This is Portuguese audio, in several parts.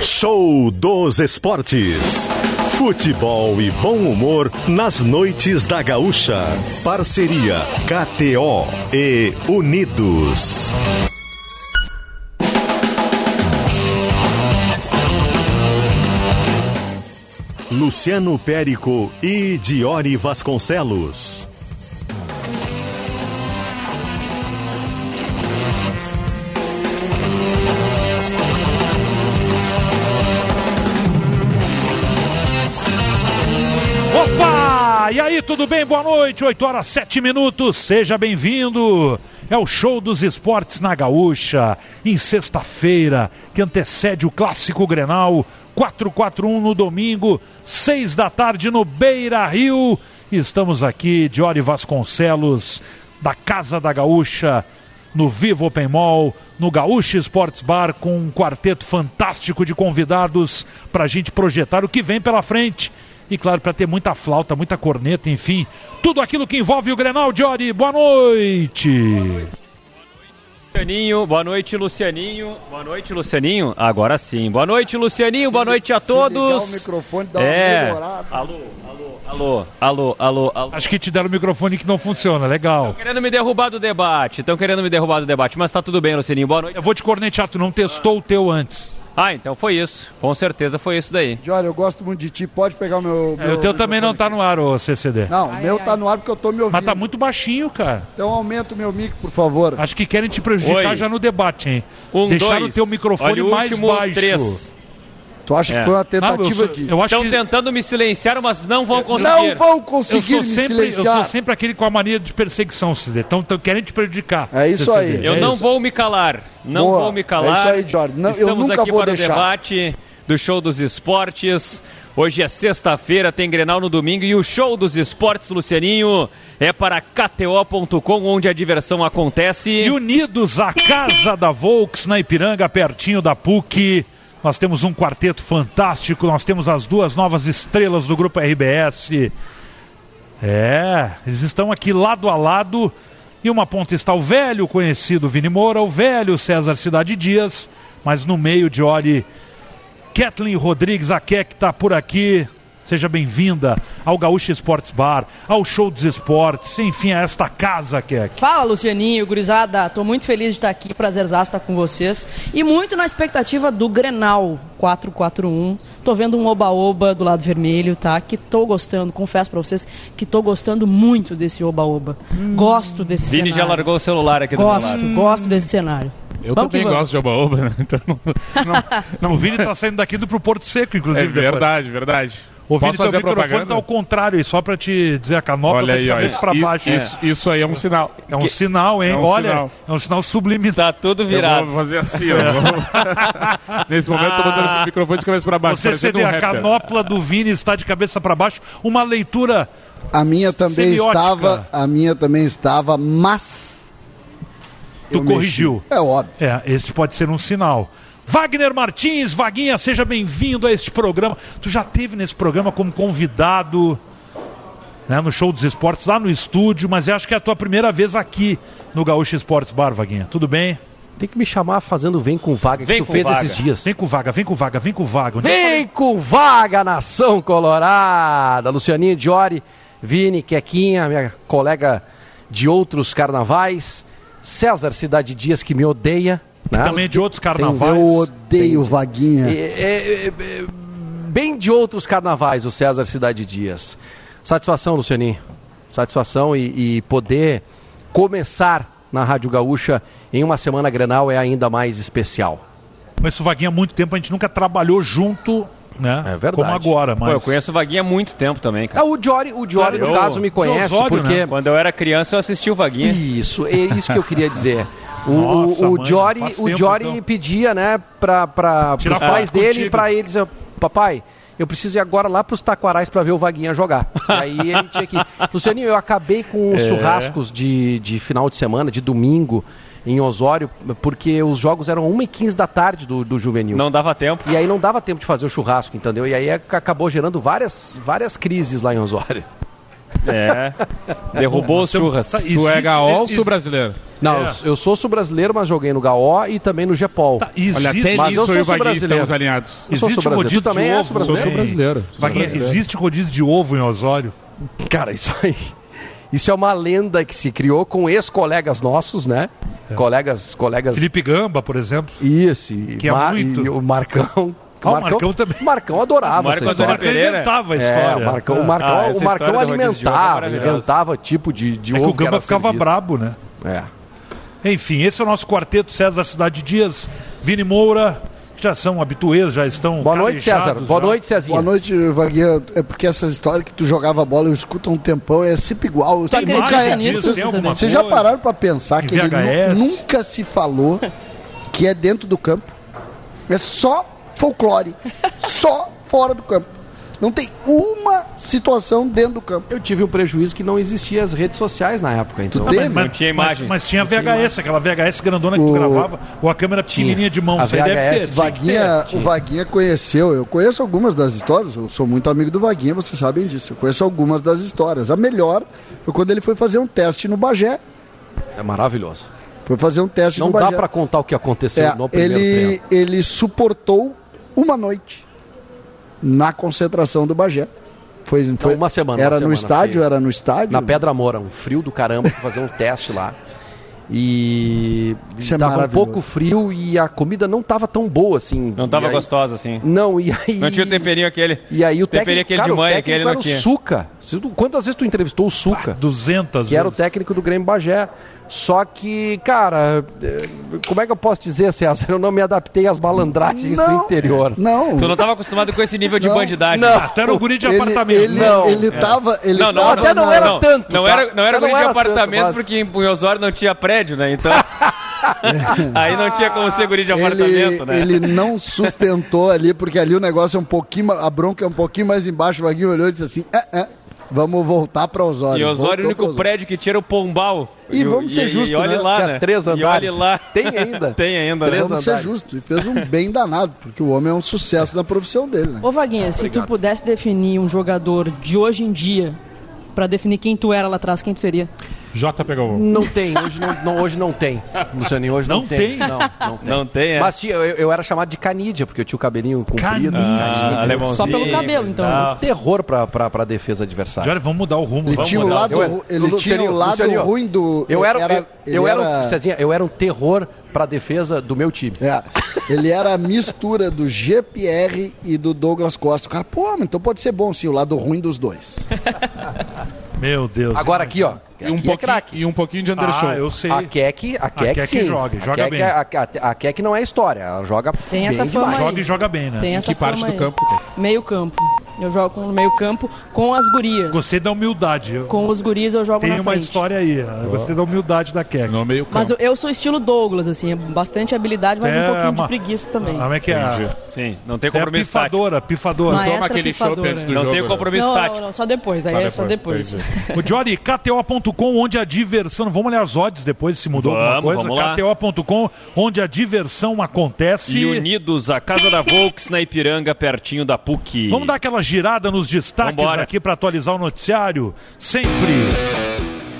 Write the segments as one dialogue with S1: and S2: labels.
S1: Show dos Esportes. Futebol e bom humor nas noites da Gaúcha. Parceria KTO e Unidos. Luciano Périco e Diori Vasconcelos.
S2: Opa! E aí, tudo bem? Boa noite, 8 horas 7 minutos, seja bem-vindo! É o show dos esportes na Gaúcha, em sexta-feira, que antecede o clássico Grenal, 441 no domingo, 6 da tarde no Beira Rio. Estamos aqui, Diori Vasconcelos, da Casa da Gaúcha, no Vivo Open Mall, no Gaúcha Sports Bar, com um quarteto fantástico de convidados para a gente projetar o que vem pela frente. E claro, para ter muita flauta, muita corneta, enfim, tudo aquilo que envolve o Grenal, Diori. Boa noite.
S3: Lucianinho, boa noite, Lucianinho. Boa noite, Lucianinho. Agora sim. Boa noite, Lucianinho. Boa noite a
S4: Se
S3: todos.
S4: ligar o microfone, dá uma
S3: É.
S4: melhorada.
S3: Alô, alô, alô, alô, alô, alô.
S2: Acho que te deram o microfone que não funciona, legal.
S3: Querendo me derrubar do debate. Estão querendo me derrubar do debate, mas tá tudo bem, Lucianinho. Boa noite.
S2: Eu vou te cornetear, tu não testou o teu antes.
S3: Ah, então foi isso. Com certeza foi isso daí.
S4: Olha, eu gosto muito de ti. Pode pegar o meu.
S2: É, o teu também não tá no ar, ô CCD.
S4: Não, o meu tá no ar porque eu tô me ouvindo.
S2: Mas tá muito baixinho, cara.
S4: Então aumenta o meu mic, por favor.
S2: Acho que querem te prejudicar
S3: Oi.
S2: já no debate, hein?
S3: Um,
S2: Deixaram
S3: dois.
S2: o teu microfone
S3: Olha, o
S2: mais
S3: último,
S2: baixo.
S3: Três.
S4: Tu acha
S3: É.
S4: que foi
S2: Não,
S4: uma
S2: Ah, eu,
S4: tentativa
S2: sou-
S4: de.
S2: eu acho
S3: Estão
S2: que
S3: tentando me silenciar, mas não vão
S4: Não
S3: conseguir.
S4: vão
S2: eu
S4: conseguir
S2: sou
S4: me
S2: sempre, eu
S4: silenciar.
S2: sou sempre aquele com a mania de perseguição, CCD. Então tão querendo te prejudicar.
S4: É isso aí.
S2: CCD.
S3: Eu
S2: É
S3: não
S2: isso.
S3: vou me calar. Não
S4: Boa.
S3: vou me
S4: É
S3: calar.
S4: isso aí, Jorge. Não, eu
S3: Estamos
S4: nunca
S3: aqui
S4: vou
S3: para
S4: deixar.
S3: o debate do Show dos Esportes. Hoje é sexta-feira, tem Grenal no domingo e o Show dos Esportes, Lucianinho, é para KTO.com, onde a diversão acontece.
S2: E unidos à Casa da Volks, na Ipiranga, pertinho da PUC. Nós temos um quarteto fantástico, nós temos as duas novas estrelas do grupo RBS. É, eles estão aqui lado a lado. E uma ponta está o velho conhecido Vini Moura, o velho César Cidade Dias, mas no meio de olhe Kathleen Rodrigues, a Kek está por aqui. Seja bem-vinda ao Gaúcha Esportes Bar, ao Show dos Esportes, enfim, a esta casa, Kek.
S5: Fala, Lucianinho, gurizada. Tô muito feliz de estar aqui, prazerzaço estar com vocês. E muito na expectativa do Grenal 441. Tô vendo um oba-oba do lado vermelho, tá? Que tô gostando, confesso pra vocês que tô gostando muito desse oba-oba. Gosto desse
S3: Hum. Vini já
S5: cenário.
S3: largou o celular aqui do meu
S5: Gosto,
S3: lado.
S5: gosto desse cenário.
S6: Eu
S5: Vamos que
S6: também
S5: vamos.
S6: gosto de oba-oba, né? Então,
S2: Não, o Vini tá saindo daqui do pro Porto Seco,
S6: é
S2: inclusive. depois.
S6: verdade, verdade.
S2: O Vini,
S6: Posso
S2: teu
S6: fazer a
S2: microfone
S6: propaganda?
S2: tá ao contrário, e só pra te dizer, a canopla
S6: Olha
S2: tá de
S6: aí, ó,
S2: cabeça
S6: isso,
S2: pra baixo.
S6: isso, isso aí é um sinal.
S2: É um sinal, hein?
S6: É um
S2: Olha,
S6: sinal.
S2: é um sinal subliminar.
S3: Tá tudo
S6: Eu vou
S3: virado.
S6: fazer assim, ó. Vou- Nesse momento eu tô botando o microfone de cabeça pra baixo,
S2: Você
S6: parecendo
S2: CD,
S6: um
S2: a
S6: rapper.
S2: canopla do Vini está de cabeça pra baixo. Uma leitura
S4: A minha também
S2: Semiótica.
S4: estava. A minha também estava, mas.
S2: tu
S4: eu mexi.
S2: corrigiu.
S4: É óbvio.
S2: É, esse pode ser um sinal. Wagner Martins, Vaguinha, seja bem-vindo a este programa. Tu já teve nesse programa como convidado né, no Show dos Esportes, lá no estúdio, mas eu acho que é a tua primeira vez aqui no Gaúcho Esportes Bar, Vaguinha. Tudo bem?
S7: Tem que me chamar fazendo Vem com Vaga
S3: Vem
S7: que tu
S3: com
S7: fez
S3: Vaga.
S7: esses dias.
S2: Vem com vaga, vem com vaga, vem com vaga. Onde é que
S7: Vem com Vaga, nação colorada. Lucianinho Diori, Vini, Quequinha, minha colega de outros carnavais. César Cidade Dias, que me odeia. né?
S2: Também é de outros carnavais.
S4: um Eu odeio vaguinha.
S7: É, é, é, é, bem de outros carnavais, o César Cidade Dias. Satisfação, Lucianinho. Satisfação e, e poder começar na Rádio Gaúcha em uma semana Grenal é ainda mais especial.
S2: Conheço o Vaguinha há muito tempo, a gente nunca trabalhou junto, né?
S7: É verdade.
S2: Como agora, mas...
S3: Pô, eu conheço o Vaguinha há muito tempo também,
S7: Ah,
S3: cara.
S7: o Diori, o Diori,
S3: Cara,
S7: no
S3: eu-
S7: caso, me conhece,
S2: Osório, né?
S7: porque...
S3: Quando eu era criança, eu assisti o Vaguinha.
S7: Isso, é isso que eu queria dizer. O,
S2: Nossa,
S7: o, o
S2: mãe,
S7: Diori,
S2: faz
S7: o
S2: tempo,
S7: Diori
S2: então.
S7: pedia, né, pra, pra,
S2: Tirar
S7: pros
S2: foto
S7: pais dele
S2: contigo.
S7: e pra eles... eu, Papai, eu preciso ir agora lá pros Taquarais pra ver o Vaguinha jogar. E aí ele tinha que... ir. Lucianinho, eu acabei com
S8: É.
S7: os churrascos de, de final de semana, de domingo, em Osório, porque os jogos eram 1h15 da tarde do, do Juvenil.
S3: Não dava tempo.
S7: E aí não dava é, tempo de fazer o churrasco, entendeu? E aí ac- acabou gerando várias, várias crises lá em Osório.
S3: É. Derrubou os churras.
S2: Tá,
S6: Tu é
S2: existe-
S6: gaol ou
S2: existe-
S6: sul brasileiro?
S7: Não,
S2: É.
S7: eu- eu sou sul-brasileiro, mas joguei no GAO e também no Japol.
S2: tá,
S6: Olha, até
S2: Existe,
S7: Mas eu
S6: nisso eu e
S7: sou
S6: o Vaguinho
S7: brasileiro.
S6: estamos alinhados.
S7: eu sou
S2: existe um
S7: brasileiro.
S2: rodízio
S7: Tu também
S2: de
S7: é
S2: ovo.
S7: brasileiro?
S2: também.
S6: Sou brasileiro. Sou
S2: Vaguinha,
S6: brasileiro.
S2: existe rodízio de ovo em Osório?
S7: Cara, isso aí. Isso é uma lenda que se criou com ex-colegas nossos, né?
S2: É.
S7: Colegas, colegas.
S2: Felipe Gamba, por exemplo.
S7: Isso, e,
S2: Que é muito.
S7: e o Marcão.
S2: Ah, o Marcão também.
S7: O Marcão adorava
S3: Marcão
S7: essa
S2: O
S7: história.
S2: Marcão
S3: Pereira.
S2: inventava a
S7: É,
S2: história.
S7: o Marcão, o
S2: É.
S7: Marcão,
S3: Ah, essa
S7: o Marcão
S3: história do rodízio de ovo é
S7: alimentava,
S3: maravilhosa.
S7: inventava tipo de, de
S2: É que
S7: ovo
S2: o Gamba
S7: era
S2: ficava
S7: servido.
S2: brabo, né?
S7: É.
S2: Enfim, esse é o nosso quarteto César Cidade Dias, Vini Moura, que já são habituês, já estão.
S7: Boa noite, César.
S2: calejados
S7: Boa
S2: já.
S7: noite, Cezinha.
S4: Boa noite, Vaguinha. É porque essas histórias que tu jogava bola, eu escuto há um tempão, é sempre igual. Eu
S5: Tá
S4: sempre-
S5: imagem
S4: já é-
S5: nisso,
S2: disso, tem alguma
S4: Vocês já
S2: coisa?
S4: pararam pra pensar que ele nu-
S2: VHS?
S4: nunca se falou que é dentro do campo? É só folclore. Só fora do campo. Não tem uma situação dentro do campo.
S7: Eu tive um prejuízo que não existia as redes sociais na época, então.
S4: Teve?
S2: Mas,
S3: Não tinha
S2: mas-
S3: imagens.
S2: Mas, tinha VHS, aquela VHS grandona que tu
S4: O-
S2: gravava, ou a câmera pequenininha de mão.
S7: A
S2: Isso aí deve
S7: VHS
S2: ter. tinha que
S4: Vaguinha,
S7: tinha.
S4: o Vaguinha conheceu, eu conheço algumas das histórias, eu sou muito amigo do Vaguinha, vocês sabem disso. Eu conheço algumas das histórias. A melhor foi quando ele foi fazer um teste no Bagé.
S7: É maravilhoso.
S4: Foi fazer um teste
S7: Não
S4: no
S7: dá
S4: Bagé.
S7: pra contar o que aconteceu
S4: É,
S7: no primeiro
S4: ele,
S7: tempo.
S4: ele suportou uma noite na concentração do Bagé. Foi, foi-
S7: Então, uma semana,
S4: Era
S7: uma
S4: no
S7: semana,
S4: estádio,
S7: foi.
S4: era no estádio.
S7: Na Pedra Moura, um frio do caramba, pra fazer um teste lá. E
S4: Isso é
S7: tava um
S4: maravilhoso.
S7: pouco frio e a comida não tava tão boa assim.
S3: Não tava
S7: E aí-
S3: gostosa assim.
S7: Não, e aí.
S3: Não tinha o temperinho aquele.
S7: E aí o
S3: Temperinho
S7: técnico,
S3: aquele
S7: cara,
S3: de
S7: o
S3: mãe,
S7: técnico
S3: aquele não
S7: era um o
S3: tinha.
S7: Suca. Se tu- Quantas vezes tu entrevistou o Suca?
S2: 200
S7: que era o
S2: vezes.
S7: técnico do Grêmio Bagé. Só que, cara, eh, como é que eu posso dizer, César? Eu não me adaptei às malandragens
S4: Não.
S7: do interior.
S4: Não.
S3: Tu não tava acostumado com esse nível de
S4: Não.
S3: bandidagem. É.
S7: Não.
S2: Até Ah, era o guri de
S4: ele,
S2: apartamento.
S4: Ele,
S7: Não.
S4: ele tava. Ele
S3: Não, não,
S4: tava
S7: Até não
S4: na-
S7: era tanto.
S3: Não
S7: tá?
S3: era, não era
S7: Até
S3: guri de
S7: era tanto,
S3: apartamento,
S7: mas-
S3: porque em Punho Osório não tinha prédio, né? Então. aí não tinha como ser guri de
S4: Ele,
S3: apartamento, né?
S4: ele não sustentou ali, porque ali o negócio é um pouquinho. ma- A bronca é um pouquinho mais embaixo. O Vaguinho olhou e disse assim: "Ah, ah, vamos voltar para Osório.
S3: E Osório, é o
S4: Voltou pra
S3: único prédio que tinha era o Pombal.
S4: E vamos ser justos,
S3: E olha
S4: né?
S3: lá,
S7: Tinha
S3: né?
S7: três
S3: E olha
S7: andares.
S3: lá.
S7: Tem ainda.
S3: Tem ainda, né?
S7: Três
S4: Vamos ser
S7: andares.
S4: justos. é E fez um bem danado, porque o homem é um sucesso na profissão dele, né?
S5: Ô Vaguinha, se tu pudesse definir um jogador de hoje em dia pra definir quem tu era lá atrás, quem tu seria?
S6: Jota pegou.
S7: Não tem, hoje não, não- hoje não tem. Lucianinho, hoje não,
S2: Não
S7: tem.
S2: tem?
S7: Não, não tem.
S3: Não tem, é.
S7: Mas tinha- eu, eu era chamado de canídia, porque eu tinha o cabelinho comprido.
S2: Canídia.
S3: Ah, alemãozinho,
S5: Só pelo cabelo, então.
S3: tal.
S7: é um Terror pra, pra, pra defesa adversária.
S2: Olha, vamos mudar o rumo.
S4: Ele
S2: vamos
S4: tinha o
S2: mudar.
S4: lado,
S7: Eu era-
S4: ru- ele
S7: Lu-
S4: tinha o
S7: Luciano,
S4: lado
S7: Luciano,
S4: ruim do.
S7: Eu era, eu, eu
S4: ele
S7: era, Cezinha, eu era um terror pra defesa do meu time.
S4: É, ele era a mistura do GPR e do Douglas Costa. O cara, pô, mas então pode ser bom sim, o lado ruim dos dois.
S2: Meu Deus.
S7: Agora aqui, ó.
S6: E um,
S7: aqui é
S6: pouquinho,
S7: craque.
S6: e um pouquinho de undershow.
S2: Ah, eu sei.
S7: A Keck, a Keck
S2: Ah, Keck
S7: sim.
S2: joga,
S7: a
S2: joga
S7: Keck,
S2: bem.
S7: A, a, a Keck não é história, ela joga
S5: Tem essa
S7: bem
S5: fama
S7: demais.
S5: aí.
S2: Joga e joga bem, né?
S5: Tem
S6: Em
S5: essa
S6: que parte
S5: fama
S6: do
S5: aí.
S6: campo?
S5: Meio campo. Eu jogo no meio campo com as gurias.
S2: Gostei da humildade. Eu-
S5: Com os guris eu jogo
S2: Tem
S5: na
S2: uma
S5: frente.
S2: história aí. Eu Gostei da humildade da Keck.
S6: No meio
S5: Mas eu,
S6: campo.
S5: eu sou estilo Douglas, assim, é bastante habilidade, mas
S2: É,
S5: um pouquinho
S2: uma-
S5: de preguiça também.
S2: Como é que é?
S6: Entendi.
S3: Sim, não tem
S2: É a
S3: compromisso tático.
S2: pifadora, pifadora.
S5: Mas-
S6: Toma
S5: Extra
S6: aquele chopp
S5: é pifadora.
S6: antes do
S3: Não
S6: jogo.
S3: tem
S6: né?
S3: compromisso
S5: Não, não,
S3: tático.
S5: não, só depois, aí é só depois.
S6: entendi.
S2: O Jory, KTO.com, onde a diversão. Vamos olhar as odds depois se mudou
S3: Vamos,
S2: alguma
S3: vamos
S2: coisa.
S3: lá.
S2: KTO.com, onde a diversão acontece.
S3: E unidos a Casa da Volks na Ipiranga, pertinho da PUC.
S2: Vamos dar aquela girada nos destaques
S3: Vambora.
S2: aqui para atualizar o noticiário. Sempre.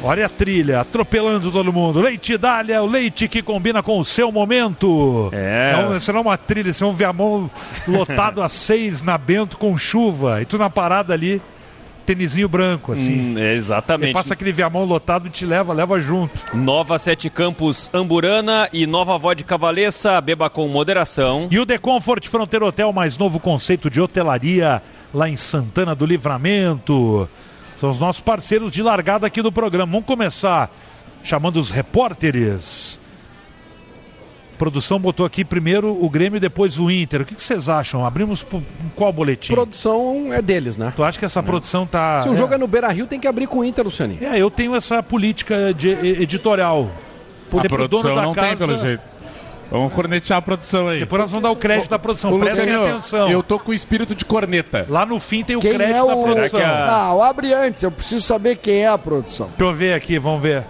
S2: Olha a trilha, atropelando todo mundo. Leite Dália, o leite que combina com o seu momento.
S3: É.
S2: Não, isso não é uma trilha, isso é um viamão lotado a seis na Bento com chuva. E tu na parada ali, tênisinho branco, assim.
S3: Hum, é,
S2: E
S3: exatamente.
S2: passa aquele viamão lotado e te leva, leva junto.
S3: Nova Sete Campos Amburana e Nova Vó de Cavaleça, beba com moderação.
S2: E o The Comfort Fronteiro Hotel, mais novo conceito de hotelaria lá em Santana do Livramento. São os nossos parceiros de largada aqui do programa. Vamos começar chamando os repórteres. A produção botou aqui primeiro o Grêmio, depois o Inter. O que que vocês acham? Abrimos por- com qual boletim?
S7: Produção é deles, né?
S2: Tu acha que essa produção tá.
S7: Se o jogo é
S2: é...
S7: no Beira Rio, tem que abrir com o Inter, Lucianinho.
S2: É, eu tenho essa política de e- editorial.
S6: A
S2: Sempre o é dono
S6: produção
S2: da
S6: não tem,
S2: casa-
S6: pelo jeito. Vamos cornetear a produção aí.
S2: Depois nós vamos dar o crédito da produção.
S6: Ô,
S2: Prestem
S6: Luciano,
S2: atenção.
S6: Eu tô com o espírito de corneta.
S2: Lá no fim tem o
S4: Quem
S3: tá
S2: crédito
S4: é
S2: da
S4: o.
S2: produção.
S4: Não, abre antes, eu preciso saber quem é a produção.
S2: Deixa eu ver aqui, vamos ver.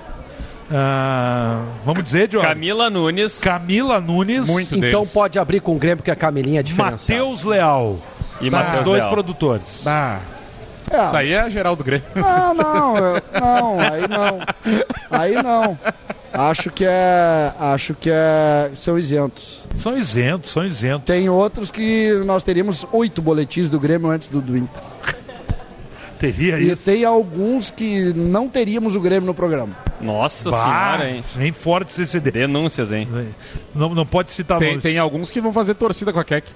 S2: Ah, vamos dizer, Diogo?
S3: Camila Nunes
S2: Camila Nunes.
S6: Muito deles.
S7: Então pode abrir com o Grêmio, porque a Camilinha é diferenciada.
S2: Matheus Leal.
S3: e
S2: São os
S3: Matheus
S2: dois
S3: Leal.
S2: produtores.
S6: Tá.
S4: É.
S6: Isso aí é geral do Grêmio.
S4: Não, não, eu- não, aí não. Aí não. Acho que é. Acho que é. São isentos.
S2: São isentos, são isentos.
S4: Tem outros que nós teríamos oito boletins do Grêmio antes do, do Inter.
S2: Teria
S4: E
S2: isso.
S4: tem alguns que não teríamos o Grêmio no programa.
S3: Nossa
S2: Bah,
S3: senhora, hein?
S2: nem forte esse CD.
S3: Denúncias, hein?
S2: Não, não pode citar
S6: Tem,
S2: nomes.
S6: tem alguns que vão fazer torcida com a Keck.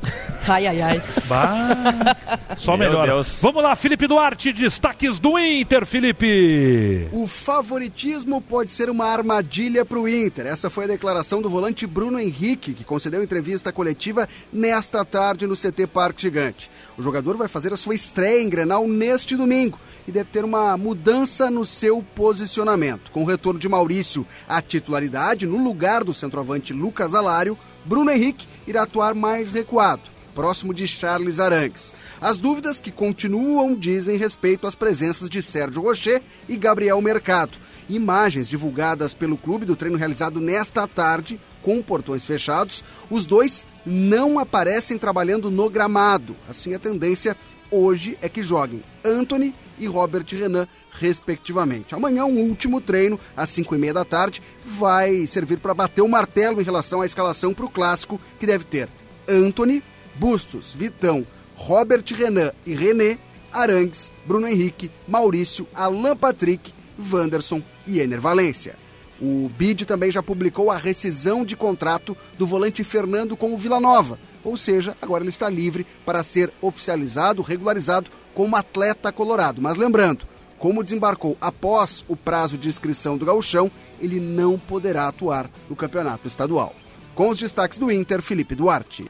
S5: Ai, ai, ai.
S2: Bah, só
S3: Meu
S2: melhor.
S3: Deus.
S2: Vamos lá, Felipe Duarte, destaques do Inter, Felipe.
S9: O favoritismo pode ser uma armadilha para o Inter. Essa foi a declaração do volante Bruno Henrique, que concedeu entrevista coletiva nesta tarde no CT Parque Gigante. O jogador vai fazer a sua estreia em Grenal neste domingo e deve ter uma mudança no seu posicionamento. Com o retorno de Maurício à titularidade, no lugar do centroavante Lucas Alário, Bruno Henrique irá atuar mais recuado próximo de Charles Arangues. As dúvidas que continuam dizem respeito às presenças de Sérgio Rocher e Gabriel Mercado. Imagens divulgadas pelo clube do treino realizado nesta tarde, com portões fechados, os dois não aparecem trabalhando no gramado. Assim, a tendência hoje é que joguem Anthony e Robert Renan respectivamente. Amanhã, um último treino, às 5 e meia da tarde, vai servir para bater o martelo em relação à escalação para o clássico, que deve ter Anthony, Bustos, Vitão, Robert Renan e René, Arangues, Bruno Henrique, Maurício, Alan Patrick, Wanderson e Ener Valência. O BID também já publicou a rescisão de contrato do volante Fernando com o Vila Nova, ou seja, agora ele está livre para ser oficializado, regularizado como atleta colorado. Mas lembrando, como desembarcou após o prazo de inscrição do gauchão, ele não poderá atuar no campeonato estadual. Com os destaques do Inter, Felipe Duarte.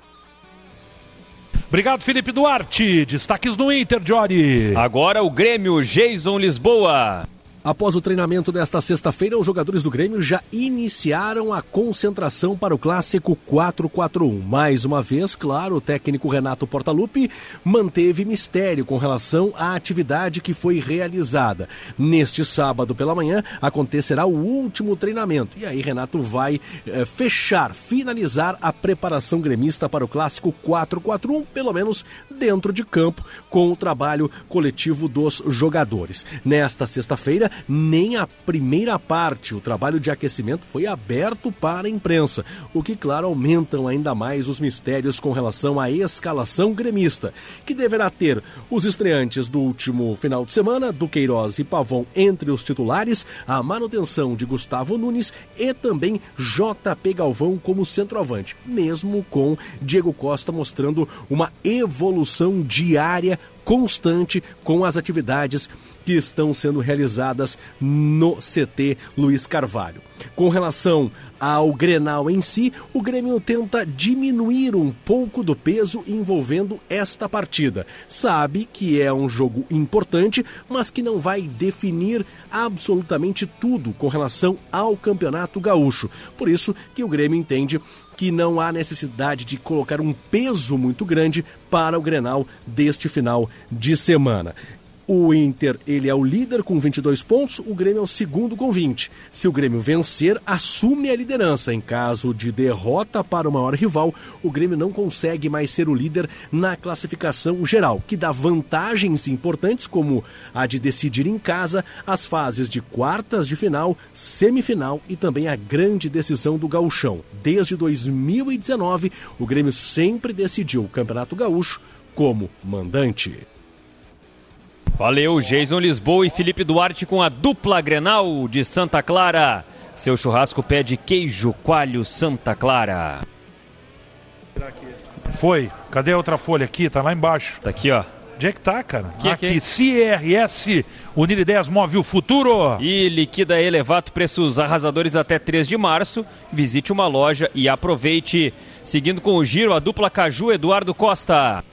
S2: Obrigado, Felipe Duarte. Destaques do Inter, Jory.
S3: Agora o Grêmio, Jason Lisboa.
S8: Após o treinamento desta sexta-feira, os jogadores do Grêmio já iniciaram a concentração para o clássico 4-4-1. Mais uma vez, claro, o técnico Renato Portaluppi manteve mistério com relação à atividade que foi realizada. Neste sábado pela manhã acontecerá o último treinamento e aí Renato vai eh, fechar, finalizar a preparação gremista para o clássico 4-4-1, pelo menos dentro de campo, com o trabalho coletivo dos jogadores. Nesta sexta-feira, nem a primeira parte, o trabalho de aquecimento, foi aberto para a imprensa, o que, claro, aumentam ainda mais os mistérios com relação à escalação gremista, que deverá ter os estreantes do último final de semana, do Queiroz e Pavon entre os titulares, a manutenção de Gustavo Nunes e também JP Galvão como centroavante, mesmo com Diego Costa mostrando uma evolução diária constante com as atividades que estão sendo realizadas no CT Luiz Carvalho. Com relação ao Grenal em si, o Grêmio tenta diminuir um pouco do peso envolvendo esta partida. Sabe que é um jogo importante, mas que não vai definir absolutamente tudo com relação ao Campeonato Gaúcho. Por isso que o Grêmio entende que não há necessidade de colocar um peso muito grande para o Grenal deste final de semana. O Inter, ele é o líder com 22 pontos, o Grêmio é o segundo com 20. Se o Grêmio vencer, assume a liderança. Em caso de derrota para o maior rival, o Grêmio não consegue mais ser o líder na classificação geral, que dá vantagens importantes como a de decidir em casa as fases de quartas de final, semifinal e também a grande decisão do Gauchão. Desde 2019, o Grêmio sempre decidiu o Campeonato Gaúcho como mandante.
S3: Valeu, Jason Lisboa e Felipe Duarte com a dupla Grenal de Santa Clara. Seu churrasco pede queijo coalho Santa Clara.
S2: Foi. Cadê a outra folha aqui? Tá lá embaixo.
S3: Tá aqui, ó.
S2: Onde é que tá, cara?
S3: Aqui, aqui.
S2: CRS, Unir Ideias Move o Futuro.
S3: E liquida Elevato, preços arrasadores até 3 de março. Visite uma loja e aproveite. Seguindo com o giro, a dupla Caju Eduardo Costa.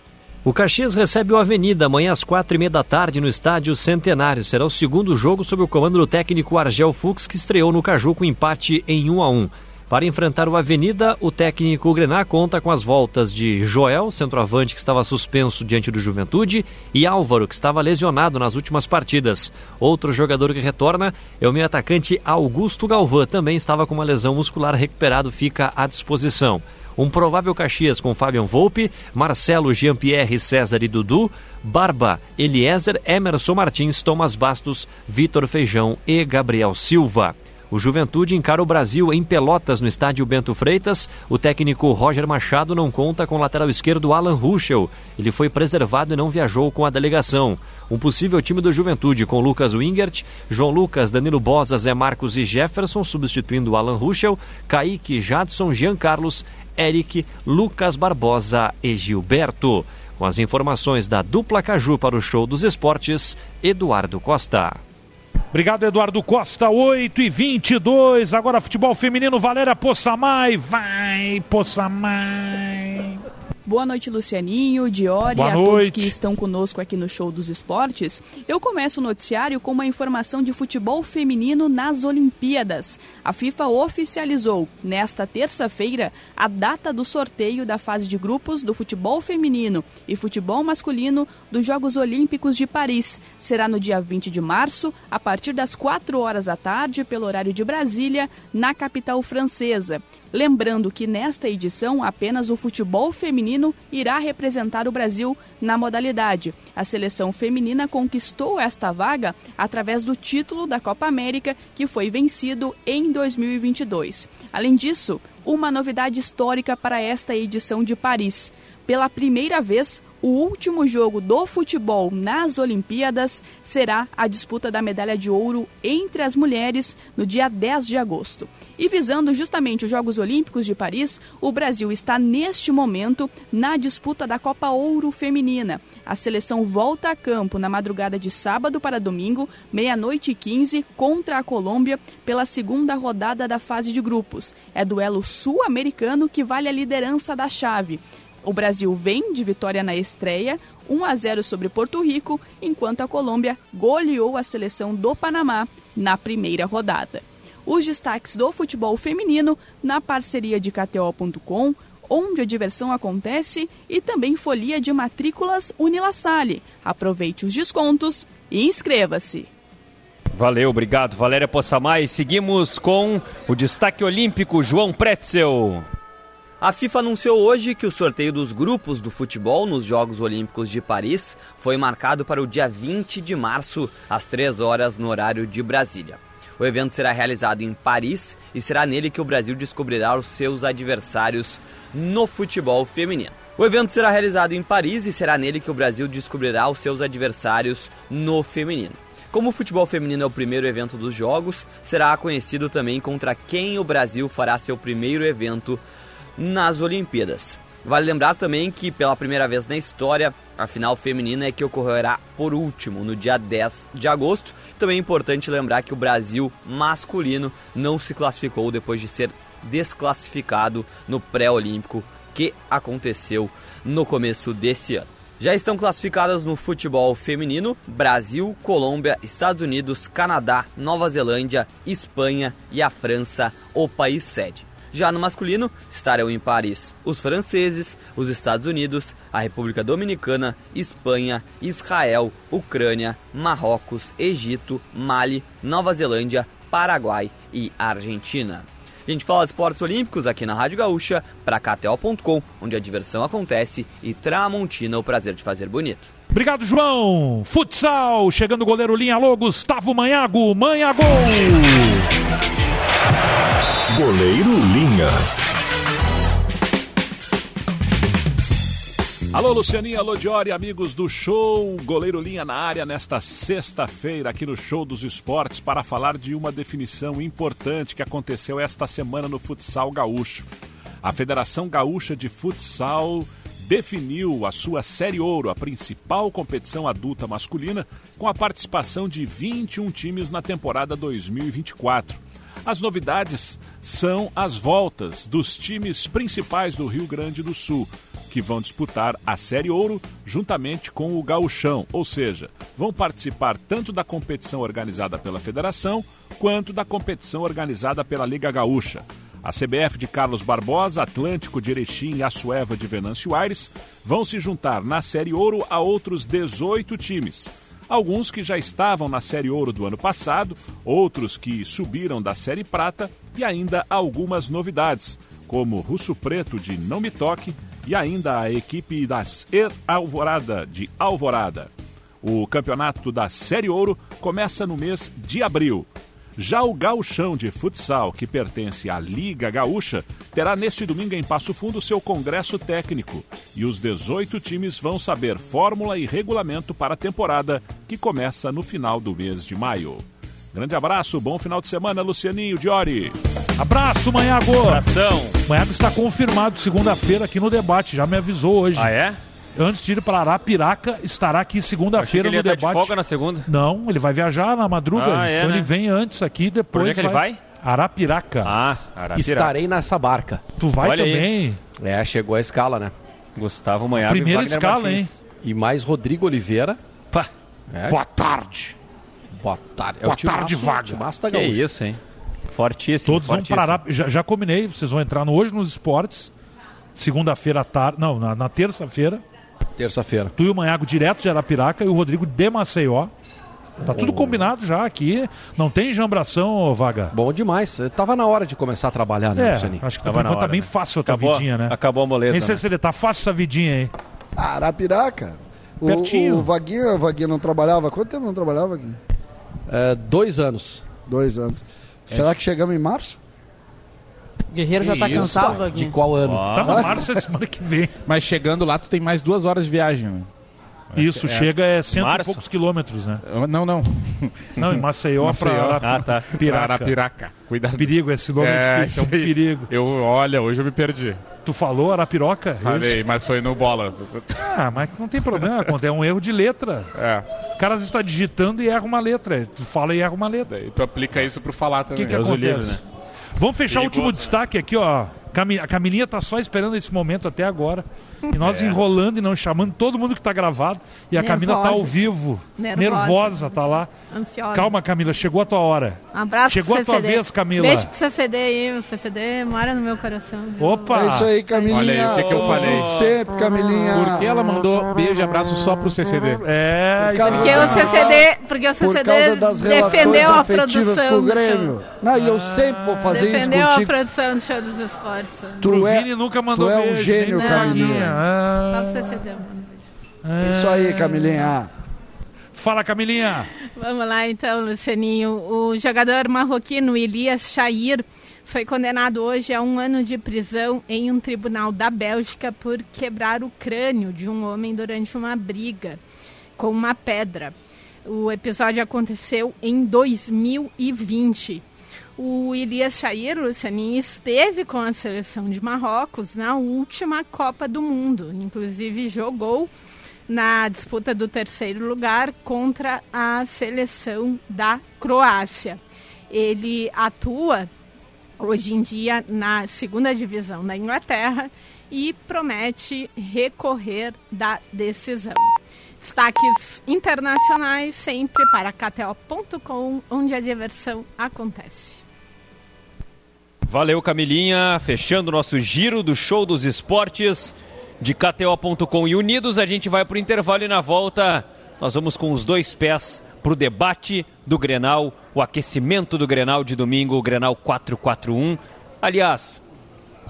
S10: O Caxias recebe o Avenida amanhã às quatro e meia da tarde no estádio Centenário. Será o segundo jogo sob o comando do técnico Argel Fux, que estreou no Caju com empate em 1 a 1. Para enfrentar o Avenida, o técnico Grená conta com as voltas de Joel, centroavante que estava suspenso diante do Juventude, e Álvaro, que estava lesionado nas últimas partidas. Outro jogador que retorna é o meio atacante Augusto Galvão, também estava com uma lesão muscular recuperado, fica à disposição. Um provável Caxias com Fabian Volpe, Marcelo, Jean-Pierre, César e Dudu, Barba, Eliezer, Emerson Martins, Thomas Bastos, Vitor Feijão e Gabriel Silva. O Juventude encara o Brasil em Pelotas, no estádio Bento Freitas. O técnico Roger Machado não conta com o lateral esquerdo Alan Ruschel. Ele foi preservado e não viajou com a delegação. Um possível time do Juventude com Lucas Wingert, João Lucas, Danilo Bosa, Zé Marcos e Jefferson, substituindo Alan Ruschel, Kaique, Jadson, Jean Carlos, Eric, Lucas Barbosa e Gilberto. Com as informações da dupla Caju para o show dos esportes, Eduardo Costa.
S2: Obrigado, Eduardo Costa. 8 e 22. Agora futebol feminino. Valéria Poçamai. Vai, Poçamai.
S11: Boa noite, Lucianinho, Diori,
S2: Boa
S11: a todos
S2: noite.
S11: que estão conosco aqui no Show dos Esportes. Eu começo o noticiário com uma informação de futebol feminino nas Olimpíadas. A FIFA oficializou, nesta terça-feira, a data do sorteio da fase de grupos do futebol feminino e futebol masculino dos Jogos Olímpicos de Paris. Será no dia 20 de março, a partir das 4 horas da tarde, pelo horário de Brasília, na capital francesa. Lembrando que nesta edição apenas o futebol feminino irá representar o Brasil na modalidade. A seleção feminina conquistou esta vaga através do título da Copa América, que foi vencido em 2022. Além disso, uma novidade histórica para esta edição de Paris. Pela primeira vez, o último jogo do futebol nas Olimpíadas será a disputa da medalha de ouro entre as mulheres no dia 10 de agosto. E visando justamente os Jogos Olímpicos de Paris, o Brasil está neste momento na disputa da Copa Ouro Feminina. A seleção volta a campo na madrugada de sábado para domingo, meia-noite e 15, contra a Colômbia pela segunda rodada da fase de grupos. É duelo sul-americano que vale a liderança da chave. O Brasil vem de vitória na estreia, 1 a 0 sobre Porto Rico, enquanto a Colômbia goleou a seleção do Panamá na primeira rodada. Os destaques do futebol feminino na parceria de KTO.com, onde a diversão acontece, e também folia de matrículas Unilassale. Aproveite os descontos e inscreva-se!
S3: Valeu, obrigado, Valéria Poçamai. Seguimos com o destaque olímpico, João Pretzel.
S12: A FIFA anunciou hoje que o sorteio dos grupos do futebol nos Jogos Olímpicos de Paris foi marcado para o dia 20 de março, às 3 horas, no horário de Brasília. O evento será realizado em Paris e será nele que o Brasil descobrirá os seus adversários no futebol feminino. O evento será realizado em Paris e será nele que o Brasil descobrirá os seus adversários no feminino. Como o futebol feminino é o primeiro evento dos Jogos, será conhecido também contra quem o Brasil fará seu primeiro evento nas Olimpíadas. Vale lembrar também que, pela primeira vez na história, a final feminina é que ocorrerá por último, no dia 10 de agosto. Também é importante lembrar que o Brasil masculino não se classificou depois de ser desclassificado no pré-olímpico que aconteceu no começo desse ano. Já estão classificadas no futebol feminino Brasil, Colômbia, Estados Unidos, Canadá, Nova Zelândia, Espanha e a França, o país sede. Já no masculino, estarão em Paris os franceses, os Estados Unidos, a República Dominicana, Espanha, Israel, Ucrânia, Marrocos, Egito, Mali, Nova Zelândia, Paraguai e Argentina. A gente fala de esportes olímpicos aqui na Rádio Gaúcha, para KTO.com, onde a diversão acontece e Tramontina o prazer de fazer bonito.
S2: Obrigado, João. Futsal. Chegando o goleiro linha alô, Gustavo Manhago. Manhago.
S1: Goleiro Linha.
S13: Alô, Lucianinha, alô, Diori, amigos do show. Goleiro Linha na área nesta sexta-feira aqui no Show dos Esportes para falar de uma definição importante que aconteceu esta semana no futsal gaúcho. A Federação Gaúcha de Futsal definiu a sua Série Ouro, a principal competição adulta masculina, com a participação de 21 times na temporada 2024. As novidades são as voltas dos times principais do Rio Grande do Sul, que vão disputar a Série Ouro juntamente com o Gauchão, ou seja, vão participar tanto da competição organizada pela Federação quanto da competição organizada pela Liga Gaúcha. A CBF de Carlos Barbosa, Atlântico de Erechim e Assueva de Venâncio Aires vão se juntar na Série Ouro a outros 18 times alguns que já estavam na Série Ouro do ano passado, outros que subiram da Série Prata e ainda algumas novidades, como Russo Preto de Não Me Toque e ainda a equipe das Er Alvorada de Alvorada. O campeonato da Série Ouro começa no mês de abril. Já o Gauchão de Futsal, que pertence à Liga Gaúcha, terá neste domingo em Passo Fundo seu congresso técnico. E os 18 times vão saber fórmula e regulamento para a temporada, que começa no final do mês de maio. Grande abraço, bom final de semana, Lucianinho Diori.
S2: Abraço, Manhago.
S3: Abração.
S2: Manhago está confirmado segunda-feira aqui no debate, já me avisou hoje.
S3: Ah, é?
S2: Antes de ir para Arapiraca, estará aqui segunda-feira no
S3: ele ia tá de
S2: debate.
S3: folga na segunda.
S2: Não, ele vai viajar na madruga.
S3: Ah, é,
S2: então
S3: né?
S2: ele vem antes aqui, depois.
S3: Por onde é que ele vai?
S2: Arapiraca.
S3: Ah,
S7: Estarei nessa barca.
S2: Tu vai Olha aí. também?
S7: É, chegou a escala, né?
S3: Gustavo Manhã.
S7: Primeira
S2: Wagner escala, Martins.
S7: E mais Rodrigo Oliveira. É.
S2: Boa tarde.
S7: Boa tarde.
S2: Boa tarde, Wagner.
S7: Masta
S3: Que isso, hein? Fortíssimo.
S2: Todos vão
S3: fortíssimo.
S2: para Arap- já, já combinei, vocês vão entrar no hoje nos esportes. Segunda-feira à tarde. Não, na, na terça-feira.
S7: Terça-feira.
S2: Tu e o Manhago direto de Arapiraca e o Rodrigo de Maceió. Tá tudo combinado já aqui. Não tem jambração, ô, Vaga.
S7: Bom demais. Eh, Tava na hora de começar a trabalhar, né,
S2: É,
S7: Luciani?
S2: acho que tá, por enquanto tá bem fácil a tua vidinha, né?
S3: né? Acabou a moleza.
S2: Nem sei se ele tá fácil essa vidinha aí.
S4: Arapiraca. O,
S2: Pertinho.
S4: o Vaguinha, o Vaguinha não trabalhava. Quanto tempo não trabalhava, Vaguinha?
S7: É, dois anos. É.
S4: Dois anos. Será que chegamos em março?
S5: Guerreiro já tá
S4: Isso,
S5: cansado,
S4: tá.
S5: Vaguinho.
S7: qual ano?
S2: Tá no março é semana que vem.
S6: Mas chegando lá, tu tem mais duas horas de viagem. né?
S2: Isso,
S6: É.
S2: chega é cento e
S6: Março?
S2: poucos quilômetros, né?
S6: Ah, Não, não.
S2: Não, em Maceió,
S6: Maceió.
S2: pra Arapiraca.
S6: Pra Arapiraca. Cuidado.
S2: Perigo, esse nome é, difícil, é um
S6: isso aí.
S2: perigo.
S6: Eu, olha, hoje eu me perdi.
S2: Tu falou Arapiroca?
S6: Falei,
S2: Isso.
S6: mas foi no bola.
S2: Ah, mas não tem problema, acontece, é um erro de letra.
S6: É.
S2: O cara às vezes tá digitando e erra uma letra. Tu fala e erra uma letra.
S6: E tu aplica isso pro falar
S2: O
S6: também.
S2: que, que acontece? Vamos fechar o último
S6: Perigoso, né?
S2: destaque aqui, ó. Cami- A Camininha tá só esperando esse momento até agora. E nós
S6: É.
S2: enrolando e não chamando todo mundo que tá gravado. E a Camila tá
S14: Nervosa.
S2: ao vivo.
S14: Nervosa.
S2: tá lá.
S14: Ansiosa.
S2: Calma, Camila, chegou a tua hora.
S14: Um abraço
S2: Chegou
S14: pro
S2: a tua
S14: CCD.
S2: vez, Camila.
S14: Beijo pro CCD aí, o CCD mora no meu coração. viu?
S2: Opa!
S4: É isso aí, Camilinha.
S6: Olha aí, o que que eu falei?
S4: Junto Sempre, Camilinha.
S6: Por que ela mandou beijo e abraço só pro CCD?
S2: É,
S14: Porque o CCD, porque o
S4: Por
S14: CCD
S4: causa das relações
S14: defendeu a
S4: afetivas
S14: produção
S4: com o
S14: do
S4: Grêmio.
S14: show.
S4: Não, e eu sempre vou fazer
S14: defendeu
S4: isso
S14: a
S4: contigo.
S14: produção do show dos esportes.
S4: Tu é,
S2: nunca
S4: tu é um gênio,
S14: Não,
S4: Camilinha.
S3: Ah.
S14: Só pro CCD. mano.
S4: Isso aí,
S2: Ah.
S4: Camilinha.
S2: Fala, Camilinha.
S14: Vamos lá então, Lucianinho. O jogador marroquino Elias Chair foi condenado hoje a um ano de prisão em um tribunal da Bélgica por quebrar o crânio de um homem durante uma briga com uma pedra. O episódio aconteceu em 2020. O Elias Chair, Lucianinho, esteve com a seleção de Marrocos na última Copa do Mundo. Inclusive jogou na disputa do terceiro lugar contra a seleção da Croácia. Ele atua hoje em dia na segunda divisão da Inglaterra e promete recorrer da decisão. Destaques internacionais sempre para KTO.com, onde a diversão acontece.
S3: Valeu, Camilinha. Fechando o nosso giro do show dos esportes de KTO.com e Unidos. A gente vai pro intervalo e na volta nós vamos com os dois pés pro debate do Grenal, o aquecimento do Grenal de domingo, o Grenal 441. Aliás,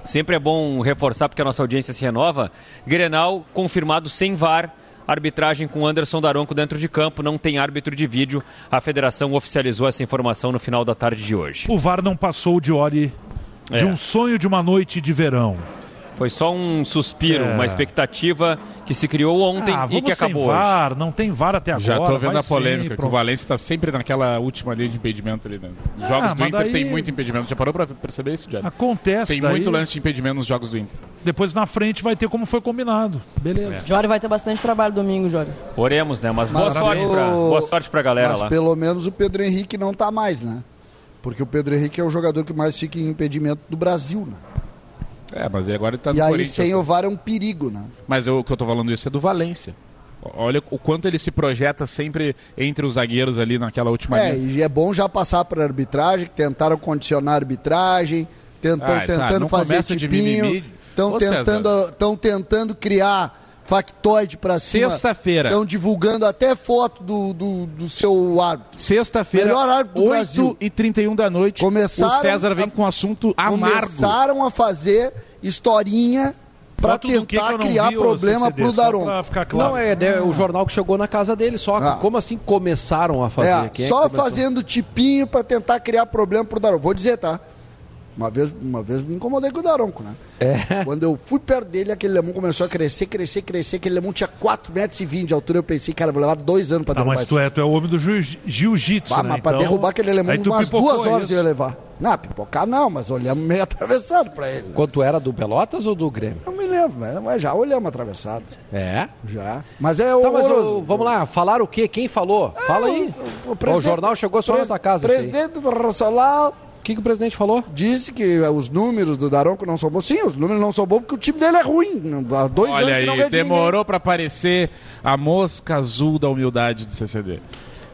S3: Sempre é bom reforçar, porque a nossa audiência se renova. Grenal confirmado sem VAR. Arbitragem com Anderson Daronco dentro de campo, não tem árbitro de vídeo. A federação oficializou essa informação no final da tarde de hoje.
S2: O VAR não passou de Ori de
S3: É.
S2: um sonho de uma noite de verão.
S3: Foi só um suspiro,
S2: É.
S3: uma expectativa que se criou ontem
S2: ah,
S3: e
S2: vamos
S3: que acabou
S2: sem
S3: hoje.
S2: VAR, não tem VAR até agora.
S6: Já tô vendo
S2: vai
S6: a polêmica,
S2: ser,
S6: que o
S2: pronto.
S6: Valência tá sempre naquela última linha de impedimento ali, né? Os jogos
S2: Ah,
S6: do
S2: mas
S6: Inter
S2: daí-
S6: tem muito impedimento. Já parou pra perceber isso, Jair?
S2: Acontece
S6: Tem
S2: daí.
S6: muito lance de impedimento nos jogos do Inter.
S2: Depois na frente vai ter como foi combinado.
S6: É.
S2: Beleza.
S5: Jório vai ter bastante trabalho domingo, Jório.
S3: Oremos, né? Mas boa
S4: Mas
S3: sorte,
S4: pelo-
S3: pra, boa sorte pra galera
S4: Mas
S3: lá.
S4: pelo menos o Pedro Henrique não tá mais, né? Porque o Pedro Henrique é o jogador que mais fica em impedimento do Brasil, né?
S6: É, mas aí agora ele tá
S4: e
S6: no
S4: aí
S6: Corinthians.
S4: sem o VAR é um perigo, né?
S6: Mas eu- o que eu tô falando isso é do Valência. O- Olha o quanto ele se projeta sempre entre os zagueiros ali naquela última
S4: É,
S6: linha.
S4: e é bom já passar para arbitragem, que tentaram condicionar a arbitragem, tentam,
S6: Ah, tá,
S4: tentando
S6: não
S4: fazer
S6: começa de mimimi.
S4: tipinho, estão
S6: Ô, César.
S4: tentando, tão tentando criar factoide pra cima.
S6: Sexta-feira.
S4: Estão divulgando até foto do, do, do seu árbitro.
S6: Sexta-feira,
S4: Melhor árbitro do Brasil.
S6: 8 e 31 da noite,
S4: Começaram
S6: o César vem
S4: a-
S6: com um assunto amargo.
S4: Começaram a fazer historinha pra
S6: Foto do que que
S4: tentar
S6: eu não
S4: criar
S6: vi, ô,
S4: problema
S6: CCD,
S4: pro
S6: só
S4: Daron. Ah.
S6: pra
S7: Não, é, é o jornal que chegou na casa dele só. Como assim começaram a fazer?
S4: É,
S7: Quem é que
S4: só
S7: começou?
S4: fazendo tipinho pra tentar criar problema pro Daronco. Vou dizer, tá? Uma vez, uma vez me incomodei com o Daronco, né?
S7: É.
S4: Quando eu fui perto dele, aquele lemão começou a crescer, crescer, crescer. Aquele lemão tinha 4,20 metros de altura. Eu pensei, cara, vou levar dois anos pra
S2: Tá,
S4: derrubar
S2: mas tu é, tu é o homem do jiu- jiu-jitsu,
S4: Bah,
S2: né?
S4: Ah, mas pra
S2: Então,
S4: derrubar aquele lemão,
S2: aí tu
S4: umas
S2: pipocou
S4: duas horas
S2: isso.
S4: eu ia levar. Não, pipocar não, mas olhamos meio atravessado pra ele.
S7: Quanto era do Pelotas ou do Grêmio?
S4: Não me lembro, mas- mas já olhamos atravessado.
S7: É?
S4: Já. Mas é o.
S7: Tá, mas o- vamos lá, falar o quê? Quem falou? Fala aí. Ó, O,
S4: presidente-
S7: jornal chegou só
S4: pres-
S7: nessa casa. esse aí.
S4: Presidente do Rossolau.
S7: O que, que o presidente falou?
S4: Disse que eh, os números do Daronco não são bons. Sim, os números não são bons porque o time dele é ruim. Há dois anos
S6: Olha
S4: que não
S6: aí,
S4: ganha de ninguém.
S6: demorou pra aparecer a mosca azul da humildade do CCD.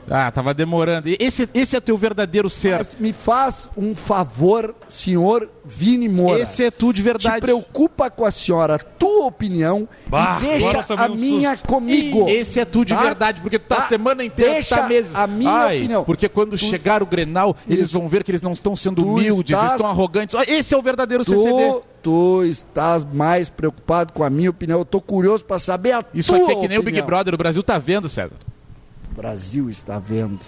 S6: Ah, tava demorando. E Esse, esse é teu verdadeiro ser.
S4: Mas me faz um favor, senhor Vini Moura.
S6: Esse é tu de verdade.
S4: Te preocupa com a senhora, tua opinião,
S6: Bah,
S4: e
S6: agora
S4: deixa
S6: tomei
S4: a
S6: um
S4: minha
S6: susto.
S4: comigo.
S6: Ih, esse é tu de
S4: tá?
S6: verdade, porque tu tá, a
S4: Tá?
S6: semana inteira,
S4: deixa
S6: tá meses.
S4: a minha
S6: Ai,
S4: opinião.
S6: Porque quando chegar o Grenal, eles
S4: Isso.
S6: vão ver que eles não estão sendo
S4: Tu
S6: humildes,
S4: estás-
S6: estão arrogantes. Ó, Esse é o verdadeiro CCD.
S4: Tu, tu estás mais preocupado com a minha opinião. Eu tô curioso pra saber a
S6: Isso
S4: tua
S6: aqui é que nem o Big
S4: opinião.
S6: Brother, o Brasil tá vendo, César.
S4: O Brasil está vendo.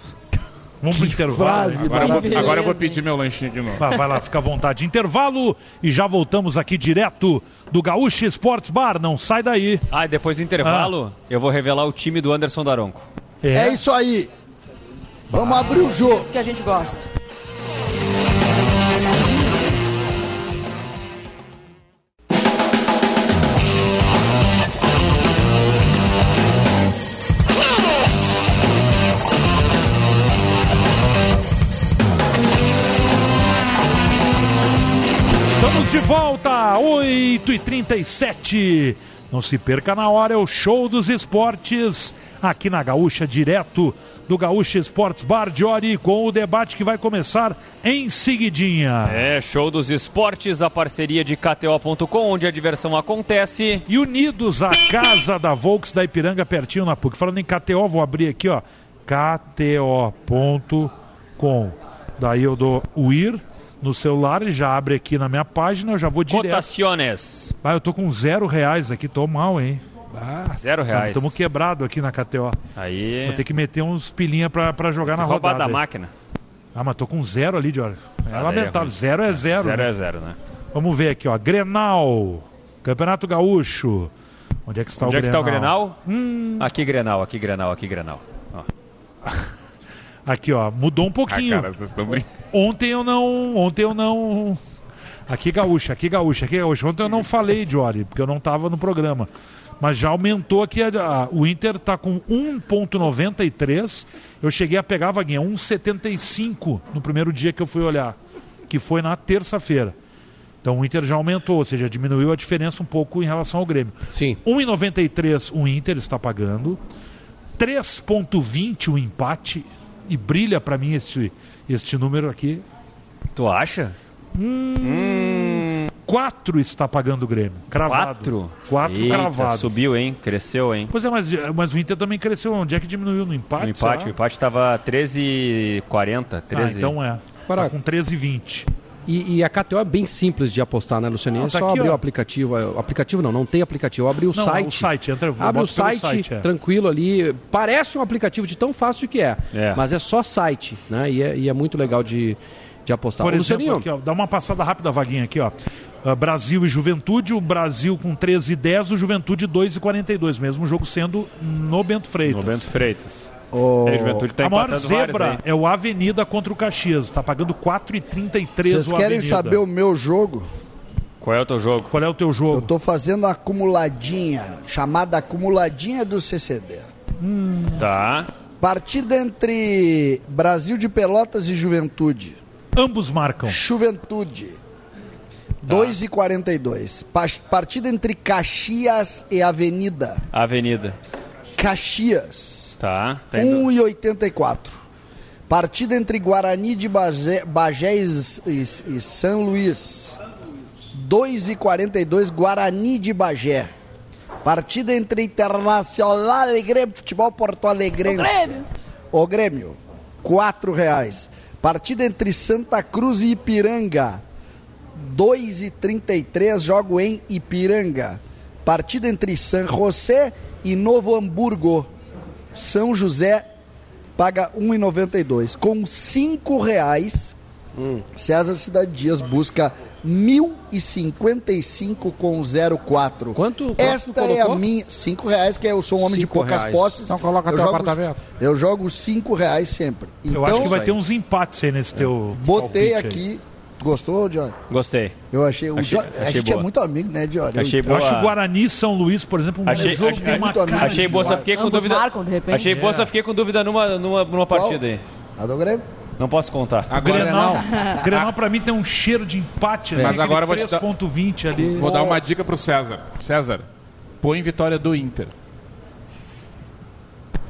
S2: Vamos pro intervalo.
S6: Agora
S4: frase
S6: eu vou-
S2: maravilhosa.
S6: agora eu vou pedir meu lanchinho de novo.
S2: Vai, vai lá, fica à vontade. Intervalo e já voltamos aqui direto do Gaúcha Sports Bar. Não sai daí.
S3: Ah, e depois do intervalo,
S2: Ah.
S3: eu vou revelar o time do Anderson Daronco.
S4: É isso aí. Vamos abrir o jogo.
S5: É Isso que a gente gosta.
S2: Estamos de volta, 8h37. Não se perca na hora, é o show dos esportes aqui na Gaúcha, direto do Gaúcha Esportes Bar de Ori, com o debate que vai começar em seguidinha.
S3: É, show dos esportes, a parceria de KTO.com, onde a diversão acontece.
S2: E unidos à casa da Volks da Ipiranga, pertinho na PUC. Falando em KTO, vou abrir aqui, ó. KTO.com. Daí eu dou o ir no celular e já abre aqui na minha página, eu já vou direto.
S3: Cotaciones.
S2: Ah, eu tô com zero reais aqui, tô mal, hein?
S3: Zero reais.
S2: Estamos quebrado aqui na KTO.
S3: Aí.
S2: tá, Vou ter que meter uns pilinha pra, pra jogar na
S3: roubar
S2: rodada.
S3: da
S2: aí.
S3: máquina.
S2: Ah, mas tô com zero ali, Dior. É
S3: Ah, daí é
S2: lamentável.
S3: ruim.
S2: zero é zero.
S3: Zero
S2: né?
S3: é zero, né?
S2: Vamos ver aqui, ó. Grenal. Campeonato Gaúcho. Onde é que está
S3: Onde
S2: o
S3: é que tá
S2: Grenal?
S3: o
S2: Hum.
S3: Grenal? Aqui Grenal, aqui Grenal, aqui Grenal. Ó.
S2: Aqui, ó. Mudou um pouquinho.
S6: Ah, cara, vocês estão brincando.
S2: Ontem eu não. Ontem eu não. Aqui gaúcha, aqui gaúcha, aqui gaúcha. Ontem eu não falei, Diori, porque eu não estava no programa. Mas já aumentou aqui. a- a- o Inter tá com 1,93. Eu cheguei a pegar, Vaguinha, 1,75 no primeiro dia que eu fui olhar, que foi na terça-feira. Então o Inter já aumentou, ou seja, diminuiu a diferença um pouco em relação ao Grêmio.
S7: Sim.
S2: 1,93 o Inter está pagando. 3,20 o um empate. E brilha para mim este, este número aqui.
S3: Tu acha?
S2: Hum, 4 está pagando o Grêmio. Cravado.
S3: Quatro?
S2: 4
S3: Eita,
S2: cravado.
S3: Subiu, hein? Cresceu, hein?
S2: Pois é, mas, mas o Inter também cresceu. Onde é que diminuiu? No empate?
S3: O empate, o
S2: será?
S3: empate tava 13,40, 13.
S2: Ah, então é. Tá
S7: Caraca.
S2: com 13,20.
S7: E, e a KTO é bem simples de apostar, né, Lucianinho?
S2: Ah,
S7: É
S2: tá
S7: só
S2: aqui,
S7: abrir
S2: ó.
S7: o aplicativo. é, O aplicativo não, não tem aplicativo. Abri o
S2: Não,
S7: site.
S2: o site, entra- bota
S7: abre
S2: pelo
S7: o site,
S2: site, é.
S7: tranquilo ali. Parece um aplicativo de tão fácil que é.
S2: É.
S7: Mas é só site, né? E é, e é muito legal de, de
S3: Tá,
S7: apostar.
S2: Por
S7: Ô,
S2: exemplo,
S7: Lucianinho,
S2: aqui, ó, dá uma passada rápida, vaguinha aqui, ó. Ah, Brasil e Juventude, o Brasil com 13 e 10, o Juventude 2 e 42, mesmo jogo sendo no Bento Freitas.
S3: No Bento Freitas.
S4: Oh.
S3: É, Juventude tá
S2: a maior
S3: empatando várias
S2: zebra
S3: aí.
S2: é o Avenida contra o Caxias, tá pagando 4,33
S4: Vocês
S2: o
S4: querem
S2: Avenida.
S4: saber o meu jogo?
S3: Qual é o teu jogo?
S2: Qual é o teu jogo?
S4: Eu tô fazendo uma acumuladinha, chamada acumuladinha do CCD.
S3: Tá.
S4: Partida entre Brasil de Pelotas e Juventude.
S2: Ambos marcam. Tá.
S4: Juventude. 2 e 42. Pa- Partida entre Caxias e Avenida.
S3: Avenida.
S4: Caxias.
S3: Tá. tá indo.
S4: 1 e 84. Partida entre Guarani de Bagé, Bagé e, S- e, S- e São Luís. 2 e 42, Guarani de Bagé. Partida entre Internacional e Grêmio, futebol Porto Alegrense. O Grêmio. O Grêmio, quatro reais. Partida entre Santa Cruz e Ipiranga, 2,33, jogo em Ipiranga. Partida entre San José e Novo Hamburgo. São José paga 1,92. Com cinco reais,
S7: Hum.
S4: César Cidade Dias busca 1.055 com 04. Quanto? Esta é a
S7: colocou?
S4: minha. Cinco reais, que eu sou um homem de
S7: Cinco
S4: poucas
S7: reais.
S4: posses.
S7: Então coloca
S4: eu
S7: teu
S4: jogo,
S7: apartamento.
S4: Eu jogo cinco reais sempre.
S2: Eu
S4: Então,
S2: acho que vai ter uns empates aí
S3: É.
S2: nesse teu.
S4: Botei
S2: palpite aí.
S4: aqui. Gostou, John?
S3: Gostei.
S4: Eu achei. o
S3: Achei-
S4: Jo- a
S3: achei
S4: gente
S3: boa.
S4: é muito amigo, né, John? Eu-
S3: Achei
S4: eu
S3: boa.
S2: Eu acho o Guarani e São Luís, por exemplo, um
S3: Achei,
S2: jogo
S3: achei,
S2: que tem uma É.
S3: achei,
S2: cara de
S3: boa, só
S2: jogo.
S3: fiquei com dúvida. Achei boa, só fiquei com dúvida numa, numa, numa
S2: Qual?
S3: partida aí.
S4: A do Grêmio?
S3: Não posso contar.
S2: O Grenal, o Grenal pra mim tem um cheiro de empate, assim,
S6: Mas
S2: aquele
S6: agora eu vou te dar-
S2: 3.20 ali.
S6: Vou dar uma dica pro César. César, põe vitória do Inter.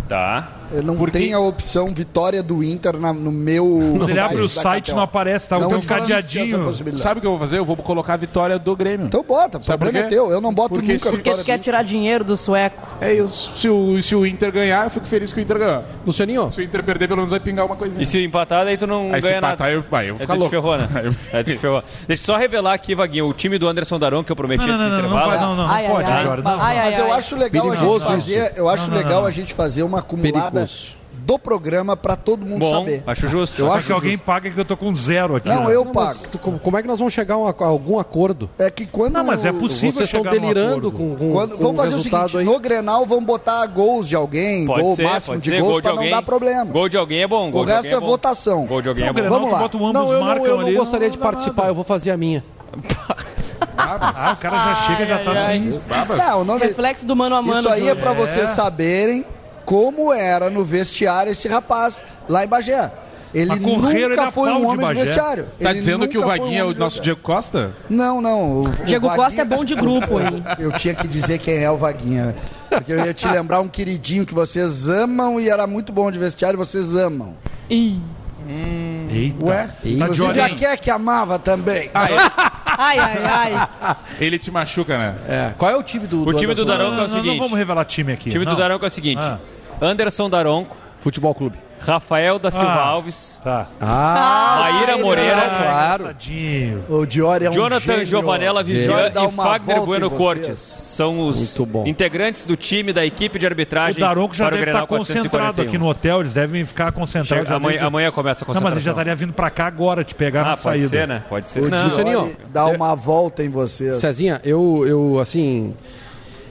S3: Tá.
S4: Eu não tenho a opção vitória do Inter na- no meu.
S6: Ele abre o
S4: da
S6: site,
S4: KTO.
S6: não aparece, tá? Tem um
S4: existe
S6: cadeadinho.
S4: essa possibilidade.
S6: Sabe o que eu vou fazer? Eu vou colocar a vitória do Grêmio.
S4: Então bota, o problema é teu, eu não boto
S6: Porque
S4: nunca
S6: se-
S5: Porque tu quer tirar dinheiro do sueco.
S6: É isso. Se o, se o Inter ganhar, eu fico feliz que o Inter ganhou. Lucianinho? Se o Inter perder, pelo menos vai pingar uma coisinha.
S3: E se empatar, daí tu não
S6: Aí se
S3: ganha
S6: empatar,
S3: nada.
S6: eu- vai, eu vou
S3: Aí
S6: ficar
S3: tu te
S6: louco.
S3: ferrou, né? Aí tu te ferrou. Deixa eu só revelar aqui, Vaguinho, o time do Anderson Daron que eu prometi
S2: Não,
S3: antes
S2: não,
S3: do
S2: não, não,
S3: intervalo.
S2: vai, não, não, não Ai, pode, ai, ai. Jordan,
S4: Mas, mas eu acho legal a gente
S3: Perigoso
S4: fazer,
S3: isso.
S4: eu acho
S3: Não, não,
S4: legal
S3: não.
S4: a gente fazer uma acumulada
S2: Perigoso.
S4: do programa pra todo mundo
S2: Bom,
S4: saber.
S3: um. acho justo.
S4: Eu
S2: Só
S4: acho
S2: que alguém
S4: justo.
S2: paga que eu tô com zero aqui.
S4: Não,
S2: né?
S4: eu pago.
S7: Mas tu- como, como é que nós vamos chegar a, um ac- a algum acordo?
S4: É que quando
S2: Não, mas é possível
S7: Vocês estão
S2: chegar num
S7: delirando
S2: acordo.
S7: com, com,
S4: Quando-
S7: com
S4: vamos fazer o
S7: resultado
S4: seguinte, no Grenal vamos botar gols de alguém,
S3: Pode
S4: gol
S3: ser,
S4: máximo
S3: pode
S4: de
S3: ser,
S4: gols
S3: gol de
S4: pra não
S3: alguém.
S4: dar problema.
S3: Gol de alguém é bom. Gol
S4: o
S3: de
S4: resto
S3: alguém
S4: é
S3: bom.
S4: votação.
S3: Gol de alguém é
S2: um
S3: bom.
S4: Vamos lá.
S7: não, eu não, eu não gostaria de participar, eu vou fazer a minha.
S2: Ah, o cara já chega, já tá assim.
S4: Não, o nome-
S5: Reflexo do mano a Ah, mano.
S4: Isso aí é
S5: Júnior.
S4: pra vocês saberem como era no vestiário esse rapaz lá em Bagé. Ele
S6: Mas Correia
S4: nunca
S6: era
S4: foi
S6: pau
S4: um
S6: de
S4: homem de
S6: Bagé.
S4: vestiário.
S6: Tá
S4: Ele
S6: dizendo que o
S4: nunca foi
S6: Vaguinho é
S4: um
S6: o
S4: homem de
S6: nosso Diego Costa?
S4: Não, não. O,
S5: Diego Costa é bom de grupo, hein?
S4: Eu tinha que dizer quem é o Vaguinha. Porque eu ia te lembrar um queridinho que vocês amam e era muito bom de vestiário, vocês amam.
S3: Hum.
S2: Eita.
S6: Ué?
S4: Inclusive a Ké que amava também.
S3: Ah,
S5: Ai, ai, ai.
S6: Ele te machuca, né?
S7: É. Qual é o time do
S3: O time do Daronco é o seguinte.
S2: Não vamos revelar time aqui.
S3: O time do
S2: não.
S3: Daronco é o seguinte:
S2: Ah.
S3: Anderson Daronco,
S7: Futebol Clube. Ah,
S3: Rafael da Silva
S2: Ah.
S3: Alves,
S2: Tá.
S3: Ah, Maíra Moreira,
S7: claro.
S2: Tadinho.
S4: O Diori é um
S3: Jonathan
S4: gênio.
S3: Giovanella Vivian
S4: Diori dá
S3: e
S4: uma
S3: Fagner
S4: volta em
S3: Bueno
S4: vocês.
S3: Cortes. São os
S7: Muito bom.
S3: integrantes do time, da equipe de
S2: O
S3: arbitragem.
S2: Daronco já
S3: para o
S2: deve
S3: Grenal
S2: estar concentrado
S3: 441.
S2: aqui no hotel, eles devem ficar
S3: Chega-
S2: concentrados. já
S3: um. amanhã,
S2: desde-
S3: amanhã começa a
S2: Não, mas
S3: concentração.
S2: ele já tá estaria vindo pra cá agora te pegar
S3: Ah,
S2: na
S3: pode
S2: saída.
S3: ser, né? Pode ser.
S4: O
S3: Não,
S4: Diori dá uma volta em vocês.
S7: Cezinha, eu, eu, assim.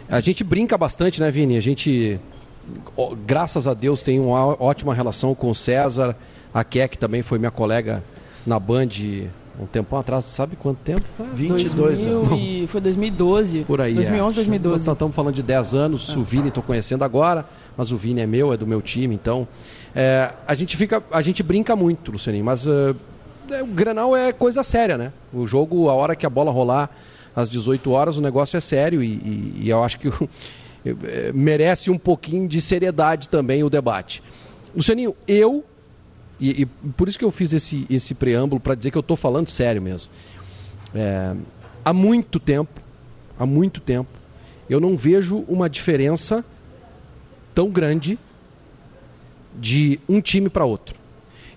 S7: A gente brinca bastante, né, Vini? A gente, ó, graças a Deus, tem uma ó- ótima relação com o César. A Kek também foi minha colega na Band um tempão atrás, sabe quanto tempo? Ah,
S4: 22
S5: 2000
S4: anos.
S5: e- Foi 2012.
S7: Por aí.
S5: 2011,
S7: é.
S5: 2012.
S7: Nós estamos falando de 10
S5: Ah.
S7: anos, o Vini estou conhecendo agora, mas o Vini é meu, é do meu time, então. é, a gente fica. A gente brinca muito, Lucianinho, mas é, é, o Granal é coisa séria, né? O jogo, a hora que a bola rolar às 18 horas, o negócio é sério e, e- e eu acho que o- é, merece um pouquinho de seriedade também o debate. Lucianinho, eu e, e por isso que eu fiz esse, esse preâmbulo para dizer que eu estou falando sério mesmo. É, há muito tempo, há muito tempo, eu não vejo uma diferença tão grande de um time para outro.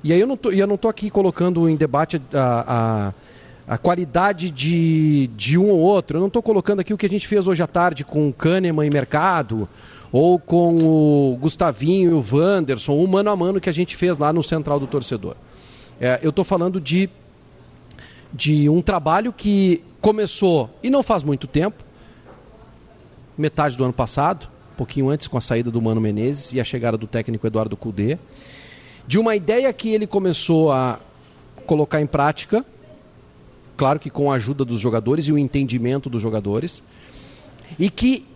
S7: E aí eu não tô, e eu não tô aqui colocando em debate a, a, a qualidade de, de um ou outro. Eu não estou colocando aqui o que a gente fez hoje à tarde com o Kahneman e Mercado, ou com o Gustavinho e o Wanderson, o mano a mano que a gente fez lá no Central do Torcedor. É, eu estou falando de de um trabalho que começou e não faz muito tempo, metade do ano passado, um pouquinho antes com a saída do Mano Menezes e a chegada do técnico Eduardo Cudê, de uma ideia que ele começou a colocar em prática, claro que com a ajuda dos jogadores e o entendimento dos jogadores, e que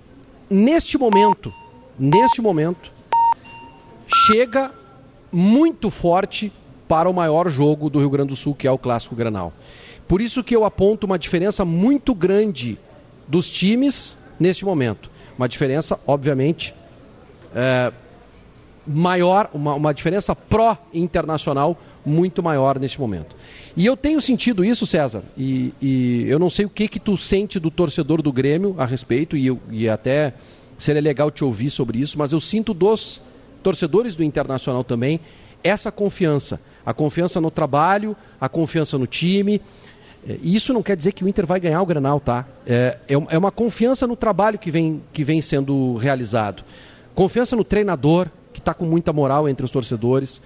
S7: neste momento, neste momento, chega muito forte para o maior jogo do Rio Grande do Sul, que é o Clássico Granal. Por isso que eu aponto uma diferença muito grande dos times neste momento. Uma diferença, obviamente, é, maior, uma, uma diferença pró-internacional muito maior neste momento. E eu tenho sentido isso, César, e, e eu não sei o que que tu sente do torcedor do Grêmio a respeito, e, eu- e até seria legal te ouvir sobre isso, mas eu sinto dos torcedores do Internacional também essa confiança. A confiança no trabalho, a confiança no time, é, E isso não quer dizer que o Inter vai ganhar o Granal, tá? É, é um- é uma confiança no trabalho que vem, que vem sendo realizado. Confiança no treinador, que está com muita moral entre os torcedores.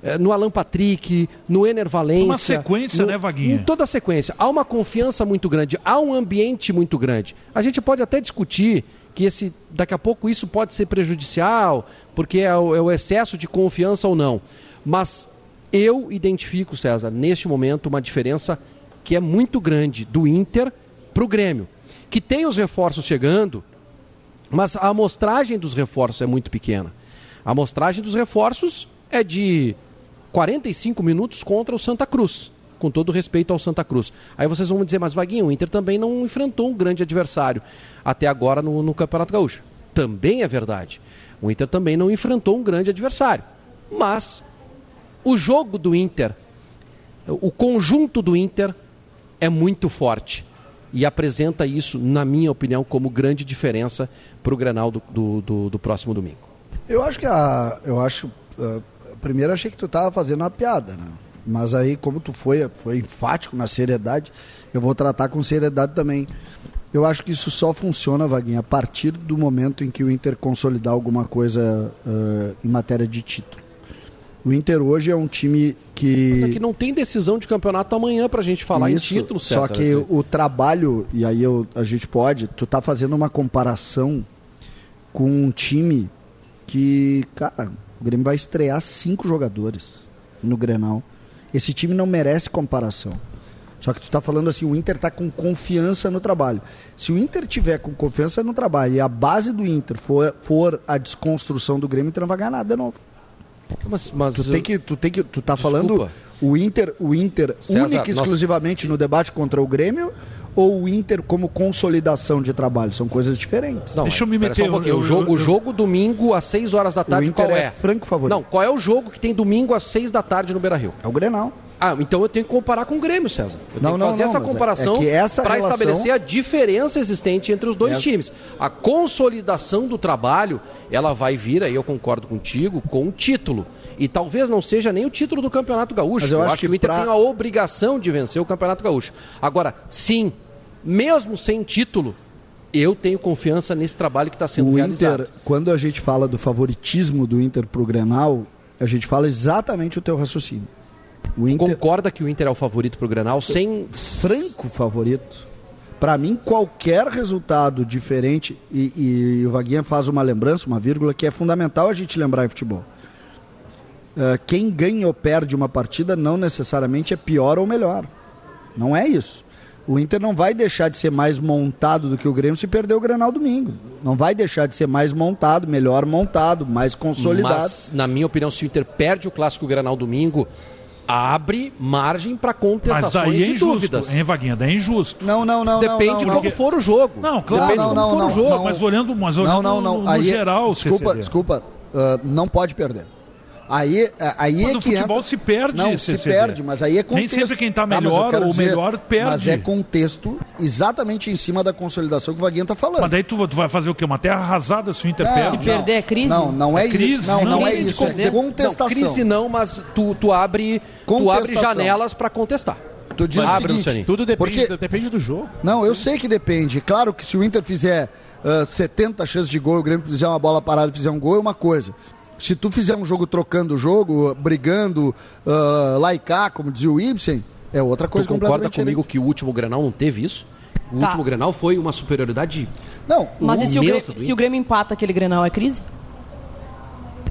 S7: É, no Alan Patrick, no Ener Valencia.
S2: Uma sequência,
S7: no-
S2: né, Vaguinha?
S7: Em toda a sequência. Há uma confiança muito grande, há um ambiente muito grande. A gente pode até discutir que esse, daqui a pouco isso pode ser prejudicial, porque é o- é o excesso de confiança ou não. Mas eu identifico, César, neste momento, uma diferença que é muito grande do Inter para o Grêmio. Que tem os reforços chegando, mas a amostragem dos reforços é muito pequena. A amostragem dos reforços é de 45 minutos contra o Santa Cruz. Com todo respeito ao Santa Cruz. Aí vocês vão me dizer, mas Vaguinho, o Inter também não enfrentou um grande adversário até agora no, no Campeonato Gaúcho. Também é verdade. O Inter também não enfrentou um grande adversário. Mas o jogo do Inter, o conjunto do Inter é muito forte. E apresenta isso, na minha opinião, como grande diferença para o Grenal do, do, do- do próximo domingo.
S4: Eu acho que a. Eu acho. ah, primeiro achei que tu tava fazendo uma piada, né? Mas aí, como tu foi, foi enfático na seriedade, eu vou tratar com seriedade também. Eu acho que isso só funciona, Vaguinha, a partir do momento em que o Inter consolidar alguma coisa ah, em matéria de título. O Inter hoje é um time que.
S7: Só que não tem decisão de campeonato amanhã para a gente falar
S4: Isso,
S7: em título,
S4: Só
S7: César. né?
S4: que o trabalho, e aí eu- a gente pode, tu tá fazendo uma comparação com um time que, cara, o Grêmio vai estrear cinco jogadores no Grenal. Esse time não merece comparação. Só que tu tá falando assim, o Inter tá com confiança no trabalho. Se o Inter tiver com confiança no trabalho e a base do Inter for, for a desconstrução do Grêmio, o Inter não vai ganhar nada de novo.
S7: Mas, mas
S4: tu,
S7: eu-
S4: tem que, tu tem que, tu tá
S7: Desculpa.
S4: falando o Inter, o Inter
S7: César,
S4: única e
S7: nós-
S4: exclusivamente no debate contra o Grêmio ou o Inter como consolidação de trabalho? São coisas diferentes.
S7: Não, pera só um pouquinho. o jogo, o jogo domingo às 6 horas da tarde,
S4: Inter
S7: qual
S4: é
S7: é?
S4: franco favorito.
S7: Não, qual é o jogo que tem domingo às 6 da tarde no Beira-Rio?
S4: É o Grenal.
S7: Ah, então eu tenho que comparar com o Grêmio, César.
S4: Não,
S7: Eu tenho que
S4: não,
S7: fazer
S4: não,
S7: essa
S4: mas é-
S7: comparação
S4: é que essa
S7: para
S4: relação-
S7: estabelecer a diferença existente entre os dois
S4: Essa-
S7: times. A consolidação do trabalho, ela vai vir, aí eu concordo contigo, com o título. E talvez não seja nem o título do Campeonato Gaúcho.
S4: Mas eu acho que
S7: o Inter
S4: pra-
S7: tem a obrigação de vencer o Campeonato Gaúcho. Agora, sim, mesmo sem título, eu tenho confiança nesse trabalho que está sendo
S4: o
S7: realizado.
S4: Inter, quando a gente fala do favoritismo do Inter pro Grenal, a gente fala exatamente o teu raciocínio. O Inter
S7: Concorda que o Inter é o favorito pro Grenal sem
S4: franco favorito. Pra mim, qualquer resultado diferente, e, e o Vaguinha faz uma lembrança, uma vírgula, que é fundamental a gente lembrar em futebol. Ah, quem ganha ou perde uma partida não necessariamente é pior ou melhor. Não é isso. O Inter não vai deixar de ser mais montado do que o Grêmio se perder o Granal domingo. Não vai deixar de ser mais montado, melhor montado, mais consolidado.
S7: Mas, na minha opinião, se o Inter perde o clássico Granal domingo, abre margem para
S2: Mas
S7: contestações
S2: daí é
S7: e
S2: injusto,
S7: dúvidas.
S2: hein, Vaguinha? Daí é injusto.
S4: Não, não, não.
S7: Depende de como for o jogo.
S2: Não, claro.
S7: Depende de como for o jogo.
S2: Mas olhando, mas olhando
S4: não, não, não.
S2: no, no
S4: aí, é-
S2: geral,
S4: desculpa,
S2: CCD.
S4: desculpa, ah, não pode perder. Aí, ah, aí
S2: Quando
S4: é
S2: o
S4: que
S2: futebol
S4: entra-
S2: se perde,
S4: não se
S2: CCD.
S4: perde, mas aí é
S2: Nem
S4: contexto.
S2: sempre quem tá
S4: mas eu
S2: melhor
S4: quero
S2: ou melhor perde.
S4: Mas é contexto exatamente em cima da consolidação que o Vaguinho tá falando.
S2: Mas daí tu, tu vai fazer o quê? Uma terra arrasada se o Inter
S4: Não,
S2: perde?
S4: se perder é crise? Não, não é isso.
S2: crise.
S4: Não, não é
S7: Crise
S4: isso, é
S7: de-
S4: contestação.
S7: Né? Não, crise não, mas tu, tu abre, tu abre
S4: Contestação.
S7: janelas para contestar.
S4: Tu diz
S7: abre
S4: o
S7: no
S4: seguinte,
S7: Lucianinho.
S4: porque-
S6: depende do jogo.
S4: Não, eu sei que depende. Claro que se o Inter fizer ah, 70 chances de gol, o Grêmio fizer uma bola parada e fizer um gol, é uma coisa. Se tu fizer um jogo trocando o jogo, brigando, ah, lá e cá, como dizia o Ibsen, é outra
S7: Tu
S4: coisa
S7: concorda
S4: completamente
S7: comigo que o último Granal não teve isso? O
S5: Tá.
S7: último Granal foi uma superioridade
S4: diferente. Não,
S5: Mas e se o,
S7: imensa
S5: Grêmio,
S7: do
S5: se o Grêmio empata aquele Grenal, é crise?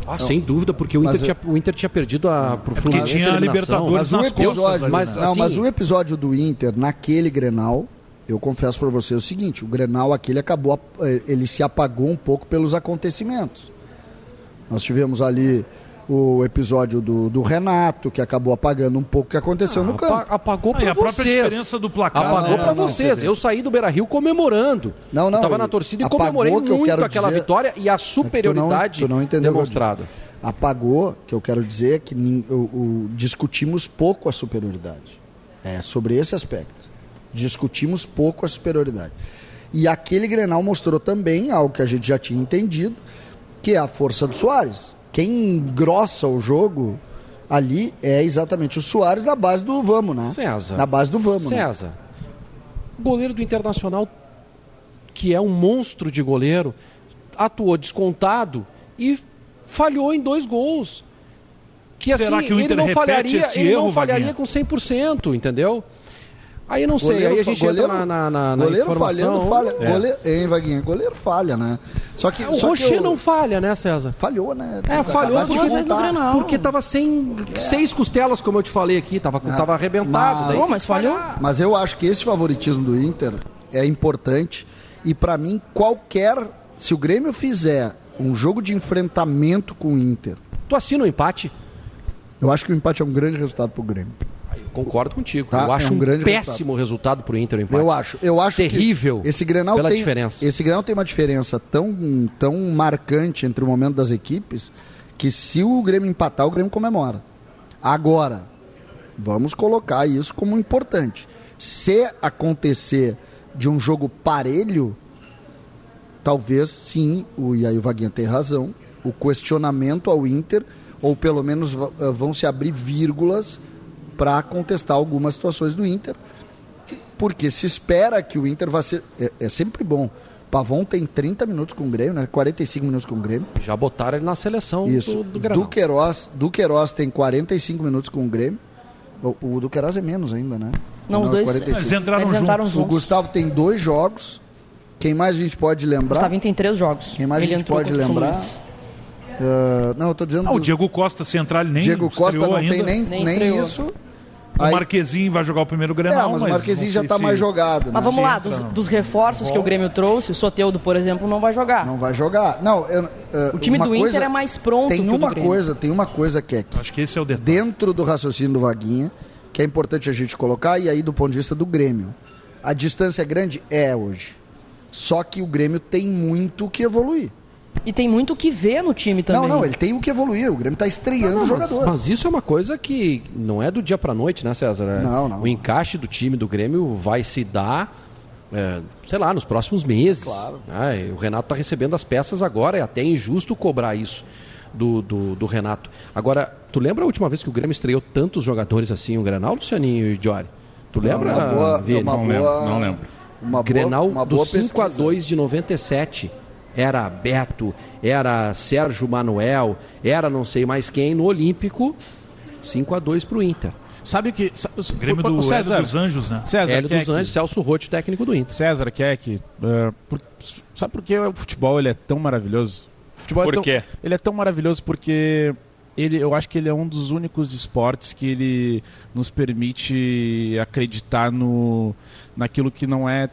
S7: Ah, sem dúvida, porque o
S4: Mas
S7: Inter,
S4: eu-
S7: tinha, o Inter tinha perdido a, pro
S4: porque
S7: Fluminense.
S4: tinha a
S7: eliminação. um
S4: mas o episódio,
S7: mas,
S4: não,
S7: assim,
S4: mas um o episódio do Inter naquele Grenal, eu confesso pra você o seguinte, o Grenal aquele acabou, eh, ele se apagou um pouco pelos acontecimentos. Nós tivemos ali o episódio do, do Renato, que acabou apagando um pouco o que aconteceu
S7: Ah,
S4: no campo.
S7: apagou
S4: pra
S7: para vocês.
S2: né,
S7: Apagou para vocês. Eu saí do Beira Rio comemorando.
S4: Não, não.
S7: Eu tava na torcida e
S4: apagou
S7: comemorei
S4: que eu
S7: muito
S4: quero
S7: aquela
S4: dizer- é
S7: vitória e a superioridade
S4: tu não, tu não entendeu
S7: demonstrada.
S4: o que eu disse. Apagou, que eu quero dizer é que nin- o- o- discutimos pouco a superioridade. É sobre esse aspecto. Discutimos pouco a superioridade. E aquele Grenal mostrou também algo que a gente já tinha entendido, que é a força do Soares. Quem engrossa o jogo ali é exatamente o Soares na base do vamos, né?
S7: César.
S4: Na base do vamos, né?
S7: César. Goleiro do Internacional, que é um monstro de goleiro, atuou descontado e falhou em dois gols. Que assim,
S2: Será que o
S7: ele
S2: Inter
S7: não
S2: repete
S7: falharia,
S2: esse
S7: ele não
S2: erro,
S7: falharia
S2: Vaguinha?
S7: com 100%, entendeu? Aí não sei,
S4: Goleiro
S7: aí a
S4: fa-
S7: gente entra na, na, na, na
S4: goleiro
S7: informação.
S4: falhando, falha.
S7: É.
S4: Goleiro, hein, Vaguinha? Goleiro falha, né? Só que,
S7: O
S4: só que
S7: Rocher
S4: eu-
S7: não falha, né, César?
S4: Falhou, né?
S7: É, falhou
S4: Acabaste de
S7: porque,
S4: contar. É.
S7: porque tava sem seis costelas, como eu te falei aqui, tava,
S4: Ah,
S7: tava arrebentado. daí-
S4: Mas eu acho que esse favoritismo do Inter é importante. E pra mim, qualquer. Se o Grêmio fizer um jogo de enfrentamento com o Inter.
S7: Tu assina o empate?
S4: Eu acho que o empate é um grande resultado pro Grêmio.
S7: Concordo contigo.
S4: Tá,
S7: eu acho
S4: é um
S7: um,
S4: grande
S7: péssimo resultado. pro Inter o empate.
S4: Eu acho. Eu acho que
S7: Terrível
S4: esse Grenal
S7: pela
S4: tem,
S7: diferença.
S4: Esse Grenal tem uma diferença tão, tão marcante entre o momento das equipes que se o Grêmio empatar, o Grêmio comemora. Agora, vamos colocar isso como importante. Se acontecer de um jogo parelho, talvez sim, o, e aí o Vaguinha tem razão, o questionamento ao Inter, ou pelo menos va- eh, vão se abrir vírgulas para contestar algumas situações do Inter, porque se espera que o Inter vá ser. É, é sempre bom. Pavon tem 30 minutos com o Grêmio, né? 45 minutos com o Grêmio.
S7: Já botaram ele na seleção
S4: Isso.
S7: do, do Granal.
S4: Duqueiroz, Duqueiroz tem 45 minutos com o Grêmio. O, o Duqueiroz é menos ainda, né?
S5: Não, os
S4: é
S5: dois- eles entraram Eles entraram juntos.
S4: O
S5: juntos.
S4: Gustavo tem dois jogos. Quem mais a gente pode lembrar?
S5: Gustavinho tem três jogos.
S4: Quem mais
S5: Ele
S4: a gente
S5: entrou
S4: pode
S5: contra o São
S4: lembrar?
S5: Luís.
S4: Ah, não, eu tô dizendo.
S2: Ah, o
S4: do-
S2: Diego Costa Central nem
S4: Diego Costa
S2: estreou
S4: não tem
S2: ainda.
S4: nem- Nem nem estreou. isso.
S2: O
S4: Aí-
S2: Marquezinho vai jogar o primeiro Grenal,
S4: É, mas o Marquezinho
S2: não
S4: já
S2: sei
S4: tá
S2: se- Então,
S4: mais jogado,
S5: Mas vamos lá, dos, dos reforços que o Grêmio trouxe, o Soteudo, por exemplo, não vai jogar.
S4: Não vai jogar. Não, eu- eh,
S5: O time
S4: uma
S5: do Inter
S4: coisa-
S5: é mais pronto
S4: Tem
S5: que o do
S4: uma
S5: Grêmio.
S4: coisa, tem uma coisa que é que
S2: Acho que esse é o detalhe.
S4: dentro do raciocínio do Vaguinha, que é importante a gente colocar e aí do ponto de vista do Grêmio. A distância é grande é hoje. Só que o Grêmio tem muito o que evoluir.
S5: E tem muito o que ver no time também.
S4: Não, não, ele tem o que evoluir. O Grêmio tá estreando o
S7: Não, mas,
S4: jogador.
S7: mas isso é uma coisa que não é do dia pra noite, né, César? É,
S4: Não, não.
S7: O encaixe do time do Grêmio vai se dar, é, sei lá, nos próximos meses. Claro. o Renato tá recebendo as peças agora, é até injusto cobrar isso do, do, do Renato. Agora, tu lembra a última vez que o Grêmio estreou tantos jogadores assim, o Grenal, Lucianinho e Jory? Tu
S4: Não, é
S7: lembra?
S4: uma boa-
S7: Vini?
S4: uma Não lembro, boa- não lembro. uma boa-
S7: Grenal
S4: uma
S7: do
S4: boa
S7: 5 a 2 de 97 era Beto, era Sérgio Manuel, era não sei mais quem no Olímpico, 5 a 2 pro Inter.
S6: Sabe que
S2: O Grêmio do Hélio dos Anjos, né?
S6: César,
S7: Hélio
S6: quem é
S7: dos
S6: que-
S7: Anjos, Celso Rotti, técnico do Inter.
S6: César Keck, é, por- sabe por que o futebol ele é tão maravilhoso? O Futebol
S3: Por
S6: é tão,
S3: quê?
S6: Ele é tão maravilhoso porque ele, eu acho que ele é um dos únicos esportes que ele nos permite acreditar no, naquilo que não é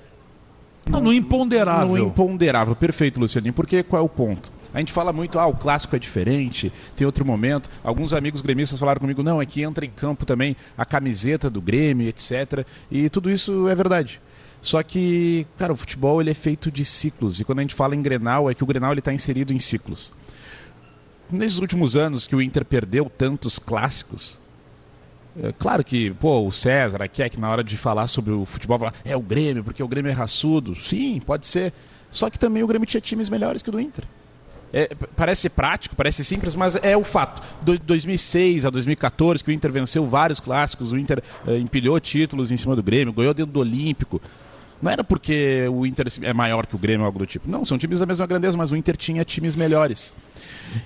S2: Não, no imponderável.
S6: no imponderável, perfeito, Lucianinho. Porque qual é o ponto? A gente fala muito, ah, o clássico é diferente, tem outro momento. Alguns amigos gremistas falaram comigo, não, é que entra em campo também a camiseta do Grêmio, etc. E tudo isso é verdade. Só que, cara, o futebol ele é feito de ciclos. E quando a gente fala em Grenal, é que o Grenal está inserido em ciclos. Nesses últimos anos que o Inter perdeu tantos clássicos, é claro que, pô, o César aqui é que na hora de falar sobre o futebol, fala, é o Grêmio, porque o Grêmio é raçudo. Sim, pode ser. Só que também o Grêmio tinha times melhores que o do Inter. É, p- parece prático, parece simples, mas é o fato. De 2006 a 2014, que o Inter venceu vários clássicos, o Inter eh, empilhou títulos em cima do Grêmio, ganhou dentro do Olímpico. Não era porque o Inter é maior que o Grêmio ou algo do tipo. Não, são times da mesma grandeza, mas o Inter tinha times melhores.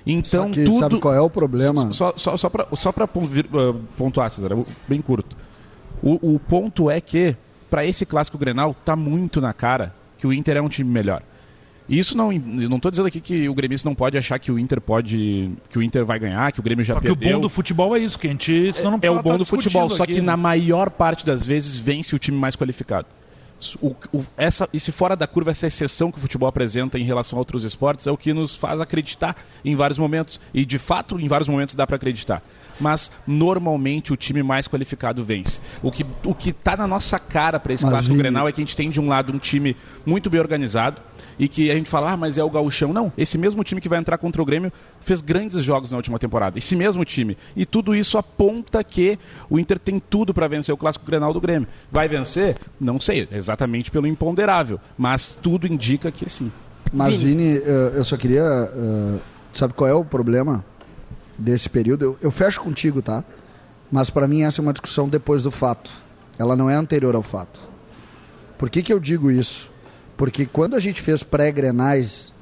S6: Então,
S4: que
S6: tudo...
S4: sabe qual é o problema?
S6: Só, só, só para só pra pon- vir- ah, pontuar, César, eu- bem curto. O, o ponto é que, para esse clássico Grenal, tá muito na cara que o Inter é um time melhor. E Isso não, eu não tô dizendo aqui que o gremista não pode achar que o Inter pode, que o Inter vai ganhar, que o Grêmio já
S2: Só que o
S6: perdeu.
S2: bom do futebol é isso, que a gente senão não
S6: é
S2: precisa
S6: o bom
S2: tá
S6: do futebol,
S2: discutindo
S6: só
S2: aqui,
S6: que
S2: né?
S6: na maior parte das vezes vence o time mais qualificado. o- o- essa, esse fora da curva, essa exceção que o futebol apresenta em relação a outros esportes, é o que nos faz acreditar em vários momentos. E, de fato, em vários momentos dá para acreditar. Mas, normalmente, o time mais qualificado vence. O que, o que tá na nossa cara para esse
S15: Mas,
S6: clássico
S15: Vini-
S6: Grenal é que a gente tem, de um lado, um time muito bem organizado e que a gente fala, ah, mas é o gauchão. Não, esse mesmo time que vai entrar contra o Grêmio fez grandes jogos na última temporada. Esse mesmo time. E tudo isso aponta que o Inter tem tudo para vencer o Clássico Grenal do Grêmio. Vai vencer? Não sei, exatamente pelo imponderável. Mas tudo indica que sim.
S4: Mas, Vini, eh, eu só queria. eh, Sabe qual é o problema desse período? Eu, eu fecho contigo, tá? Mas para mim essa é uma discussão depois do fato. Ela não é anterior ao fato. Por que, que eu digo isso? Porque quando a gente fez pré-grenais,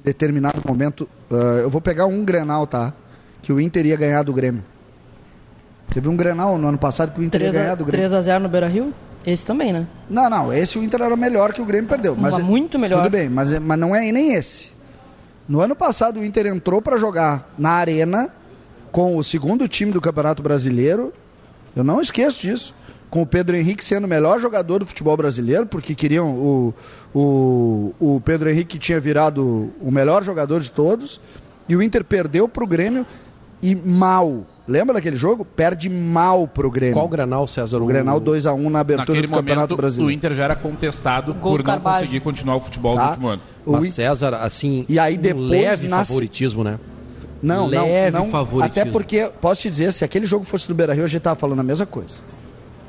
S4: em determinado momento. eh, eu vou pegar um grenal, tá? Que o Inter ia ganhar do Grêmio. Teve um grenal no ano passado que o Inter ia ganhar do Grêmio.
S5: 3x0 no Beira Rio? Esse também, né?
S4: Não, não, esse o Inter era melhor que o Grêmio perdeu. Mas é
S5: Mas muito melhor.
S4: Tudo bem, mas, mas não é nem esse. No ano passado, o Inter entrou para jogar na Arena com o segundo time do Campeonato Brasileiro. Eu não esqueço disso. Com o Pedro Henrique sendo o melhor jogador do futebol brasileiro, porque queriam. O, o, o Pedro Henrique tinha virado o melhor jogador de todos. E o Inter perdeu para o Grêmio e mal. Lembra daquele jogo? Perde mal pro Grêmio.
S7: Qual Granal, César?
S4: O Grenal 2x1 na abertura
S6: Naquele
S4: do Campeonato
S6: momento,
S4: Brasileiro.
S6: o Inter já era contestado
S4: Gol
S6: por
S4: do
S6: não
S4: Carvalho.
S6: conseguir continuar o futebol
S4: Tá.
S6: no último ano.
S4: O
S7: Mas
S4: Inter-
S7: César, assim,
S4: E aí
S7: um
S4: depois
S7: leve
S4: nasce-
S7: favoritismo, né?
S4: Não, não,
S7: leve
S4: não.
S7: favoritismo.
S4: Até porque, posso te dizer, se aquele jogo fosse do Beira Rio, a gente tava falando a mesma coisa.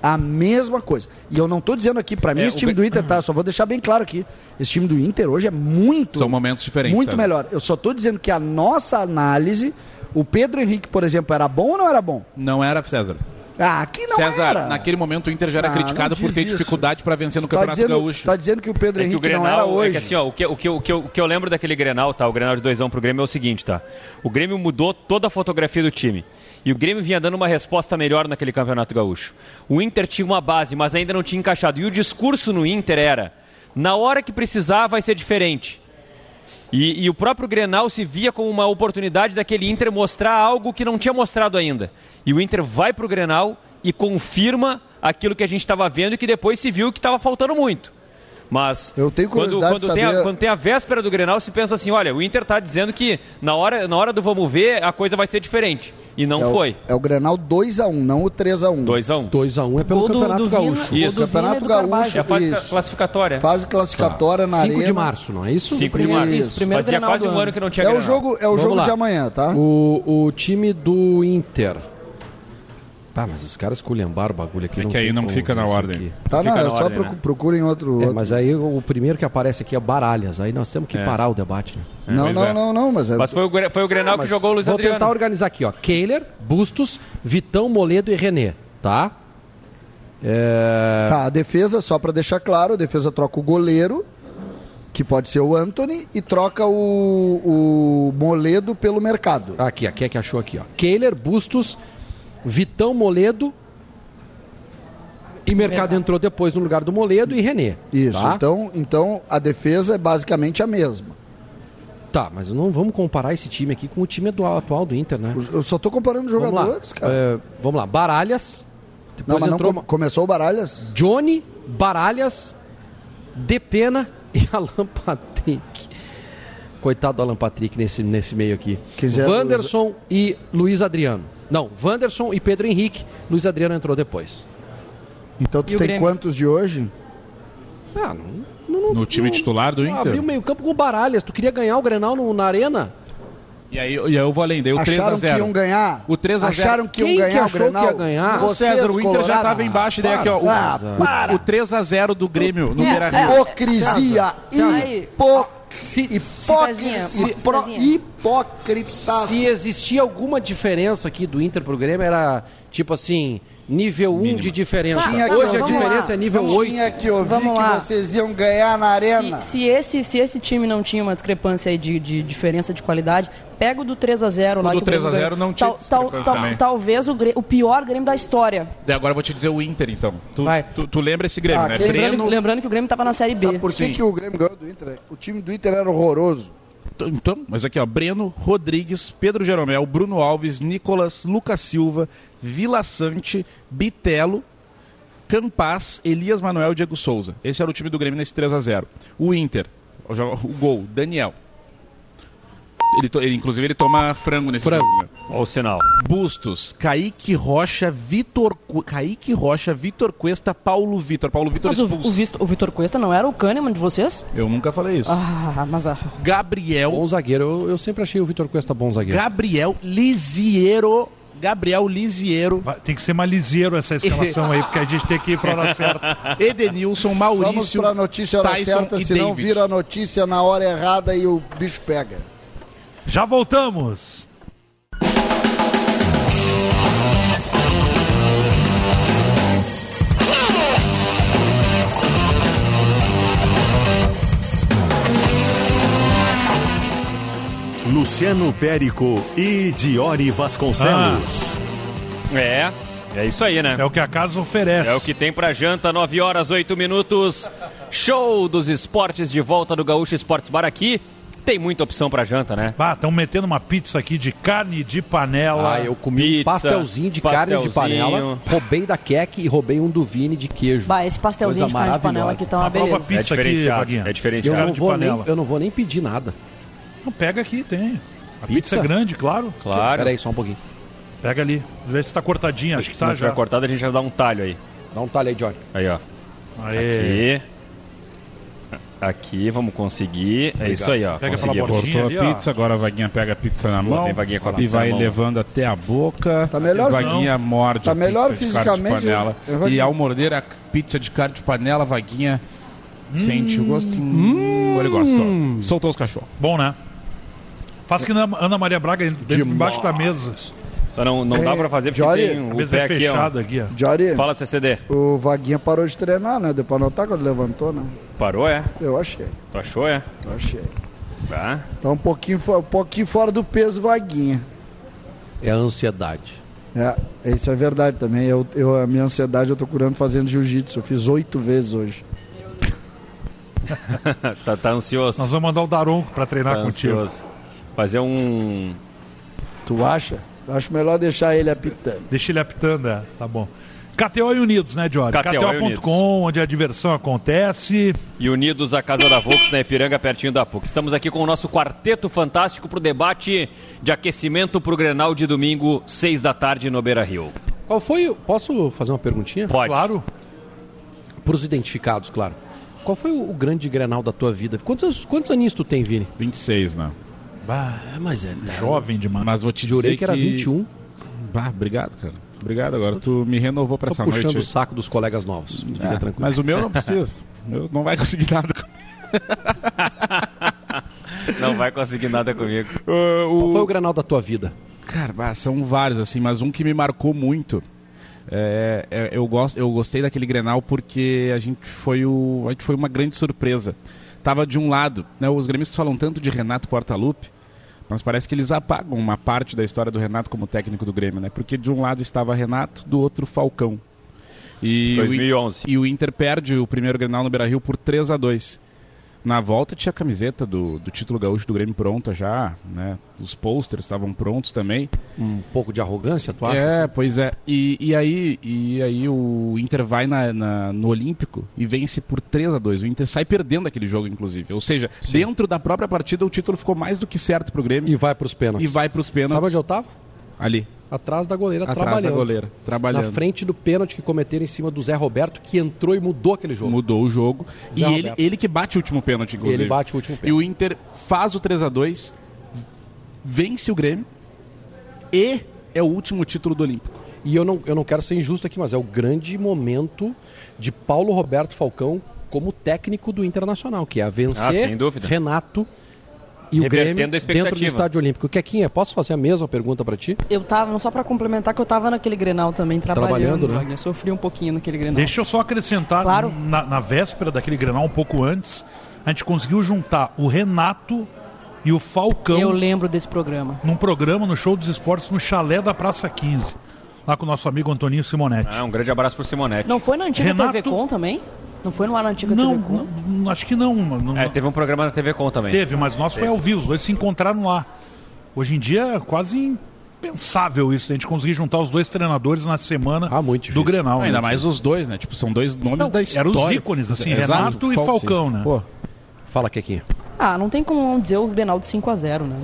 S4: A mesma coisa. E eu não tô dizendo aqui, pra mim,
S6: É,
S4: esse
S6: o
S4: time
S6: Be-
S4: do Inter, tá? Só vou deixar bem claro aqui. Esse time do Inter hoje é muito.
S6: São momentos diferentes.
S4: Muito
S6: sabe?
S4: melhor. Eu só tô dizendo que a nossa análise, o Pedro Henrique, por exemplo, era bom ou não era bom?
S6: Não era, César.
S4: Ah, aqui não
S6: César,
S4: era.
S6: naquele momento o Inter já era
S4: Ah,
S6: criticado
S4: não
S6: por
S4: diz
S6: ter
S4: isso.
S6: dificuldade para vencer no
S4: Tá
S6: Campeonato
S4: dizendo-
S6: Gaúcho.
S4: Tá dizendo que o Pedro
S3: É que o
S4: Henrique não era
S3: Grenal,
S4: hoje.
S3: é que assim, ó, o que, o, que, o, que, eu- o que eu lembro daquele Grenal, tá? O Grenal de doisão pro Grêmio é o seguinte, tá? O Grêmio mudou toda a fotografia do time. E o Grêmio vinha dando uma resposta melhor naquele Campeonato Gaúcho. O Inter tinha uma base, mas ainda não tinha encaixado. E o discurso no Inter era: na hora que precisar, vai ser diferente. E, e o próprio Grenal se via como uma oportunidade daquele Inter mostrar algo que não tinha mostrado ainda. E o Inter vai pro Grenal e confirma aquilo que a gente estava vendo e que depois se viu que estava faltando muito. Mas
S4: Eu tenho
S3: quando,
S4: curiosidade
S3: quando
S4: de
S3: tem
S4: saber-
S3: a, quando tem a véspera do Grenal, se pensa assim, olha, o Inter tá dizendo que na hora, na hora do vamos ver, a coisa vai ser diferente. E não
S4: é
S3: foi.
S4: O, é o Grenal 2x1, não o 3x1.
S3: 2x1.
S7: 2x1 é pelo
S4: Gol do-
S7: Campeonato
S4: do Vina-
S7: Gaúcho.
S4: Isso. gol do Campeonato Vina e do Gaúcho, Carvalho.
S3: É a fase
S4: isso.
S3: ca- classificatória.
S4: Fase classificatória na
S7: 5
S4: Arena.
S7: de março, não é isso?
S3: 5 de março. Isso, primeiro Fazia Grenal quase do um ano ano. que não tinha É o Grenal. jogo- é o
S7: Vamos
S3: jogo
S7: lá.
S3: de
S4: amanhã, tá?
S7: O, o time do Inter. Tá, mas os caras culhambaram o bagulho aqui.
S6: É que aí
S7: tem
S6: não
S7: como
S6: fica na
S7: ver isso
S6: ordem.
S7: aqui.
S4: Tá, não, é só procu-
S3: né?
S4: procurem outro.
S7: É,
S4: outro.
S7: mas aí o primeiro que aparece aqui é Baralhas. Aí nós temos que
S3: É.
S7: parar o debate, né?
S4: Não, não, não, não, mas é.
S3: Mas foi o, Gre- foi o Grenal
S7: Ah,
S3: que
S7: mas
S3: jogou o Luiz
S7: Vou
S3: Adriano.
S7: tentar organizar aqui, ó. Kehler, Bustos, Vitão, Moledo e René, tá? É...
S4: Tá, a defesa, só pra deixar claro, a defesa troca o goleiro, que pode ser o Anthony, e troca o, o Moledo pelo mercado.
S7: Aqui, aqui é que achou aqui, ó. Kehler, Bustos, Vitão, Moledo e Mercado entrou depois no lugar do Moledo e René.
S4: Isso,
S7: Tá,
S4: então, então a defesa é basicamente a mesma.
S7: Tá, mas não vamos comparar esse time aqui com o time do, atual do Inter, né?
S4: Eu só tô comparando jogadores,
S7: vamos lá.
S4: cara.
S7: É, vamos lá, Baralhas.
S4: Não,
S7: Depois
S4: mas não
S7: entrou
S4: come- começou o Baralhas?
S7: Johnny, Baralhas, Depena e Alan Patrick. Coitado do Alan Patrick nesse, nesse meio aqui.
S4: quiser-
S7: Wanderson e Luiz Adriano. Não, Wanderson e Pedro Henrique. Luiz Adriano entrou depois.
S4: Então tu
S7: E o
S4: tem
S7: Grêmio?
S4: quantos de hoje?
S7: Ah, não,
S6: No time titular do
S7: não abriu
S6: Inter.
S7: meio campo com o Baralhas. Tu queria ganhar o Grenal no- na Arena?
S6: E aí, e aí eu vou além, daí o 3x0.
S4: Acharam que iam ganhar?
S6: O 3 a 0.
S4: Acharam que iam ganhar o Grenal?
S6: O
S4: Vocês,
S6: César, o Inter já
S4: Colorado?
S6: estava embaixo, daí aqui, ó. O,
S4: Ah, para. É,
S6: o, o 3x0 do Grêmio no Beira Rio.
S4: Hipocrisia.
S7: Cezinha,
S4: Hipocrisia. Pro-
S7: Cezinha.
S4: Hipócrita.
S5: Tá.
S7: Se existia alguma diferença aqui do Inter pro Grêmio, era tipo assim, nível 1 de diferença.
S4: Tinha que
S7: Hoje a
S4: ouvir-
S7: diferença é nível
S4: Tinha
S7: 8.
S4: que ouvir que vocês iam ganhar É na arena.
S5: Se, se esse, se esse time não tinha uma discrepância aí de, de diferença de qualidade, pega o do 3x0 lá.
S6: O do
S5: que Grêmio
S6: 3 a 0
S5: ganhou.
S6: não tinha
S5: Tal- tal-
S6: discrepância
S5: tal-
S6: também.
S5: Talvez o, Grê- o pior Grêmio da história.
S6: Daí agora eu vou te dizer o Inter, então. Tu, tu, tu lembra esse Grêmio,
S4: Ah,
S6: né?
S4: aquele
S6: Breno,
S5: Lembrando, lembrando que o Grêmio estava na Série B.
S4: Por que, que o Grêmio ganhou do Inter? né? O time do Inter era horroroso.
S6: Então, mas aqui, ó, Breno, Rodrigues, Pedro Jeromel, Bruno Alves, Nicolas, Lucas Silva, Vila Sante, Bitelo, Campaz, Elias Manuel e Diego Souza. Esse era o time do Grêmio nesse 3 a 0 O Inter, o jo- o gol, Daniel. Ele, to- ele, inclusive, ele toma frango nesse
S3: Frango.
S6: jogo. né?
S3: Olha o sinal.
S6: Bustos, Kaique Rocha, Vitor... Cu- Kaique Rocha, Vitor Cuesta, Paulo Vitor. Paulo Vitor
S5: Mas o,
S6: expulso.
S5: o, Vitor, o Vitor Cuesta não era o Kahneman de vocês?
S6: Eu nunca falei isso.
S5: Ah, mas a...
S6: Gabriel.
S7: Bom zagueiro. Eu, eu sempre achei o Vitor Cuesta bom zagueiro.
S6: Gabriel Lisiero. Gabriel Lisiero.
S2: Tem que ser mais liseiro essa escalação aí, porque a gente tem que ir pra hora certa.
S6: Edenilson, Maurício.
S4: Vamos para a notícia hora
S6: Tyson
S4: certa,
S6: e
S4: senão
S6: David.
S4: vira a notícia na hora errada e o bicho pega.
S2: Já voltamos.
S1: Luciano Périco e Diori Vasconcelos.
S3: É, é isso aí, né? É
S2: o que a casa oferece.
S3: É o que tem pra janta, 9 horas, 8 minutos. Show dos esportes de volta do Gaúcho Esportes Bar aqui. Tem muita opção pra janta, né?
S2: Ah, estão metendo uma pizza aqui de carne de panela.
S7: Ah, eu comi um pastelzinho de carne de panela, roubei da Keck e roubei um do Vini de queijo.
S5: Bah, esse pastelzinho
S7: Coisa
S5: de carne de panela
S7: maravilhosa.
S5: aqui tá uma beleza.
S2: Vaguinha.
S3: é diferenciado.
S7: Eu não,
S2: Carne de
S7: vou
S2: panela.
S7: nem, eu não vou nem pedir nada.
S2: Não, Pega aqui, tem. A pizza, é grande, claro.
S3: Claro.
S7: Peraí, só um pouquinho.
S2: Pega ali. Vê se tá cortadinha, acho que
S3: Se
S2: tá
S3: não tiver
S2: já.
S3: cortado, a gente já dá um talho aí.
S7: Dá um talho aí, Johnny.
S3: Aí, ó.
S2: Aê.
S3: Aqui. Aqui, vamos conseguir. É isso aí, ó.
S2: Pega
S3: Conseguimos.
S6: Cortou a pizza, agora a Vaguinha pega a pizza na
S3: Lá
S6: mão
S3: vem Vaguinha com a
S6: e
S3: pizza na
S6: vai
S3: mão. né?
S6: levando até a boca. Tá
S4: melhor,
S6: Vaguinha
S4: não.
S6: morde
S4: Tá
S6: a
S4: melhor
S6: pizza de carne de
S4: fisicamente,
S6: panela.
S4: eu vou
S6: E
S4: dizer.
S6: ao morder a Pizza de carne de panela, Vaguinha sente o gosto. Hum, ele gostou. Soltou os cachorros.
S2: Bom, né? Faz que na Ana Maria Braga dentro- embaixo da mesa.
S3: Só não, não dá pra fazer porque
S4: É, Jory,
S3: tem
S4: a
S3: o
S2: mesa
S3: pé
S2: é
S3: aqui, ó.
S2: fechada aqui, ó.
S4: Jory,
S3: Fala, assim. CCD.
S4: o Vaguinha parou de treinar, né? Deu pra notar quando levantou, né?
S3: Parou, é?
S4: Eu achei,
S3: Tu achou, é?
S4: eu achei.
S3: Tá.
S4: Tá um pouquinho, fo- um pouquinho fora do peso, Vaguinha.
S7: É a ansiedade.
S4: É, isso é verdade também. Eu, eu- a minha ansiedade eu tô curando fazendo jiu-jitsu. Eu fiz oito vezes hoje.
S3: tá, tá ansioso.
S2: Nós vamos mandar o Daronco pra treinar
S3: tá
S2: contigo.
S3: ansioso. Fazer um.
S4: Tu acha? Eu acho melhor deixar ele apitando.
S2: Deixa ele apitando, é. Tá bom. KTO e Unidos, né, Diori?
S3: KTO e
S2: KTO.com, onde a diversão acontece.
S3: E unidos à Casa da Vox na Ipiranga, pertinho da PUC. Estamos aqui com o nosso quarteto fantástico para o debate de aquecimento para o Grenal de domingo, seis da tarde, no Beira Rio.
S7: Qual foi. o- Posso fazer uma perguntinha?
S3: Pode.
S2: Claro.
S7: Para os identificados, claro. Qual foi o o grande grenal da tua vida? Quantos, quantos aninhos tu tem, Vini?
S6: 26, né?
S7: Bah, mas é.
S2: Jovem demais.
S6: Mas vou te
S7: Jurei
S6: dizer
S7: que era 21.
S6: Bah, obrigado, cara. Obrigado agora. Tu me renovou pra
S7: Tô
S6: essa
S7: puxando
S6: noite.
S7: o saco dos colegas novos. Fica
S6: É,
S7: tranquilo.
S6: Mas o meu não precisa. Eu não vai conseguir nada.
S3: Não vai conseguir nada comigo.
S7: Qual foi o granal da tua vida?
S6: Ah, Cara, bah, são vários, assim, mas um que me marcou muito. é, é, eu, gosto, eu gostei daquele Grenal porque a gente foi o. A gente foi uma grande surpresa. Tava de um lado, né? Os gremistas falam tanto de Renato Portaluppi, mas parece que eles apagam uma parte da história do Renato como técnico do Grêmio, né? Porque de um lado estava Renato, do outro Falcão. E
S3: 2011.
S6: O, In- e o Inter perde o primeiro Grenal no Beira-Rio por 3 a 2 Na volta tinha a camiseta do, do título gaúcho do Grêmio pronta já, né? Os posters estavam prontos também.
S7: Um pouco de arrogância, tu acha?
S6: É,
S7: assim?
S6: pois é. E, e aí, e aí o Inter vai na, na- no Olímpico e vence por 3 a 2 O Inter sai perdendo aquele jogo, inclusive. Ou seja, dentro da própria partida o título ficou mais do que certo pro Grêmio.
S7: E vai pros pênaltis.
S6: E vai pros pênaltis.
S7: Sabe onde eu tava?
S6: Ali.
S7: Atrás da goleira,
S6: Atrás da
S7: trabalhando.
S6: goleira, trabalhando.
S7: Na frente do pênalti que cometeram em cima do Zé Roberto, que entrou e mudou aquele jogo.
S6: Mudou o jogo.
S7: Zé
S6: e ele,
S7: Roberto.
S6: ele que bate o último pênalti, inclusive.
S7: Ele bate o último
S6: E
S7: pênalti.
S6: o Inter faz o 3 a 2 vence o Grêmio e é o último título do Olímpico.
S7: E eu não, eu não quero ser injusto aqui, mas é o grande momento de Paulo Roberto Falcão como técnico do Internacional, que é a vencer
S3: Ah, sem dúvida.
S7: Renato e o
S3: Revertendo
S7: Grêmio
S3: a expectativa.
S7: dentro do Estádio Olímpico. Kequinha, posso fazer a mesma pergunta para ti?
S5: Eu tava, não só pra complementar, que eu tava naquele Grenal também, trabalhando.
S7: Trabalhando, né?
S5: Wagner. Sofri um pouquinho naquele Grenal.
S2: Deixa eu só acrescentar,
S5: Claro.
S2: na, na véspera daquele Grenal, um pouco antes, a gente conseguiu juntar o Renato e o Falcão
S5: Eu lembro desse programa.
S2: num programa no Show dos Esportes no Chalé da Praça 15, lá com o nosso amigo Antoninho Simonetti.
S3: Ah, um grande abraço pro Simonetti.
S5: Não foi na antiga
S2: Renato-
S5: TV Com também? Não foi no ar na antiga
S2: Não,
S5: TV Com?
S2: não, acho que não, não-
S3: É, teve um programa na TV Com também.
S2: teve, mas nós foi ao vivo, os dois se encontraram lá. Hoje em dia é quase impensável isso, a gente conseguir juntar os dois treinadores na semana do Grenal.
S6: Ainda
S2: né?
S6: mais os dois, né? Tipo, são dois nomes
S2: Não,
S6: da história.
S2: eram os ícones, assim, Renato e
S6: Qual-
S2: Falcão,
S6: sim.
S2: né?
S7: Pô, fala, Kequinha.
S5: Ah, não tem como não dizer o Grenal de 5 a 0 né?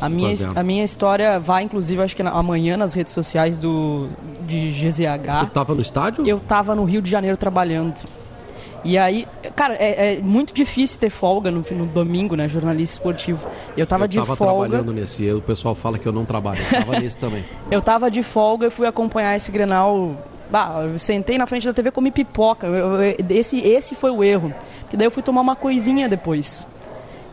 S5: A minha,
S7: 0.
S5: a minha história vai, inclusive, acho que na- amanhã nas redes sociais do, de GZH.
S7: Tu tava no estádio?
S5: Eu tava no Rio de Janeiro trabalhando. E aí, cara, é, é muito difícil ter folga no, no domingo, né? Jornalista esportivo. Eu tava
S7: eu
S5: de
S7: tava
S5: folga.
S7: trabalhando nesse, e o pessoal fala que eu não trabalho. Eu tava nesse também.
S5: Eu tava de folga e fui acompanhar esse Grenal. Ah, eu sentei na frente da TV comi pipoca. Eu- eu- esse, esse foi o erro. Porque daí eu fui tomar uma coisinha depois.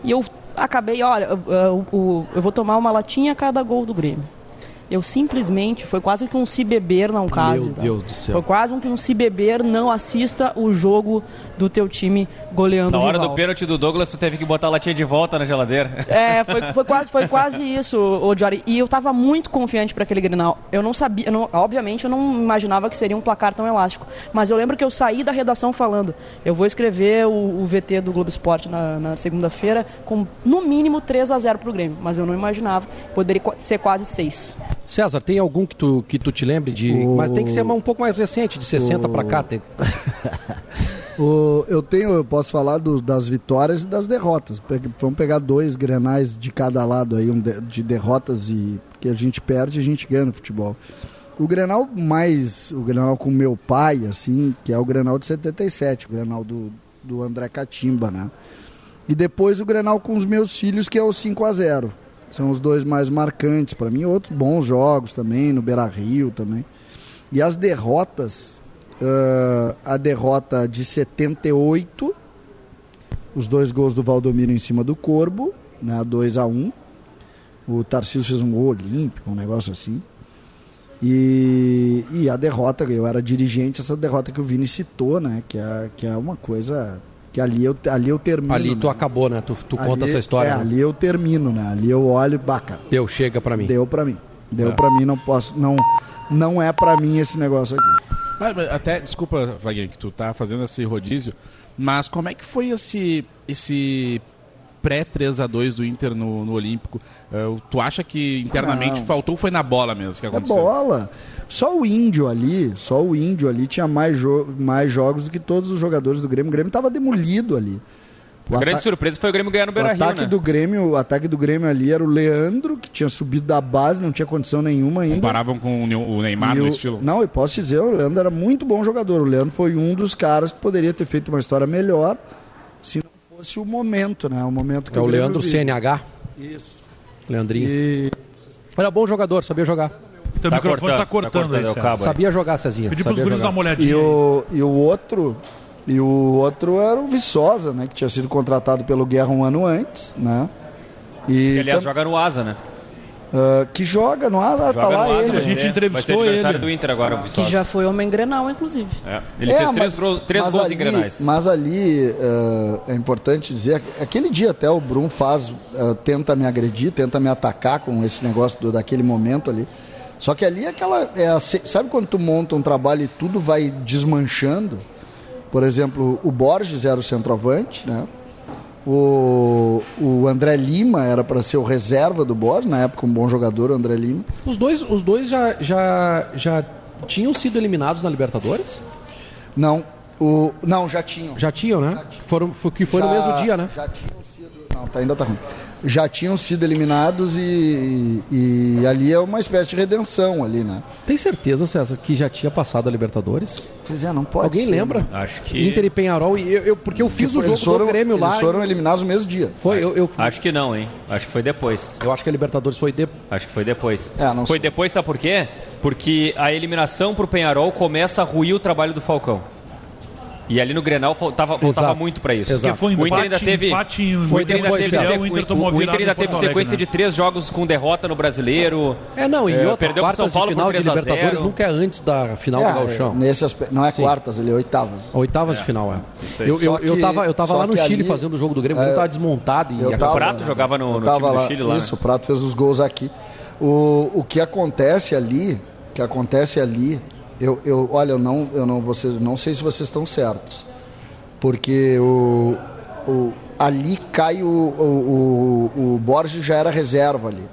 S5: E eu acabei, olha, eu, eu- eu- eu vou tomar uma latinha a cada gol do Grêmio. Eu simplesmente, foi quase que um se beber não case.
S7: Meu Deus do céu.
S5: Foi quase um que um se beber não assista o jogo do teu time goleando
S3: Na
S5: o
S3: hora
S5: rival.
S3: do pênalti do Douglas, tu teve que botar a latinha de volta na geladeira.
S5: É, foi, foi quase, foi quase isso, ô Jory. E eu tava muito confiante para aquele Grenal. Eu não sabia, eu não- obviamente eu não imaginava que seria um placar tão elástico. Mas eu lembro que eu saí da redação falando: eu vou escrever o, o VT do Globo Esporte na, na segunda-feira com no mínimo 3 a 0 pro Grêmio. Mas eu não imaginava, poderia qua- ser quase 6.
S7: César, tem algum que tu, que tu te lembre de. Mas tem que ser um pouco mais recente, de 60 pra cá. Tem...
S4: O- eu tenho, eu posso falar do- das vitórias e das derrotas. Pe- Vamos pegar dois grenais de cada lado aí, um de, de derrotas e porque a gente perde, a gente ganha no futebol. O Grenal mais, o Grenal com meu pai, assim, que é o Grenal de 77, o Grenal do, do André Catimba, né? E depois o Grenal com os meus filhos, que é o 5 a 0 São os dois mais marcantes para mim. Outros bons jogos também, no Beira Rio também. E as derrotas, ah, a derrota de 78, os dois gols do Valdomiro em cima do Corbo, né, 2 a 1 O Tarcísio fez um gol olímpico, um negócio assim. E, e a derrota, eu era dirigente, essa derrota que o Vini citou, né? Que é, que é uma coisa. Que ali eu, ali eu termino.
S7: Ali tu
S4: né?
S7: acabou, né? Tu, tu
S4: Ali-
S7: conta essa história.
S4: é,
S7: né?
S4: ali eu termino, né? Ali eu olho, baca.
S7: Deu, chega pra mim.
S4: Deu pra mim. Deu
S7: É.
S4: pra mim, não posso. Não, não é pra mim esse negócio aqui.
S6: Mas, mas até, desculpa, Wagner, que tu tá fazendo esse rodízio, mas como é que foi esse esse pré 3 a 2 do Inter no, no Olímpico? Eh, tu acha que internamente
S4: Não.
S6: faltou foi na bola mesmo que
S4: É
S6: aconteceu?
S4: bola. Só o índio ali, só o índio ali tinha mais, jo- mais jogos do que todos os jogadores do Grêmio. O Grêmio tava demolido ali. O
S3: a grande
S4: ata-
S3: surpresa foi o Grêmio ganhar no
S4: o
S3: Beira Rio,
S4: ataque
S3: né?
S4: do Grêmio, o ataque do Grêmio ali era o Leandro, que tinha subido da base, não tinha condição nenhuma ainda.
S6: Comparavam com o Ne- o Neymar
S4: E
S6: no
S4: o-
S6: estilo.
S4: Não, eu posso te dizer, o Leandro era muito bom jogador. O Leandro foi um dos caras que poderia ter feito uma história melhor se não fosse o momento, né? O momento que
S7: É o
S4: Grêmio
S7: Leandro
S4: vive.
S7: CNH.
S4: Isso.
S7: Leandrinho. Era bom jogador, sabia jogar.
S2: Teu Tá microfone cortando, tá cortando tá cortando aí, aí, o César. cabo aí.
S7: Sabia jogar, Cezinha.
S2: Pedi
S7: sabia jogar.
S4: E o, e o outro, e o outro era o Viçosa, né? Que tinha sido contratado pelo Guerra um ano antes, né? E
S3: Que, aliás,
S4: tam-
S3: joga no Asa, né?
S4: ah, que joga no ar, tá
S3: Joga
S4: lá
S3: no né? Asa,
S4: ele.
S7: É,
S3: vai ser- É. vai ser adversário do Inter agora, o
S5: Que
S3: Viçosa.
S5: já foi homem Grenal, inclusive.
S3: É, Ele fez três, gro- três gols em Grenais.
S4: Mas ali ah, é importante dizer, aquele dia até o Brum faz, ah, tenta me agredir, tenta me atacar com esse negócio do- daquele momento ali. Só que ali é aquela. é a se- sabe quando tu monta um trabalho e tudo vai desmanchando? Por exemplo, o Borges era o centroavante, né? O, o André Lima era para ser o reserva do Borges, na época um bom jogador, o André Lima.
S7: Os dois, os dois já, já, já tinham sido eliminados na Libertadores?
S4: Não. O, não, já tinham.
S7: Já tinham, né? Foram, foi, que foi no
S4: Já-
S7: mesmo dia, né?
S4: Já tinham sido. Não, tá, ainda tá ruim. Já tinham sido eliminados e, e, e ali é uma espécie de redenção ali, né?
S7: Tem certeza, César, que já tinha passado a Libertadores?
S4: Pois é, não pode
S7: Alguém
S4: ser,
S7: lembra?
S4: né? Acho que-
S7: Inter e Penharol, e eu, eu- porque eu fiz
S4: Porque
S7: o jogo
S4: eles foram-
S7: do Grêmio lá.
S4: eles foram eliminados no mesmo dia.
S7: Foi, eu, eu
S3: Acho que não, hein? Acho que foi depois.
S7: Eu acho que a Libertadores foi depois.
S3: Acho que foi depois.
S4: É, não
S3: foi depois, sabe por quê? Porque a eliminação pro Penharol começa a ruir o trabalho do Falcão. E ali no Grenal faltava, faltava
S2: Exato.
S3: muito pra isso.
S2: Exato. Porque foi
S3: o Inter
S2: empate,
S3: ainda teve,
S2: empate em-
S3: o Inter ainda
S2: depois,
S3: teve,
S2: é.
S3: sequ-
S2: O Inter tomou
S3: o- o Inter
S2: virada
S3: ainda
S2: em
S3: teve
S2: Porto Alegre,
S3: sequência
S2: né?
S3: de três jogos com derrota no Brasileiro.
S7: É, não, e
S3: Eh,
S7: outra,
S3: perdeu pro São
S7: quartas de
S3: Paulo
S7: final
S3: por
S7: de
S3: 3 a 0.
S7: Libertadores nunca é antes da final
S4: É,
S7: do Galchão.
S4: nesse aspecto- não é
S7: Sim.
S4: quartas, ele é oitavas.
S7: Oitavas de final, é.
S4: Isso aí.
S7: Eu, eu,
S4: Só
S7: eu
S4: que-
S7: tava, eu tava
S4: só
S7: lá no
S4: que
S7: Chile
S4: ali-
S7: fazendo o jogo do Grêmio, o
S4: é,
S7: Grêmio tava desmontado. E
S4: Eu tava, né? Eu tava Isso, o Prato fez os gols aqui. O, o que acontece ali, o que acontece ali, eu, eu olha, eu não, eu não, vocês, não sei se vocês estão certos. Porque o, o- ali cai o, o, o, o Borges já era reserva ali.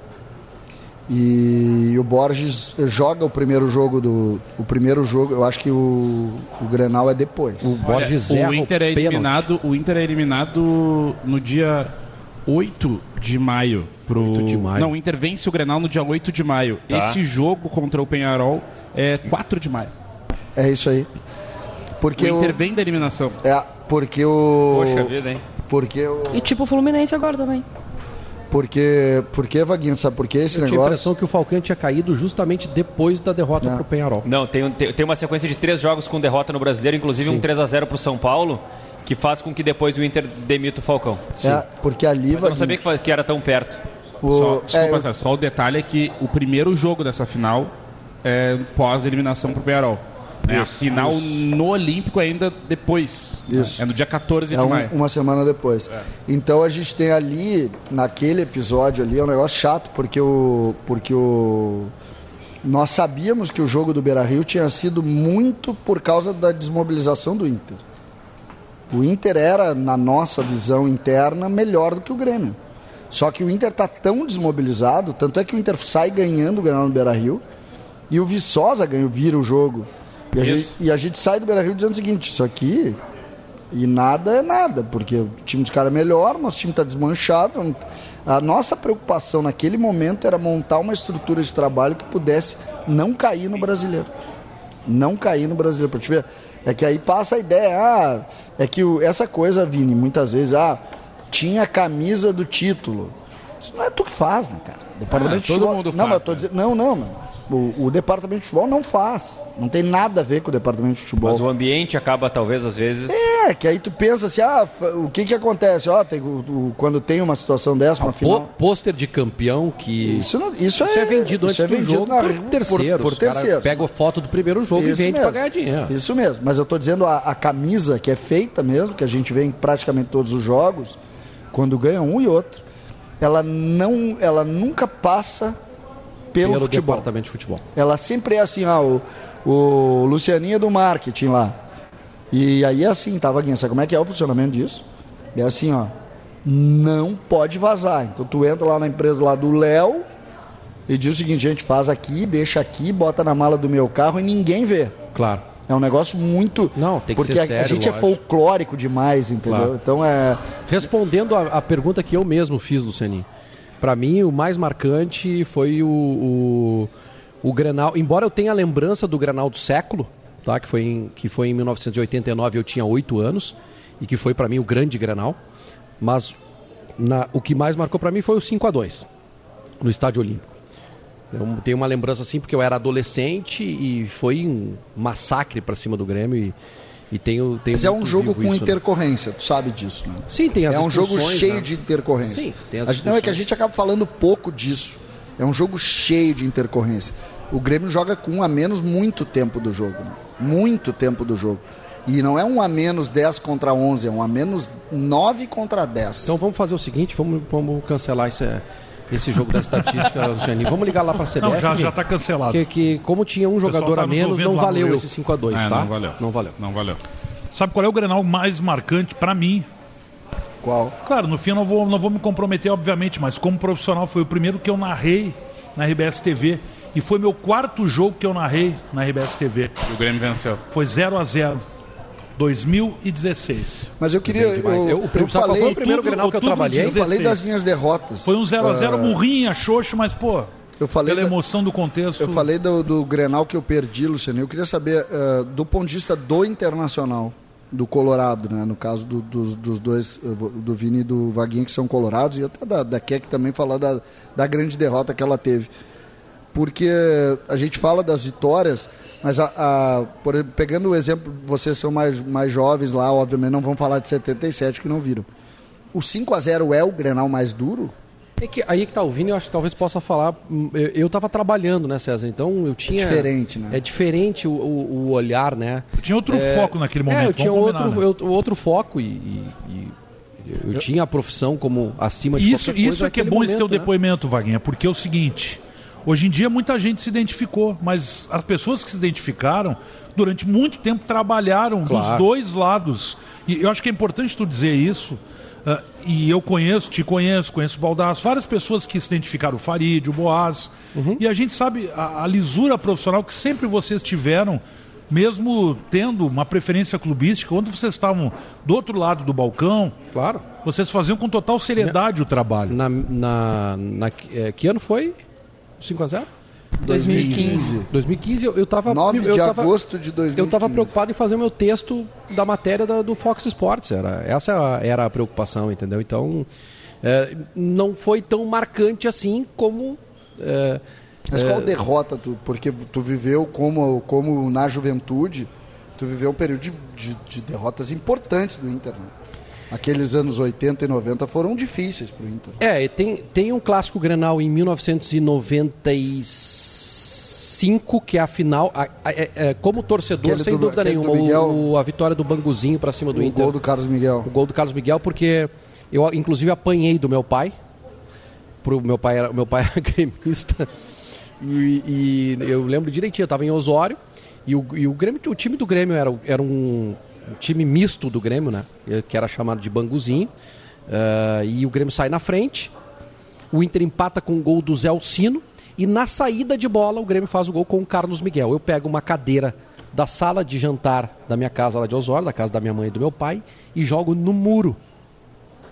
S4: E o Borges joga o primeiro jogo do. O primeiro jogo, eu acho que o, o Grenal é depois. O
S15: Olha, o Inter é eliminado, o Inter é eliminado no dia 8 de maio pro
S7: 8 de maio.
S15: Não, o Inter vence o Grenal no dia 8 de maio.
S4: Tá.
S15: Esse jogo contra o Penharol é 4 de maio.
S4: É isso aí. Porque
S15: o Inter
S4: o-
S15: vem da eliminação.
S4: É, porque o.
S15: Poxa vida, hein?
S4: Porque o.
S5: E tipo o Fluminense agora também.
S4: Porque, porque Vaguinho, sabe por que esse
S7: Eu tinha a
S4: negócio?
S7: impressão que o Falcão tinha caído justamente depois da derrota pro Penharol.
S3: Não, tem, um- tem tem uma sequência de três jogos com derrota no brasileiro, inclusive
S7: Sim.
S3: um 3 a 0 pro São Paulo, que faz com que depois o Inter demita o Falcão.
S4: É, porque ali
S3: Mas eu não
S4: Vaguinho,
S3: sabia que, fa- que era tão perto.
S15: Só, desculpa,
S3: é,
S15: Zé, só o detalhe é que o primeiro jogo dessa final é pós-eliminação pro Penharol. Né? a
S4: Isso,
S15: final
S4: isso.
S15: no Olímpico ainda depois. né?
S4: Isso.
S15: É no dia 14
S4: é
S15: de
S4: um-
S15: maio.
S4: uma semana depois. Então a gente tem ali, naquele episódio ali, é um negócio chato, porque o. Porque o. Nós sabíamos que o jogo do Beira Rio tinha sido muito por causa da desmobilização do Inter. O Inter era, na nossa visão interna, melhor do que o Grêmio. Só que o Inter está tão desmobilizado, tanto é que o Inter sai ganhando o Grenal no Beira Rio e o Viçosa ganha, vira o jogo. E a, gente,
S16: Isso.
S4: e a gente sai do Beira Rio dizendo o seguinte: isso aqui e nada é nada, porque o time dos caras é melhor, nosso time está desmanchado. não- A nossa preocupação naquele momento era montar uma estrutura de trabalho que pudesse não cair no brasileiro. Não cair no brasileiro. Pra te ver, é que aí passa a ideia, ah, é que o- essa coisa, Vini, muitas vezes, ah, tinha a camisa do título. Isso não é tu que faz, né, cara? O Departamento
S15: Ah,
S4: de
S15: todo
S4: futebol.
S15: mundo
S4: não,
S15: faz,
S4: mas eu tô dizendo, não, não. mano. O, o departamento de futebol não faz. Não tem nada a ver com o departamento de futebol.
S3: Mas o ambiente acaba, talvez, às vezes.
S4: É, que aí tu pensa assim, ah, fa- o que que acontece? Ó, tem, o- o- quando tem uma situação dessa, uma
S7: Ah, Pô,
S4: final...
S7: pôster de campeão que.
S4: Isso, não- isso
S7: é,
S4: é-
S7: vendido
S4: isso
S7: antes
S4: é
S7: do
S4: vendido
S7: jogo
S4: na-
S7: por
S4: por-
S7: terceiros.
S4: por
S7: Os caras
S4: terceiros.
S7: Pegam a foto do primeiro jogo e
S4: Isso
S7: vende pra
S4: mesmo.
S7: ganhar dinheiro.
S4: Isso mesmo, mas eu tô dizendo a, a camisa que é feita mesmo, que a gente vê em praticamente todos os jogos, quando ganha um e outro, ela não, ela nunca passa pelo, futebol.
S7: departamento de futebol.
S4: Ela sempre é assim, ah, o, o Lucianinha do marketing lá. E aí é assim, tá, Vaguinha, sabe como é que é o funcionamento disso? É assim, ó, não pode vazar. Então tu entra lá na empresa lá do Léo e diz o seguinte, gente, faz aqui, deixa aqui, bota na mala do meu carro e ninguém vê.
S7: Claro.
S4: É um negócio muito... Não,
S7: tem que
S4: Porque
S7: ser
S4: a, a
S7: sério,
S4: gente é
S7: lógico.
S4: folclórico demais, entendeu?
S7: Claro.
S4: Então é.
S7: Respondendo à pergunta que eu mesmo fiz, Lucianinho. Pra mim, o mais marcante foi o, o, o Grenal. Embora eu tenha a lembrança do Grenal do século, tá? que, foi em, que foi em 1989, eu tinha oito anos, e que foi pra mim o grande Grenal. Mas na- o que mais marcou pra mim foi o 5 a 2 no Estádio Olímpico. Eu tenho uma lembrança assim, porque eu era adolescente e foi um massacre pra cima do Grêmio. E, e tenho, tenho
S4: Mas é um
S7: muito
S4: jogo
S7: vivo
S4: com
S7: isso, né?
S4: intercorrência, tu sabe disso, né?
S7: Sim, tem as
S4: É um jogo
S7: expulsões,
S4: cheio
S7: né?
S4: de intercorrência.
S7: Sim, tem as
S4: A gente- Não, é que a
S7: expulsões.
S4: gente acaba falando pouco disso. É um jogo cheio de intercorrência. O Grêmio joga com um a menos muito tempo do jogo, né? Muito tempo do jogo. E não é um a menos 10 contra 11, é um a menos 9 contra 10.
S7: Então vamos fazer o seguinte, vamos, vamos cancelar esse, esse jogo da estatística, Lucianinho. Vamos ligar lá para a CBF.
S2: Não, já, já
S7: né?
S2: tá cancelado.
S7: que, que como tinha um
S2: pessoal
S7: jogador
S2: tá
S7: a
S2: nos
S7: menos,
S2: ouvindo
S7: não
S2: lá no
S7: valeu
S2: Will.
S7: esse 5 a 2
S2: É,
S7: tá?
S2: não valeu.
S7: Não valeu.
S15: Não valeu.
S2: Sabe qual é o Grenal mais marcante pra mim?
S4: Qual?
S2: Claro, no fim eu não vou, não vou me comprometer, obviamente, mas como profissional foi o primeiro que eu narrei na RBS TV. E foi meu quarto jogo que eu narrei na RBS TV.
S15: E o Grêmio venceu.
S2: Foi 0 a 0 2016.
S4: Mas eu queria. Eu, eu, falei tudo- tudo Eu falei das minhas derrotas.
S2: Foi um 0x0
S4: Ah,
S2: burrinha, xoxo, mas pô,
S4: Eu falei
S2: pela
S4: da-
S2: emoção do contexto.
S4: Eu falei do, do Grenal que eu perdi, Luciano. Eu queria saber, eh, do ponto de vista do Internacional, do Colorado, né? No caso do- dos, dos dois, eh, vo- do Vini e do Vaguinho, que são colorados, e até da, da Keck também falar da, da grande derrota que ela teve. Porque a gente fala das vitórias, mas a, a- por exemplo, pegando o exemplo, vocês são mais, mais jovens lá, obviamente não vão falar de 77 que não viram. O 5 a 0 é o Grenal mais duro?
S7: É que aí que tá ouvindo, eu acho que talvez possa falar. hum, Eu, eu tava trabalhando, né, César? Então eu tinha.
S4: É diferente, né?
S7: É diferente o, o- o olhar, né?
S2: Tinha outro foco naquele
S7: É,
S2: momento,
S7: eu tinha
S2: vamos combinar, né?
S7: outro, eu- outro foco e. e- e eu, eu tinha a profissão como acima de
S2: Isso,
S7: qualquer coisa
S2: isso é que é
S7: naquele
S2: bom esse teu
S7: momento, né?
S2: depoimento, Vaguinha, porque é o seguinte: hoje em dia muita gente se identificou, mas as pessoas que se identificaram durante muito tempo trabalharam
S7: Claro.
S2: dos dois lados. E eu acho que é importante tu dizer isso. ah, e eu conheço, te conheço, conheço o Baldasso, várias pessoas que se identificaram, o Farid, o Boaz,
S7: Uhum.
S2: e a gente sabe a, a lisura profissional que sempre vocês tiveram, mesmo tendo uma preferência clubística, quando vocês estavam do outro lado do balcão,
S7: claro.
S2: vocês faziam com total seriedade o trabalho.
S7: Na, na, na- eh, que ano foi? 5x0?
S4: 2015.
S7: 2015 eu, eu tava.
S4: 9
S7: eu
S4: de
S7: tava-
S4: agosto de 2015.
S7: Eu estava preocupado em fazer o meu texto da matéria da- do Fox Sports. Era, essa era a preocupação, entendeu? Então, eh, não foi tão marcante assim como. eh,
S4: Mas
S7: eh,
S4: qual derrota tu? Porque tu viveu como, como na juventude, tu viveu um período de, de- de derrotas importantes do Inter. né? Aqueles anos 80 e 90 foram difíceis pro Inter.
S7: É, e tem, tem um clássico Grenal em 1995, que é a final. a- a- é- é, como torcedor,
S4: Aquele
S7: sem
S4: do-
S7: dúvida
S4: aquele
S7: nenhuma,
S4: do Miguel.
S7: o, o- a vitória do Banguzinho pra cima do
S4: O
S7: Inter.
S4: gol do Carlos Miguel.
S7: O gol do Carlos Miguel, porque eu inclusive apanhei do meu pai. Pro meu pai era, meu pai era gremista. E, e eu lembro direitinho, eu estava em Osório e o, e o Grêmio, o time do Grêmio era, o- era um time misto do Grêmio, né? eh, Que era chamado de Banguzinho. Ah, e o Grêmio sai na frente. O Inter empata com o gol do Zé Alcino. E na saída de bola, o Grêmio faz o gol com o Carlos Miguel. Eu pego uma cadeira da sala de jantar da minha casa lá de Osório, da casa da minha mãe e do meu pai, e jogo no muro.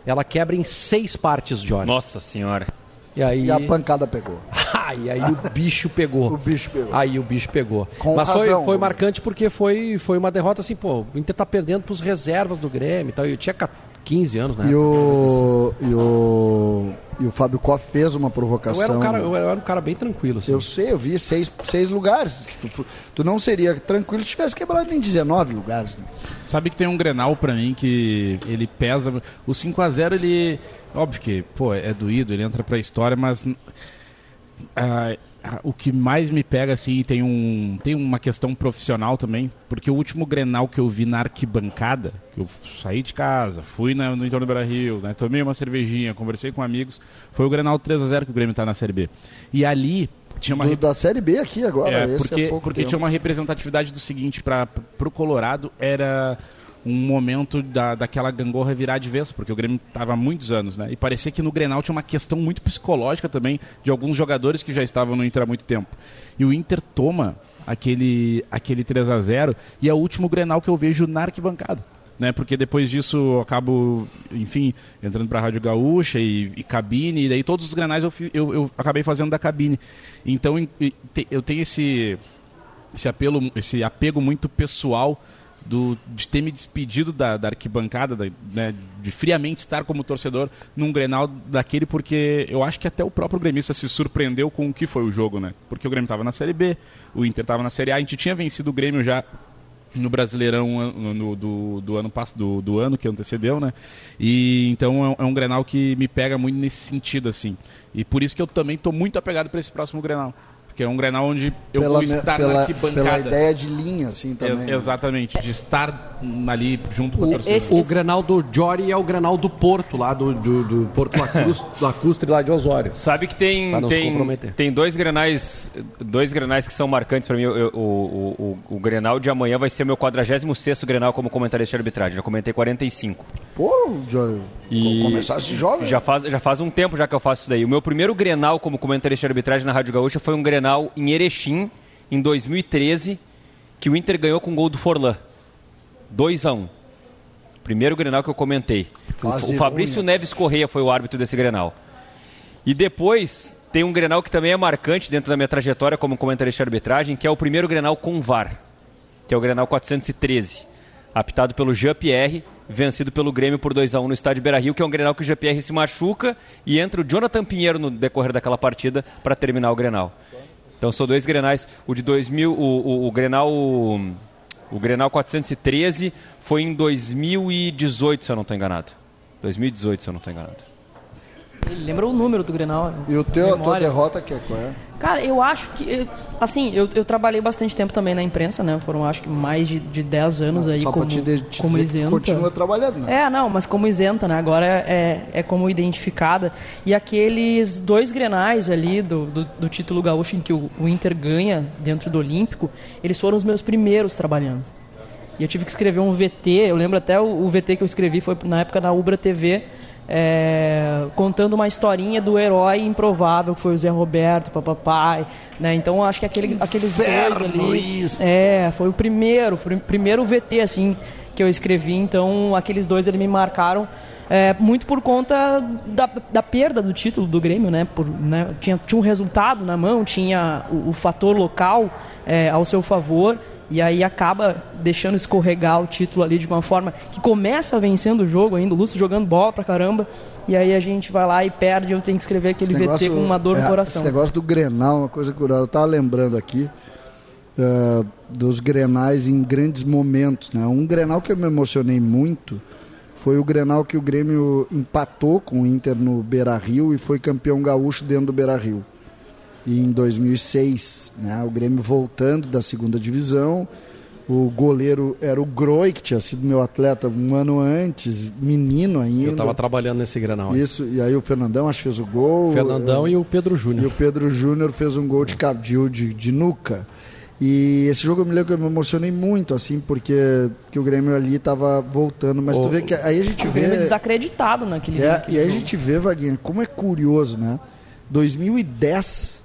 S7: Ela quebra em seis partes, Johnny.
S3: Nossa senhora.
S7: E aí... Ah,
S4: E a pancada pegou.
S7: Ai, aí o bicho pegou.
S4: o bicho pegou.
S7: Aí o bicho pegou.
S4: Com
S7: Mas foi,
S4: razão.
S7: foi marcante porque foi, foi uma derrota assim, pô, o Inter tá perdendo pros reservas do Grêmio e tal. Eu tinha 15 anos, né?
S4: E o, e o, e o Fábio Koff fez uma
S7: Eu
S4: provocação.
S7: era um cara,
S4: né?
S7: eu era um cara bem tranquilo, assim.
S4: Eu sei, eu vi seis, seis lugares. Tu, fu- tu não seria tranquilo se tivesse quebrado em 19 lugares. Né?
S6: Sabe que tem um Grenal pra mim que ele pesa. O 5x0 ele. Óbvio que, pô, é doído, ele entra pra história, mas. ah, ah, o que mais me pega, assim, tem, um, tem uma questão profissional também, porque o último Grenal que eu vi na arquibancada, que eu saí de casa, fui na- no entorno do Beira Rio, né, tomei uma cervejinha, conversei com amigos, foi o Grenal 3x0 que o Grêmio tá na Série B. E ali tinha uma
S4: Do- da Série B aqui agora.
S6: é,
S4: esse
S6: porque,
S4: é pouco
S6: porque
S4: tempo.
S6: tinha uma representatividade do seguinte, para o Colorado era um momento da, daquela gangorra virar de vez, porque o Grêmio estava há muitos anos, né? E parecia que no Grenal tinha uma questão muito psicológica também de alguns jogadores que já estavam no Inter há muito tempo. E o Inter toma aquele, aquele 3 a 0 e é o último Grenal que eu vejo na arquibancada né? Porque depois disso eu acabo, enfim, entrando para a Rádio Gaúcha e, e cabine, e daí todos os granais eu, fi- eu, eu acabei fazendo da cabine. Então em- e te- eu tenho esse, esse, apelo, esse apego muito pessoal do, de ter me despedido da, da arquibancada, da- né, de friamente estar como torcedor num grenal daquele, porque eu acho que até o próprio gremista se surpreendeu com o que foi o jogo, né? Porque o Grêmio estava na Série B, o Inter estava na Série A, a gente tinha vencido o Grêmio já no Brasileirão an- no- do, do ano pass- do, do ano que antecedeu, né? E então é um, é um Grenal que me pega muito nesse sentido assim. E por isso que eu também tô muito apegado para esse próximo Grenal, porque é um Grenal onde eu vou
S4: me-
S6: estar na
S4: pela,
S6: arquibancada.
S4: pela ideia de linha, assim,
S6: Ex-
S4: também. né?
S6: exatamente, de estar ali junto com a
S7: O,
S6: torcida.
S7: assim. o Grenal do Jory é o Grenal do Porto, lá do, do, do Porto Lacrus- Lacustre, lá de Osório.
S3: Sabe que tem,
S7: Pra não se
S3: tem,
S7: comprometer.
S3: tem dois grenais dois grenais que são marcantes para mim. Eu- eu- o, o, o, o grenal de amanhã vai ser meu 46 grenal como comentarista de arbitragem. Já comentei 45.
S4: Pô, Jory,
S3: E
S4: começar esse jogo?
S3: Já faz, já faz um tempo já que eu faço isso daí. O meu primeiro Grenal como comentarista de arbitragem na Rádio Gaúcha foi um Grenal em Erechim, em 2013, que o Inter ganhou com um gol do Forlan. 2 a 1 Primeiro Grenal que eu comentei. O,
S10: Quase
S3: o Fabrício Neves Correia foi o árbitro desse Grenal. E depois tem um Grenal que também é marcante dentro da minha trajetória como comentarista de arbitragem, que é o primeiro Grenal com VAR, que é o Grenal 413, apitado pelo Jean-Pierre, vencido pelo Grêmio por 2 a 1 no estádio Beira-Rio, que é um Grenal que o Jean-Pierre se machuca e entra o Jonathan Pinheiro no decorrer daquela partida para terminar o Grenal. Então são dois Grenais, o de 2000, o, o, o Grenal o Grenal 413 foi em 2018, se eu não estou enganado. 2018, se eu não estou enganado.
S5: Ele lembra o número do Grenal. né?
S4: E o teu, a tua
S5: Memória.
S4: derrota que é qual é?
S5: Cara, eu acho que. eu- Assim, eu, eu trabalhei bastante tempo também na imprensa, né? Foram acho que mais de, de 10 anos aí
S4: Só
S5: como,
S4: pra te, de- te
S5: como
S4: dizer que tu
S5: isenta.
S4: continua trabalhando, né?
S5: É, não, mas como isenta, né? Agora é, é como identificada. E aqueles dois grenais ali do, do, do título gaúcho em que o, o Inter ganha dentro do Olímpico, eles foram os meus primeiros trabalhando. E eu tive que escrever um VT, eu lembro até o, o VT que eu escrevi foi na época na Ubra TV, é, contando uma historinha do herói improvável que foi o Zé Roberto, papapai, né? Então acho que aquele,
S4: Que
S5: aqueles dois
S4: inferno
S5: ali,
S4: isso!
S5: é, foi o primeiro, pr- primeiro VT assim que eu escrevi. Então aqueles dois ele me marcaram é, muito por conta da, da perda do título do Grêmio, né? Por, né? Tinha, tinha um resultado na mão, tinha o, o fator local é, ao seu favor. E aí acaba deixando escorregar o título ali de uma forma que começa vencendo o jogo ainda, o Lúcio jogando bola pra caramba. E aí a gente vai lá e perde, eu tenho que escrever aquele
S4: Esse
S5: VT com uma dor
S4: é,
S5: no coração.
S4: Esse negócio do Grenal, é uma coisa curiosa. Eu tava lembrando aqui ah, dos Grenais em grandes momentos, né? Um Grenal que eu me emocionei muito foi o Grenal que o Grêmio empatou com o Inter no Beira-Rio e foi campeão gaúcho dentro do Beira-Rio. E em 2006, né? O Grêmio voltando da segunda divisão, o goleiro era o Groi, que tinha sido meu atleta um ano antes, menino ainda.
S7: Eu tava trabalhando nesse Grenal. aí.
S4: Isso, e aí o Fernandão acho que fez o gol. é,
S7: Fernandão e o Pedro Júnior.
S4: E o Pedro Júnior fez um gol de, ca- de, de, de nuca. E esse jogo eu me lembro que eu me emocionei muito, assim, porque que o Grêmio ali tava voltando. Mas tu
S5: O-
S4: vê que aí a gente
S5: O
S4: vê.
S5: Grêmio desacreditado naquele
S4: É,
S5: naquele
S4: e aí a
S5: jogo.
S4: gente vê, Vaguinha, como é curioso, né? 2010,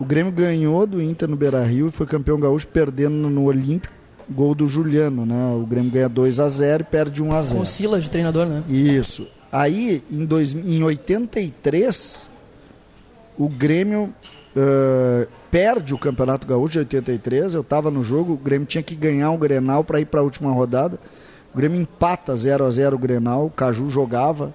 S4: o Grêmio ganhou do Inter no Beira Rio e foi campeão gaúcho, perdendo no Olímpico. Gol do Juliano, né? O Grêmio ganha 2 a 0 e perde 1 a 0
S5: Com o Silas de treinador, né?
S4: Isso. Aí, em, dois, em 83, o Grêmio ah, perde o Campeonato Gaúcho de 83. Eu estava no jogo, o Grêmio tinha que ganhar um Grenal para ir para a última rodada. O Grêmio empata 0 a 0 o Grenal, o Caju jogava.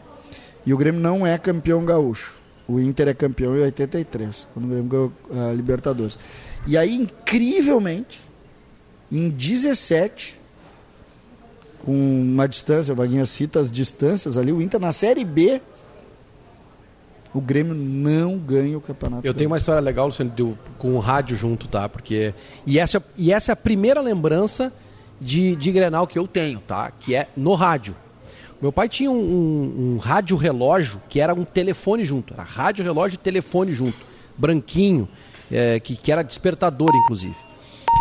S4: E o Grêmio não é campeão gaúcho. O Inter é campeão em 83, quando o Grêmio ganhou a Libertadores. E aí, incrivelmente, em 17, com uma distância, o Vaguinha cita as distâncias ali, o Inter na Série B, o Grêmio não ganha o campeonato.
S7: Eu tenho uma história legal, Luciano, do- com o rádio junto, tá? Porque. E essa, e essa é a primeira lembrança de, de Grenal que eu tenho, tá? Que é no rádio. Meu pai tinha um, um, um rádio relógio que era um telefone junto. Era rádio relógio e telefone junto. Branquinho, é, que, que era despertador, inclusive.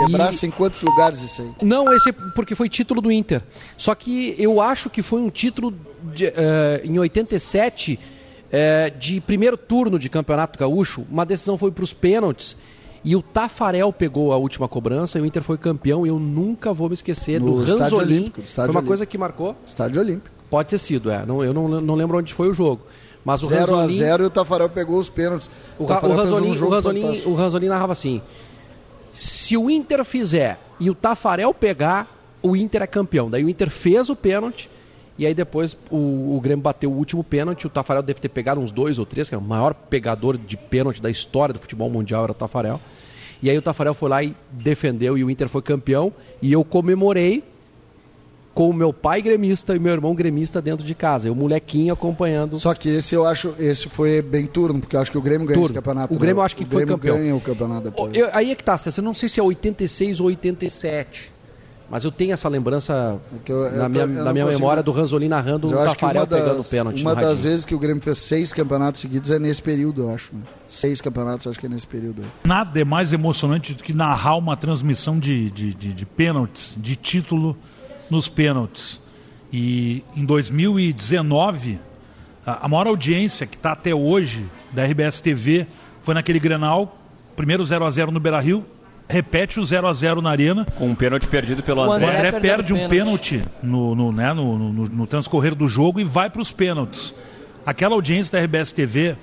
S4: Quebrasse em quantos lugares isso aí?
S7: Não, esse é porque foi título do Inter. Só que eu acho que foi um título de, eh, em 87 eh, de primeiro turno de Campeonato Gaúcho. Uma decisão foi para os pênaltis e o Tafarel pegou a última cobrança e o Inter foi campeão. Eu nunca vou me esquecer
S4: No
S7: do
S4: Estádio
S7: Ranzolin.
S4: Olímpico,
S7: foi
S4: Estádio
S7: uma
S4: Olímpico.
S7: coisa que marcou.
S4: Estádio Olímpico.
S7: Pode ter sido, é. Não, eu não, não lembro onde foi o jogo. Mas o
S4: 0 a
S7: Ranzolin
S4: 0 e o Tafarel pegou os pênaltis.
S7: o, Ra- o,
S4: Tafarel fez um
S7: Ranzolin, o,
S4: jogo
S7: Ranzolin-
S4: fantástico.
S7: o Ranzolin narrava assim: se o Inter fizer e o Tafarel pegar, o Inter é campeão. Daí o Inter fez o pênalti. E aí depois o, o Grêmio bateu o último pênalti, o Tafarel deve ter pegado uns dois ou três, que era o maior pegador de pênalti da história do futebol mundial, era o Tafarel. E aí o Tafarel foi lá e defendeu e o Inter foi campeão. E eu comemorei com o meu pai gremista e meu irmão gremista dentro de casa. Eu molequinho acompanhando.
S4: Só que esse eu acho, esse foi bem turno, porque eu acho que o Grêmio ganha esse
S7: Turno.
S4: campeonato.
S7: O Grêmio
S4: né?
S7: acho que
S4: o
S7: foi
S4: Grêmio
S7: campeão.
S4: ganha o campeonato depois.
S7: Eu- aí é que tá, César. Eu não sei se é 86 ou 87. Mas eu tenho essa lembrança
S4: É eu- eu
S7: na
S4: tô-
S7: minha,
S4: eu
S7: na
S4: não
S7: minha
S4: consigo-
S7: memória do Ranzolin narrando o
S4: Mas eu acho que
S7: Tafarel
S4: uma
S7: pegando o
S4: das,
S7: pênalti.
S4: uma
S7: no radinho.
S4: das vezes que o Grêmio fez seis campeonatos seguidos é nesse período, eu acho. né? Seis campeonatos, eu acho que é nesse período. aí.
S2: Nada é mais emocionante do que narrar uma transmissão de, de, de, de pênaltis, de título nos pênaltis. E em 2019, a, a maior audiência que está até hoje da RBS TV foi naquele Grenal, primeiro 0 a 0 no Beira-Rio, repete o 0 a 0 na Arena.
S3: Com um pênalti perdido pelo
S2: O
S3: André.
S2: André, perde um pênalti no, no, né, no, no- no- no transcorrer do jogo e vai para os pênaltis. Aquela audiência da RBS TV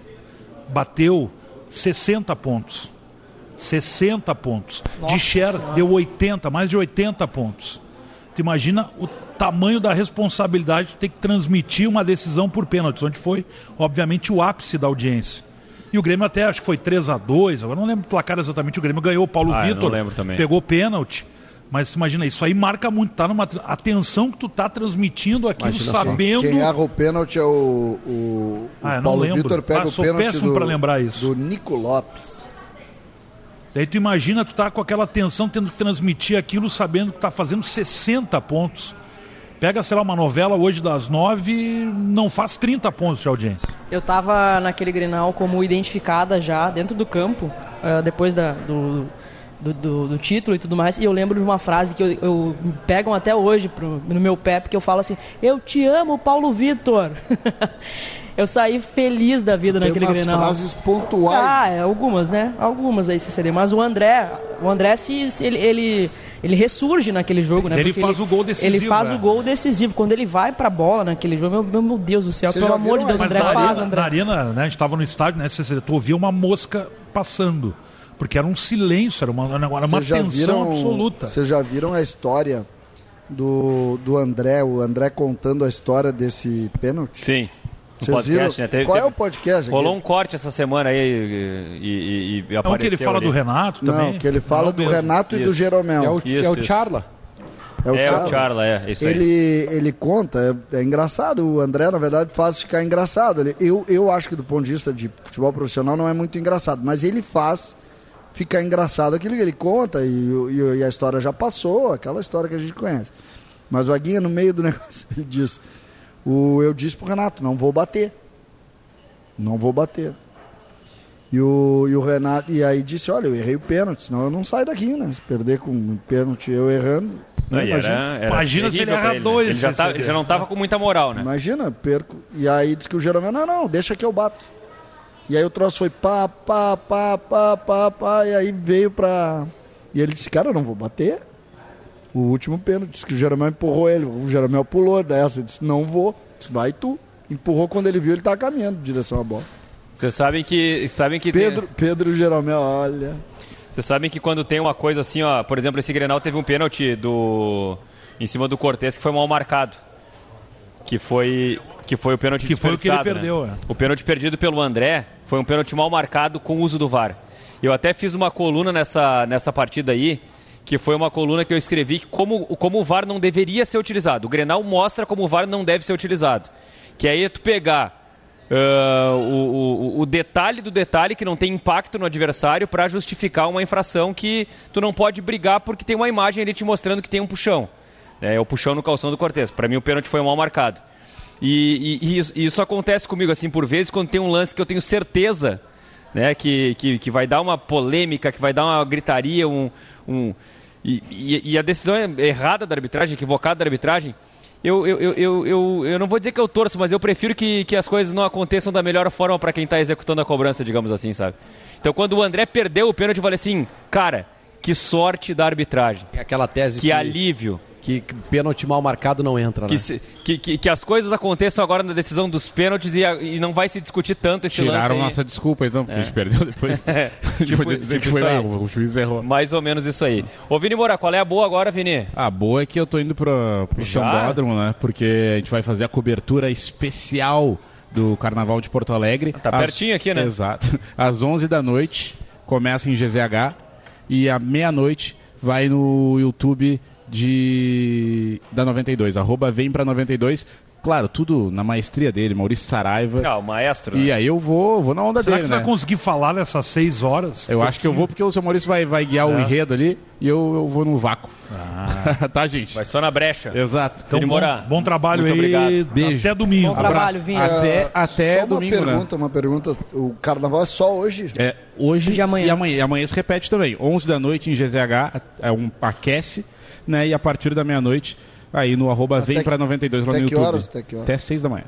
S2: bateu 60 pontos. 60 pontos.
S16: Nossa
S2: de share
S16: Senhora.
S2: deu 80, mais de 80 pontos. Tu imagina o tamanho da responsabilidade de ter que transmitir uma decisão por pênaltis, onde foi, obviamente, o ápice da audiência. E o Grêmio até acho que foi 3 a 2 agora não lembro o placar exatamente. O Grêmio ganhou o Paulo
S3: Ah, eu não
S2: Vitor.
S3: lembro também.
S2: Pegou pegou pênalti. Mas imagina, isso aí marca muito, tá numa tra- atenção que tu tá transmitindo aquilo,
S4: Imagina só.
S2: sabendo.
S4: Quem erra o pênalti é o, o, o
S2: Ah, eu não
S4: Paulo
S2: lembro.
S4: Vitor pega
S2: Ah,
S4: o
S2: sou
S4: pênalti
S2: péssimo
S4: do,
S2: pra lembrar isso.
S4: do Nico Lopes.
S2: Daí tu imagina, tu tá com aquela atenção tendo que transmitir aquilo, sabendo que tá fazendo 60 pontos. Pega, sei lá, uma novela hoje das nove, não faz 30 pontos de audiência.
S5: Eu tava naquele Grenal como identificada já dentro do campo, ah, depois da, do, do, do- do título e tudo mais. E eu lembro de uma frase que eu, eu- me pegam até hoje pro- no meu pé, porque eu falo assim: Eu te amo, Paulo Vitor. eu saí feliz da vida
S4: Tem
S5: naquele
S4: umas
S5: Grenal.
S4: frases pontuais.
S5: Ah, é, algumas, né? Algumas aí se CD. Mas o André, o André se, se ele, ele, ele ressurge naquele jogo, né?
S2: Ele
S5: Porque
S2: faz o gol decisivo,
S5: Ele faz
S2: né?
S5: o gol decisivo. Quando ele vai pra bola naquele jogo, meu, meu, meu Deus do céu, pelo amor de Deus, André
S2: Mas na
S5: faz,
S2: arena-
S5: André.
S2: Na arena, né, a gente estava no estádio, né, Cecília, tu ouvia uma mosca passando. Porque era um silêncio, era uma, era uma
S4: Vocês já
S2: tensão
S4: viram-
S2: absoluta.
S4: Vocês já viram a história do, do André, o André contando a história desse pênalti?
S3: Sim. No
S4: Vocês viram?
S3: podcast, né? Teve-
S4: Qual é o
S3: teve-
S4: podcast? aqui?
S3: Rolou um corte essa semana aí e, e, e, e
S2: É um que
S3: apareceu
S2: ele fala
S3: ali.
S2: do Renato também?
S4: Não, que ele fala do Renato e do
S3: Isso.
S4: Jeromel.
S3: É o- Isso, é o isso. Charla?
S4: É o
S3: É o
S4: Charla.
S3: Charla, é, isso aí.
S4: ele, ele conta, é, é engraçado. O André, na verdade, faz ficar engraçado. Ele- eu, eu acho que do ponto de vista de futebol profissional não é muito engraçado, mas ele faz ficar engraçado aquilo que ele conta e, e- e a história já passou, aquela história que a gente conhece. Mas o Aguinha, no meio do negócio, ele diz: o, Eu disse pro Renato, não vou bater. Não vou bater. E o, e o Renato, e aí disse, olha, eu errei o pênalti, senão eu não saio daqui, né? Se perder com um pênalti eu errando.
S3: Não,
S4: né?
S3: e era- era
S2: Imagina se ele
S3: terrível pra
S2: erra
S3: né?
S2: dois,
S3: Ele já,
S2: Cecília.
S3: tá- ele já não tava com muita moral, né?
S4: Imagina, perco. E aí diz que o Jeromel, não, não, deixa que eu bato. E aí o troço foi pá, pá, pá, pá, pá, pá, e aí veio pra. E ele disse, cara, eu não vou bater. O último pênalti, disse que o Jeromel empurrou ele. O Jeromel pulou dessa, ele disse, não vou. Disse, vai tu. Empurrou quando ele viu, ele tava caminhando em direção à bola.
S3: Vocês sabem que. Sabem que tem-
S4: Pedro, Pedro Jeromel, olha.
S3: Vocês sabem que quando tem uma coisa assim, ó, por exemplo, esse Grenal teve um pênalti do em cima do Cortez que foi mal marcado. Que foi que foi o pênalti
S2: Que foi o que ele
S3: desperdiçado, né?
S2: perdeu, é.
S3: O pênalti perdido pelo André foi um pênalti mal marcado com o uso do VAR. Eu até fiz uma coluna nessa, nessa partida aí, que foi uma coluna que eu escrevi que como, como o VAR não deveria ser utilizado. O Grenal mostra como o VAR não deve ser utilizado. Que aí é tu pegar ah, o, o- o detalhe do detalhe que não tem impacto no adversário para justificar uma infração que tu não pode brigar porque tem uma imagem ali te mostrando que tem um puxão. É o puxão no calção do Cortez. Para mim o pênalti foi mal marcado. E, e- e isso, e isso acontece comigo, assim, por vezes, quando tem um lance que eu tenho certeza, né, que, que, que vai dar uma polêmica, que vai dar uma gritaria, um. um- e, e- e a decisão é errada da arbitragem, equivocada da arbitragem. Eu, eu, eu, eu, eu, eu não vou dizer que eu torço, mas eu prefiro que, que as coisas não aconteçam da melhor forma para quem está executando a cobrança, digamos assim, sabe? Então, quando o André perdeu o pênalti, eu falei assim, cara, que sorte da arbitragem.
S7: Aquela tese
S3: Que alívio.
S7: Que pênalti mal marcado não entra,
S6: É.
S3: Que,
S7: né?
S3: se- que, que, que as coisas aconteçam agora na decisão dos pênaltis e, a- e não vai se discutir tanto esse lance.
S6: Tiraram
S3: aí.
S6: nossa desculpa, então, porque
S3: É.
S6: a gente perdeu depois.
S3: É,
S6: de
S3: tipo-
S6: poder dizer
S3: tipo
S6: que foi
S3: isso
S6: lá,
S3: aí.
S6: o juiz errou.
S3: Mais ou menos isso aí. Ô, Vini Moura, qual é a boa agora, Vini?
S6: A boa é que eu tô indo pro, pro
S3: Já?
S6: Sambódromo, né? Porque a gente vai fazer a cobertura especial do Carnaval de Porto Alegre. Tá
S3: pertinho aqui, né?
S6: Exato. Às 11 da noite, começa em GZH. E à meia-noite, vai no YouTube de da 92. Arroba vem pra 92. Claro, tudo na maestria dele, Maurício Saraiva.
S3: Ah, o maestro.
S6: E aí eu vou, vou na onda
S2: Será
S6: dele,
S2: que você
S6: né?
S2: vai conseguir falar nessas seis horas?
S6: Eu acho que eu vou porque o seu Maurício vai, vai guiar o
S2: É. Ah.
S6: enredo ali e eu, eu vou no vácuo. tá, gente?
S3: Ah. Vai só na brecha.
S6: Exato.
S2: Então,
S6: Vini
S2: bom,
S6: Moura,
S2: bom trabalho
S6: muito
S2: aí.
S6: obrigado.
S2: Beijo. Até domingo.
S6: Bom trabalho,
S2: Abraço.
S6: Vini. Até-
S4: Ah,
S6: até
S4: só
S6: domingo,
S4: uma
S6: né?
S4: pergunta, uma pergunta. O carnaval é só hoje?
S6: É, hoje
S4: E amanhã.
S6: E amanhã, E amanhã se repete também. 11 da noite em GZH, é um aquece, né? E a partir da meia-noite, aí no arroba vem
S4: que-
S6: pra 92 lá
S4: até
S6: no
S4: que
S6: YouTube.
S4: horas? Até que horas?
S6: 6 da manhã.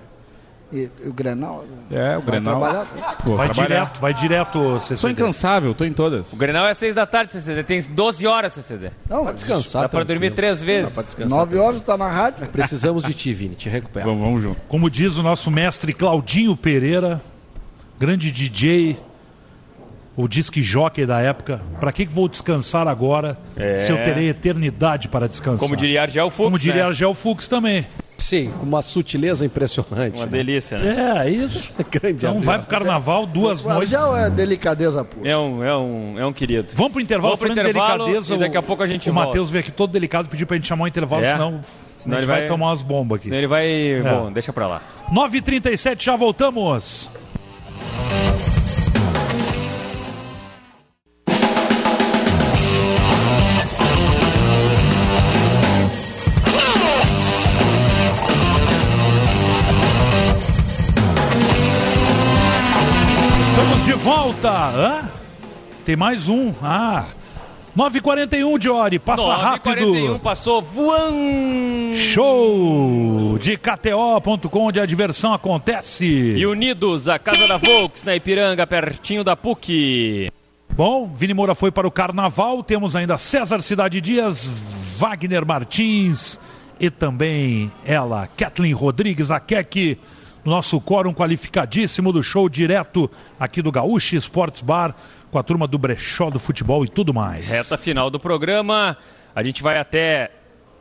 S4: E, o Grenal?
S6: É, o
S4: Vai
S6: Grenal.
S4: trabalhar?
S6: Vou
S2: Vai
S6: trabalhar.
S2: direto, vai direto, CCD.
S6: Sou incansável, tô em todas.
S3: O Grenal é seis da tarde, CCD. Tem 12 horas, CCD.
S4: Não,
S7: Pra descansar.
S3: Dá pra
S7: tranquilo.
S3: dormir três
S7: Dá
S3: vezes.
S7: pra descansar.
S4: Nove horas tá na rádio.
S7: Precisamos de ti, Vini. Te recupera.
S6: Vamos, vamos junto.
S2: Como diz o nosso mestre Claudinho Pereira, grande DJ, o disque jockey da época, para que, que vou descansar agora
S3: É.
S2: se eu terei eternidade para descansar?
S3: Como diria Argel Fux,
S2: Como diria
S3: né?
S2: Argel Fux também.
S7: Sim, com uma sutileza impressionante.
S3: Uma delícia, né?
S2: É, isso.
S7: Grande
S2: Então vai pro carnaval duas
S4: O Argel
S2: noites.
S4: é delicadeza pura.
S3: É um, é, um, é um querido.
S2: Vamos pro intervalo,
S3: Vamos pro
S2: falando de
S3: intervalo
S2: delicadeza.
S3: e daqui a
S2: o-
S3: pouco a gente
S2: O
S3: volta.
S2: Matheus veio aqui todo delicado pediu pra gente chamar o intervalo,
S3: É.
S2: senão, senão a gente
S3: ele
S2: vai...
S3: vai-
S2: tomar umas bombas aqui. É.
S3: Senão ele vai... Bom, deixa pra lá.
S2: 9h37, já voltamos. Estamos de volta. Hã? Tem mais um. Ah, 9h41, Diori, passa
S3: 9h41,
S2: rápido.
S3: passou voando.
S2: Show de KTO.com, onde a diversão acontece.
S3: E unidos, a casa da Volks na Ipiranga, pertinho da PUC.
S2: Bom, Vini Moura foi para o Carnaval, temos ainda César Cidade Dias, Wagner Martins e também ela, Kathleen Rodrigues, a Kek, nosso quórum qualificadíssimo do show direto aqui do Gaúcho Sports Bar, com a turma do brechó do futebol e tudo mais.
S3: Reta final do programa. A gente vai até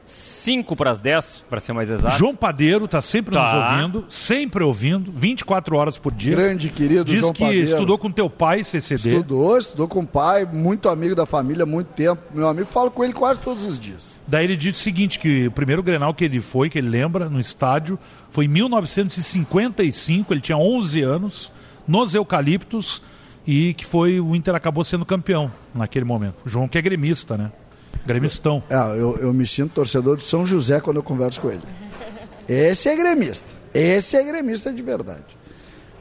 S3: 5 para as 10, para ser mais exato.
S2: João Padeiro está sempre
S3: Tá.
S2: nos ouvindo, sempre ouvindo, 24 horas por dia.
S4: Grande, querido
S2: Diz
S4: João
S2: que
S4: Padeiro.
S2: estudou com teu pai, CCD.
S4: Estudou, estudou com o pai, muito amigo da família, muito tempo. Meu amigo, falo com ele quase todos os dias.
S2: Daí ele diz o seguinte, que o primeiro Grenal que ele foi, que ele lembra, no estádio, foi em 1955, ele tinha 11 anos, nos Eucaliptos, e que foi, o Inter acabou sendo campeão naquele momento. O João que é gremista, né? Gremistão.
S4: É, eu, eu me sinto torcedor de São José quando eu converso com ele. Esse é gremista. Esse é gremista de verdade.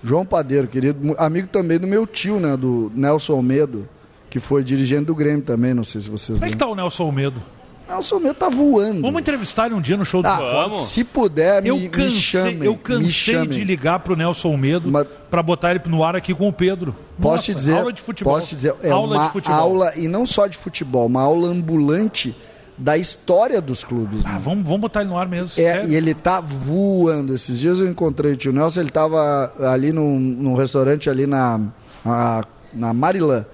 S4: João Padeiro, querido, mu- amigo também do meu tio, né? Do Nelson Almedo, que foi dirigente do Grêmio também, não sei se vocês
S2: Como é que
S4: lembram.
S2: tá o Nelson Almedo?
S4: Nelson Almedo tá voando.
S2: Vamos entrevistar ele um dia no show do
S4: Ah,
S2: Esporte?
S4: vamos. se puder, me-
S2: eu
S4: me
S2: cansei,
S4: chamem,
S2: Eu
S4: me
S2: cansei
S4: chamem.
S2: de ligar pro Nelson Almedo pra botar ele no ar aqui com o Pedro.
S4: Posso
S2: Nossa,
S4: te dizer,
S2: Aula de futebol.
S4: posso te dizer, é
S2: aula
S4: uma
S2: de futebol.
S4: aula e não só de futebol, uma aula ambulante da história dos clubes. né?
S2: Ah, Vamos, vamos botar ele no ar mesmo.
S4: É, e ele tá voando. Esses dias eu encontrei o tio Nelson, ele tava ali num, num restaurante ali na, na, na Marilã.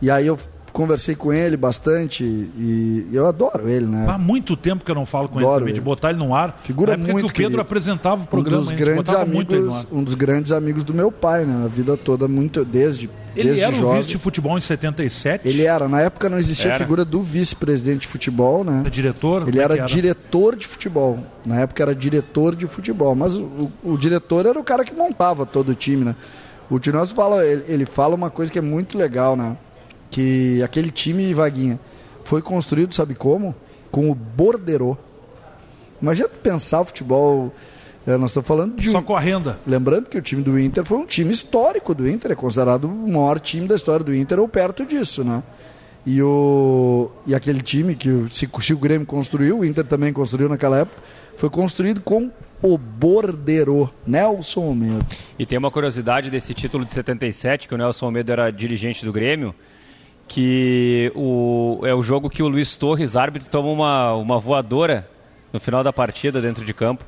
S4: E aí eu conversei com ele bastante e eu adoro ele, né?
S2: Há muito tempo que eu não falo com
S4: Adoro
S2: ele, também, de
S4: ele.
S2: botar ele no ar.
S4: Figura
S2: Na época
S4: muito
S2: que o Pedro
S4: querido.
S2: apresentava o programa,
S4: um dos
S2: a gente
S4: grandes
S2: botava muito ele no
S4: amigos,
S2: ar.
S4: um dos grandes amigos do meu pai, né? A vida toda muito desde
S2: Ele
S4: desde
S2: era o
S4: jovem.
S2: vice de futebol em 77.
S4: Ele era, na época não existia
S2: Era.
S4: a figura do vice-presidente de futebol, né?
S2: Diretor?
S4: Ele
S2: Como é
S4: era,
S2: que era?
S4: diretor de futebol. Na época era diretor de futebol, mas o, o- o diretor era o cara que montava todo o time, né? O Tinosso fala, ele, ele fala uma coisa que é muito legal, né? Que aquele time Vaguinha foi construído, sabe como? Com o borderô. Imagina tu pensar o futebol. eh, Nós estamos falando de. Só
S2: com a renda.
S4: Lembrando que o time do Inter foi um time histórico do Inter, é considerado o maior time da história do Inter ou perto disso, né? E, o, e aquele time que o, se, se o Grêmio construiu, o Inter também construiu naquela época, foi construído com o Borderô, Nelson Almeida.
S3: E tem uma curiosidade desse título de 77, que o Nelson Almeida era dirigente do Grêmio, que o, é o jogo que o Luiz Torres, árbitro, toma uma, uma voadora no final da partida dentro de campo.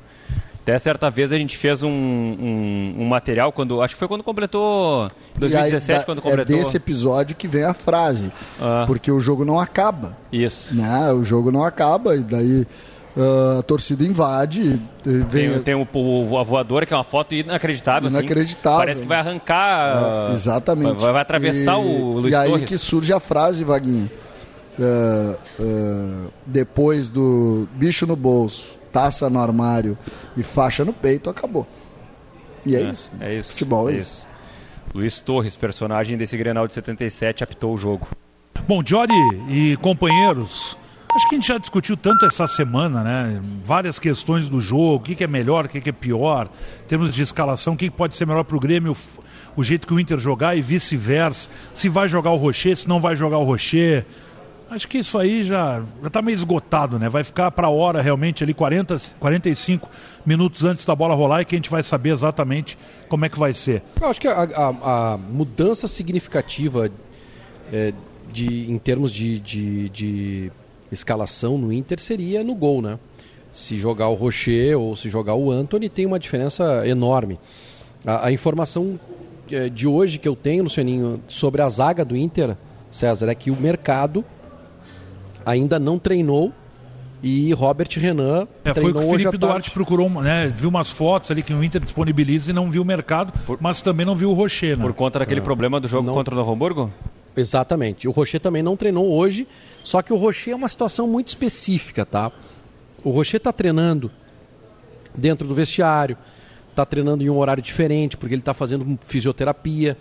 S3: Até certa vez a gente fez um, um- um material, quando acho que foi quando completou
S4: E
S3: 2017,
S4: aí, da-
S3: quando completou. Ah.
S4: É desse episódio que vem a frase, porque o jogo não acaba.
S3: Isso.
S4: Né? O jogo não acaba, e daí ah, a torcida invade, e- e vem,
S3: Tem, tem o, o, a voadora, que é uma foto inacreditável. assim.
S4: Inacreditável.
S3: Parece que vai arrancar.
S4: É, exatamente.
S3: Vai, vai atravessar
S4: E-
S3: o Luiz
S4: E aí
S3: Torres.
S4: que surge a frase, Vaguinho. É, é, depois do bicho no bolso, taça no armário e faixa no peito, acabou. E é, isso.
S3: É isso.
S4: Futebol é
S3: isso. Luiz Torres, personagem desse Grenal de 77, apitou o jogo.
S2: Bom, Jory e companheiros, acho que a gente já discutiu tanto essa semana, né? Várias questões do jogo, o que, que é melhor, o que, que é pior, em termos de escalação, o que, que pode ser melhor para o Grêmio, o jeito que o Inter jogar e vice-versa, se vai jogar o Rocher, se não vai jogar o Rocher. Acho que isso aí já está meio esgotado, né? Vai ficar para a hora realmente ali 40, 45 minutos antes da bola rolar e que a gente vai saber exatamente como é que vai ser.
S7: Eu acho que a, a- a mudança significativa é, de, em termos de, de- de escalação no Inter seria no gol, né? Se jogar o Rocher ou se jogar o Anthony tem uma diferença enorme. A, a informação é, de hoje que eu tenho, Lucianinho, sobre a zaga do Inter, César, é que o mercado ainda não treinou e Robert Renan
S2: É, foi o que
S7: treinou tá.
S2: o
S7: hoje à
S2: Felipe
S7: tarde.
S2: Duarte procurou, né? Viu umas fotos ali que o Inter disponibiliza e não viu o mercado, mas também não viu o Rocher, né?
S3: Por conta daquele
S7: É.
S3: problema do jogo contra o Novo Hamburgo?
S7: Exatamente. O Rocher também não treinou hoje, só que o Rocher é uma situação muito específica, tá? O Rocher está treinando dentro do vestiário, está treinando em um horário diferente, porque ele está fazendo fisioterapia,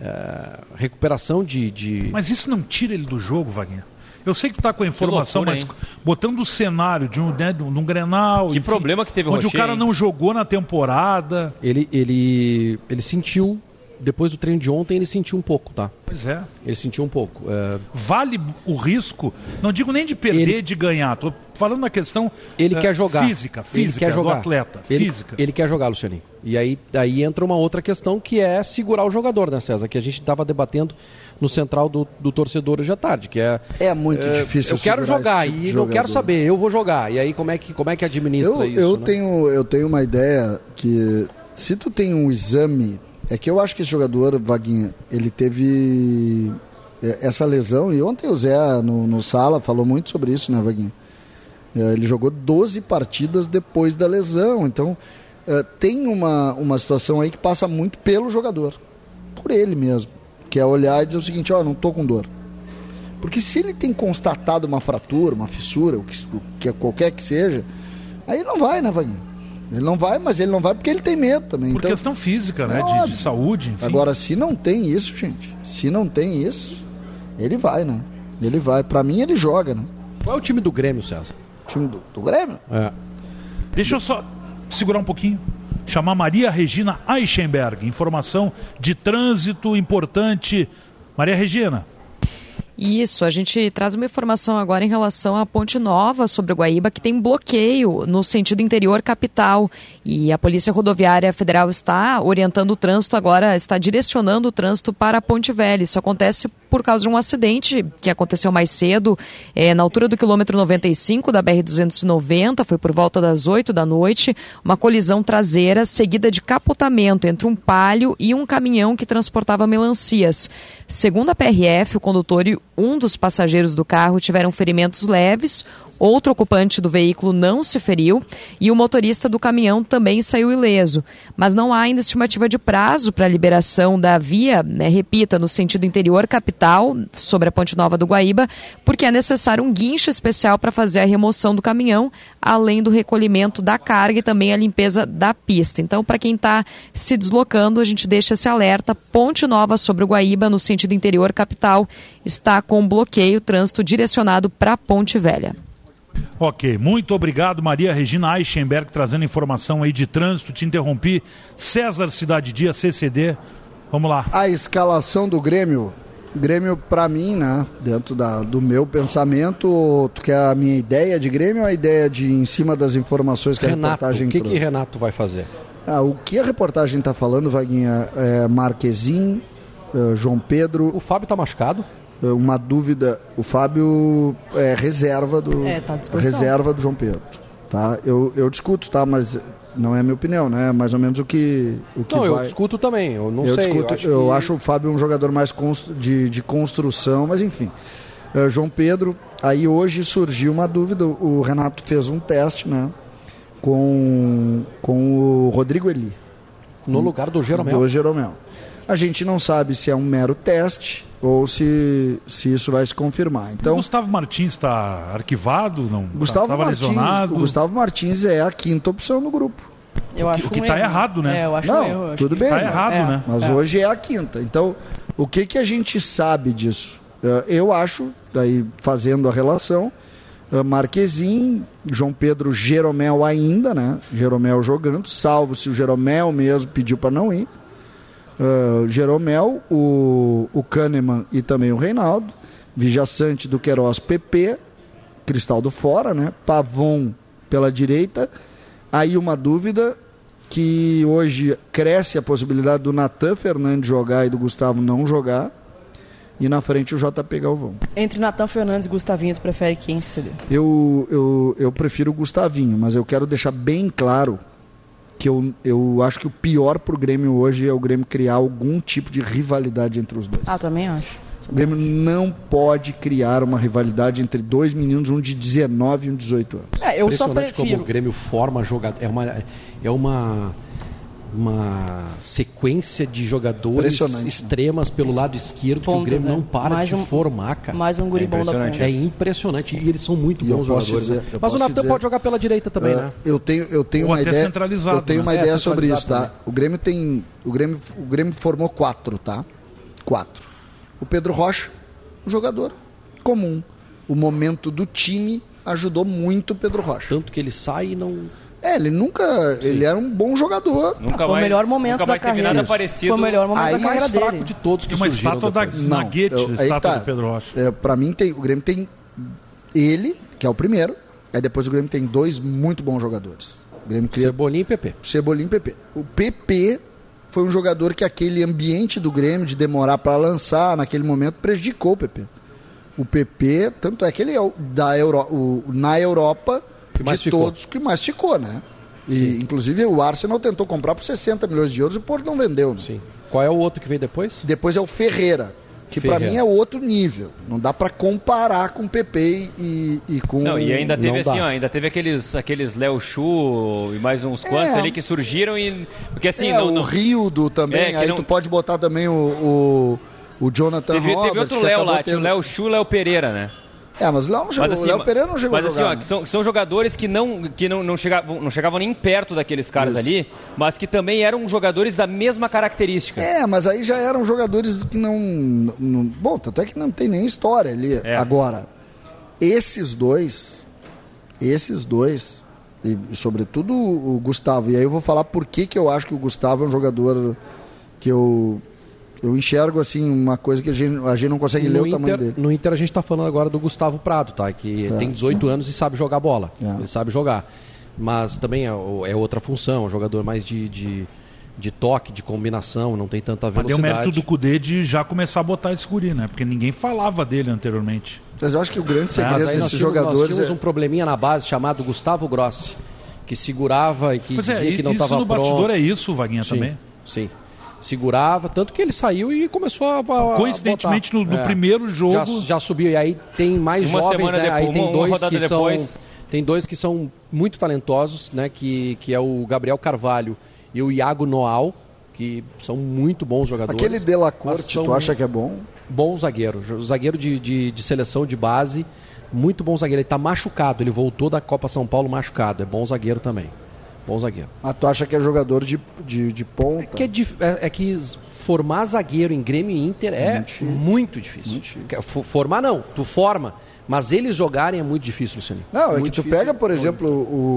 S7: eh, recuperação de, de...
S2: Mas isso não tira ele do jogo, Wagner. Eu sei que tu tá com a informação,
S7: loucura,
S2: mas botando o cenário de um, né, de um, de um Grenal...
S7: Que problema que teve o
S2: Onde o
S7: Rocher,
S2: cara
S7: hein?
S2: não jogou na temporada...
S7: Ele, ele, ele sentiu depois do treino de ontem ele sentiu um pouco, tá?
S2: Pois é.
S7: Ele sentiu um pouco. é,
S2: Vale o risco, não digo nem de perder, de ganhar. Tô falando na questão
S7: Ele
S2: eh,
S7: quer jogar.
S2: física, física é
S7: ele quer jogar.
S2: do atleta,
S7: Ele-
S2: física.
S7: Ele quer jogar, Lucianinho. E aí, aí entra uma outra questão que é segurar o jogador, né, César? Que a gente estava debatendo no central do, do torcedor hoje à tarde, que é...
S4: É muito
S7: eh,
S4: difícil
S7: Eu quero
S4: segurar
S7: jogar
S4: esse tipo de
S7: e não quero
S4: jogador.
S7: saber, eu vou jogar. E aí como é que, como é que administra
S4: eu,
S7: isso,
S4: eu
S7: né?
S4: tenho eu tenho uma ideia que se tu tem um exame é que eu acho que esse jogador Vaguinha ele teve é, essa lesão e ontem o Zé no, no sala falou muito sobre isso né Vaguinha É, ele jogou 12 partidas depois da lesão então é, tem uma uma situação aí que passa muito pelo jogador por ele mesmo que é olhar e dizer o seguinte ó não tô com dor porque se ele tem constatado uma fratura, uma fissura, o que, o que- qualquer que seja, aí ele não vai, né, Vaguinho? Ele não vai, mas ele não vai porque ele tem medo também.
S2: Por
S4: então,
S2: questão física, né?
S4: É
S2: de- De,
S4: óbvio.
S2: saúde, enfim.
S4: Agora, se não tem isso, gente, se não tem isso, ele vai, né? Ele vai. Pra mim, ele joga, né?
S7: Qual é o time do Grêmio, César?
S4: Time do, do Grêmio?
S7: É.
S2: Deixa eu só segurar um pouquinho. Chamar Maria Regina Eichenberg. Informação de trânsito importante. Maria Regina.
S16: Isso, a gente traz uma informação agora em relação à Ponte Nova sobre o Guaíba, que tem bloqueio no sentido interior capital. E a Polícia Rodoviária Federal está orientando o trânsito agora, está direcionando o trânsito para a Ponte Velha. Isso acontece por causa de um acidente que aconteceu mais cedo, eh, na altura do quilômetro 95 da BR-290, foi por volta das 8 da noite, uma colisão traseira seguida de capotamento entre um palio e um caminhão que transportava melancias. Segundo a PRF, o condutor e um dos passageiros do carro tiveram ferimentos leves, outro ocupante do veículo não se feriu e o motorista do caminhão também saiu ileso. Mas não há ainda estimativa de prazo para a liberação da via, né, repito, é no sentido interior capital, sobre a Ponte Nova do Guaíba, porque é necessário um guincho especial para fazer a remoção do caminhão, além do recolhimento da carga e também a limpeza da pista. Então, para quem está se deslocando, a gente deixa esse alerta. Ponte Nova sobre o Guaíba, no sentido interior capital, está com bloqueio, trânsito direcionado para Ponte Velha.
S2: Ok, muito obrigado, Maria Regina Eichenberg, trazendo informação aí de trânsito. Te interrompi. César Cidade Dia, CCD. Vamos lá.
S4: A escalação do Grêmio. O Grêmio, pra mim, né? Dentro da, do meu pensamento, tu quer a minha ideia de Grêmio ou a ideia de em cima das informações que a
S7: Renato,
S4: reportagem
S7: o que, que
S4: trouxe?
S7: Renato vai fazer?
S4: Ah, o que a reportagem está falando, Vaguinha? É Marquezin, é, João Pedro. O
S7: Fábio está machucado?
S4: Uma dúvida. O Fábio é reserva do.
S5: É, tá à disposição.
S4: reserva do João Pedro. Tá? Eu, eu discuto, tá? Mas não é a minha opinião, né? É mais ou menos o que. O que
S7: não, eu
S4: vai-
S7: discuto também, eu não sei.
S4: discuto, eu, acho,
S7: que-
S4: o Fábio um jogador mais constru- de, de construção, mas enfim. Eh, João Pedro, aí hoje surgiu uma dúvida, o Renato fez um teste, né? Com, com o Rodrigo Eli.
S7: No lugar do Jeromel.
S4: Do Jeromel. A gente não sabe se é um mero teste ou se, se isso vai se confirmar. Então,
S2: o Gustavo Martins está arquivado? Não, Tá-
S4: Gustavo
S2: tava
S4: Martins,
S2: lesionado.
S4: o Gustavo Martins é a quinta opção no grupo.
S5: Eu acho
S2: o que
S5: um
S2: tá
S5: erro.
S2: errado, né?
S5: É, eu acho
S4: não,
S5: um erro, eu acho
S4: tudo
S5: que
S4: bem.
S5: tá
S4: né?
S5: errado, É, né?
S4: Mas
S5: é.
S4: hoje é a quinta. Então, o que, que a gente sabe disso? Eh, Eu acho, daí fazendo a relação, eh, Marquezin, João Pedro Jeromel ainda, né? Jeromel jogando, salvo se o Jeromel mesmo pediu para não ir. Eh, Jeromel, o, o Kahneman e também o Reinaldo. Vijaçante do Queiroz, PP. Cristaldo fora, né? Pavon pela direita. Aí uma dúvida que hoje cresce a possibilidade do Natan Fernandes jogar e do Gustavo não jogar. E na frente o JP Galvão.
S5: Entre Natan Fernandes e Gustavinho, tu prefere quem se
S4: Eu, eu, eu prefiro o Gustavinho, mas eu quero deixar bem claro que eu, eu acho que o pior pro Grêmio hoje é o Grêmio criar algum tipo de rivalidade entre os dois.
S5: Ah, também acho.
S4: O Grêmio não pode criar uma rivalidade entre dois meninos, um de 19 e um de 18 anos.
S5: É, eu só
S7: Impressionante
S5: prefiro.
S7: como o Grêmio forma jogador. É uma, é uma, uma sequência de jogadores
S4: Impressionante, né?
S7: extremas pelo lado esquerdo que o
S4: Pontas,
S7: Grêmio
S4: né?
S7: não para
S4: Mais
S7: de
S4: um-
S7: formar, cara.
S5: mais um guribão da
S7: impressionante
S5: ponta.
S7: É impressionante. E eles são muito
S4: E eu
S7: bons
S4: posso
S7: jogadores.
S4: dizer-
S7: né?
S4: eu
S7: Mas
S4: posso
S7: o Natan
S4: dizer-
S7: pode jogar pela direita também,
S4: Ah,
S7: né?
S4: Eu tenho, eu tenho
S7: Ou
S4: uma
S7: até
S4: ideia.
S7: centralizado,
S4: Eu tenho uma
S7: né? É,
S4: ideia sobre isso, tá?
S7: centralizado,
S4: O Grêmio tem, o Grêmio, o Grêmio formou quatro, tá? Quatro. O Pedro Rocha, um jogador comum. O momento do time ajudou muito o Pedro Rocha.
S7: Tanto que ele sai e não.
S4: É, ele nunca. Ele era um bom jogador.
S3: Nunca Tá, Foi o mais- melhor momento nunca da mais teve carreira. nada parecido. Foi o melhor momento
S4: Aí
S3: da carreira
S4: mais fraco
S3: dele.
S4: de todos que
S2: E uma
S4: surgiram
S2: estátua da-
S4: depois.
S2: na
S4: Não,
S2: Goethe,
S4: eu- aí
S2: estátua
S4: tá.
S2: do Pedro Rocha.
S4: É, pra mim, tem, o Grêmio tem ele, que é o primeiro. Aí depois o Grêmio tem dois muito bons jogadores. O Grêmio cria...
S7: Cebolinha e PP.
S4: Cebolinha e PP. O PP foi um jogador que aquele ambiente do Grêmio de demorar pra lançar naquele momento prejudicou o PP. O PP, tanto é que ele é o, da Euro, o- na Europa
S7: mais
S4: de
S7: ficou.
S4: todos que mais ficou, né? E, inclusive o Arsenal tentou comprar por 60 milhões de euros e o Porto não vendeu. Né? Sim.
S7: Qual é o outro que veio depois?
S4: Depois é o Ferreira, que pra
S7: Ferreira.
S4: mim é outro nível. Não dá pra comparar com o PP e, e com
S3: Não, e ainda teve
S4: Hum, Não dá.
S3: assim, ó, ainda teve aqueles, aqueles Léo Chu e mais uns quantos
S4: É.
S3: ali que surgiram e. Porque assim,
S4: é,
S3: não,
S4: o
S3: não-
S4: Rildo também,
S3: É, que
S4: aí
S3: não-
S4: tu pode botar também o, o, o Jonathan
S3: Teve, teve
S4: Roberts,
S3: outro
S4: que
S3: Léo
S4: acabou
S3: lá, tinha o
S4: tendo-
S3: Léo Chu e o Léo Pereira, né?
S4: É, mas o Léo, não chegou, o Léo Pereira não chegou
S3: mas
S4: a
S3: assim,
S4: jogar.
S3: ó,
S4: né?
S3: que são, que são jogadores que, não, que não, não, chegavam, não chegavam nem perto daqueles caras
S4: Isso.
S3: ali, mas que também eram jogadores da mesma característica.
S4: É, mas aí já eram jogadores que não, não- Bom, tanto é que não tem nem história ali. Agora, esses dois, esses dois, e, e sobretudo o Gustavo, e aí eu vou falar por que, que eu acho que o Gustavo é um jogador que eu. Eu enxergo assim uma coisa que a gente, a gente não consegue ler
S7: no
S4: o tamanho
S7: Inter,
S4: dele.
S7: no Inter a gente está falando agora do Gustavo Prado, tá? Que
S4: Tá.
S7: tem 18 anos e sabe jogar bola.
S4: É.
S7: Ele sabe jogar. Mas também é, o- é outra função, é um jogador mais de, de, de toque, de combinação, não tem tanta
S2: Mas deu
S7: velocidade.
S2: mérito do Cudê de já começar a botar esse guri, né? Porque ninguém falava dele anteriormente.
S4: Mas eu acho que o grande
S7: Mas aí nós tínhamos- Nós
S4: é-
S7: tínhamos um probleminha na base chamado Gustavo Grossi, que segurava e que
S2: Pois é,
S7: dizia que não
S2: isso
S7: estava
S2: no
S7: pronto.
S2: bastidor é isso, Vaguinha,
S7: sim,
S2: também.
S7: Sim. Segurava, tanto que ele saiu e começou a. a- a
S2: Coincidentemente,
S7: botar. É.
S2: no- no primeiro jogo-
S7: Já, já subiu. E aí tem mais
S3: Uma
S7: jovens,
S3: semana
S7: né? aí
S3: depois-
S7: tem
S3: uma- uma
S7: dois
S3: rodada
S7: que são.
S3: depois.
S7: Tem dois que são muito talentosos, né? Que, que é o Gabriel Carvalho e o Iago Noal, que são muito bons jogadores.
S4: Aquele De La
S7: mas
S4: Corte,
S7: são-
S4: tu acha que é bom?
S7: Bom zagueiro, jo- zagueiro de, de, de seleção de base, muito bom zagueiro. Ele tá machucado, ele voltou da Copa São Paulo machucado. É bom zagueiro também. Bom zagueiro.
S4: Mas tu acha que é jogador de, de, de ponta?
S7: Que é, dif- é- é que s- formar zagueiro em Grêmio e Inter é muito difícil. Que- fo- Formar não, tu forma. Mas eles jogarem é muito difícil, Luciano.
S4: Não, é
S7: muito
S4: que tu
S7: difícil.
S4: pega, por exemplo,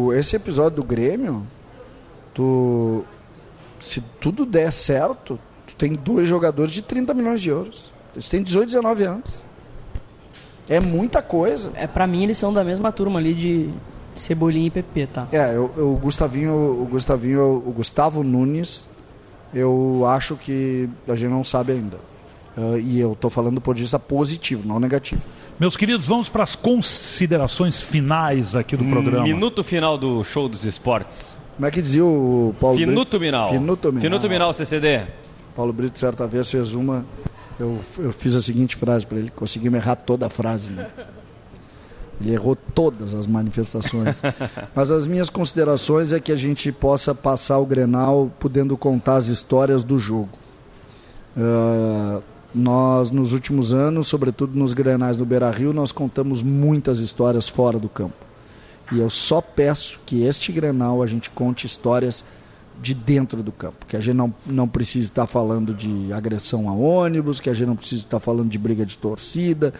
S4: o, esse episódio do Grêmio, tu. Se tudo der certo, tu tem dois jogadores de 30 milhões de euros. Eles têm 18, 19 anos. É muita coisa.
S5: É, pra mim, eles são da mesma turma ali de Cebolinha e PP, tá?
S4: É, eu, eu- o Gustavinho, o Gustavinho, o Gustavo Nunes, eu acho que a gente não sabe ainda. Ah, e eu tô falando do ponto de vista positivo, não negativo.
S2: Meus queridos, vamos para as considerações finais aqui
S3: Hum,
S2: do programa.
S3: Minuto final do show dos esportes.
S4: Como é que dizia o Paulo
S3: Finuto
S4: Brito?
S3: Minal.
S4: Finuto Minal.
S3: Finuto Minal, CCD.
S4: Paulo Brito, certa vez, fez uma. Eu, eu fiz a seguinte frase para ele, conseguimos errar toda a frase. né? Ele errou todas as manifestações. Mas as minhas considerações é que a gente possa passar o Grenal podendo contar as histórias do jogo. Ah, nós, nos últimos anos, sobretudo nos Grenais no Beira Rio, nós contamos muitas histórias fora do campo. E eu só peço que este Grenal a gente conte histórias de dentro do campo, que a gente não, não precisa estar falando de agressão a ônibus, que a gente não precisa estar falando de briga de torcida,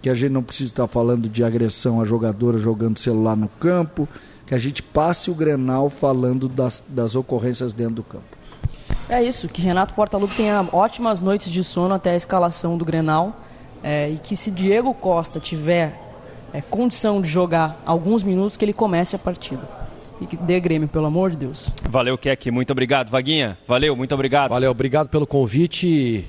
S4: que a gente não precisa estar falando de agressão a jogadora jogando celular no campo, que a gente passe o Grenal falando das, das ocorrências dentro do campo.
S5: É isso, que Renato Portaluppi tenha ótimas noites de sono até a escalação do Grenal é, e que se Diego Costa tiver é, condição de jogar alguns minutos, que ele comece a partida. E que dê Grêmio, pelo amor de Deus.
S3: Valeu, Keck. Muito obrigado. Vaguinha, valeu, muito obrigado.
S7: Valeu, obrigado pelo convite e-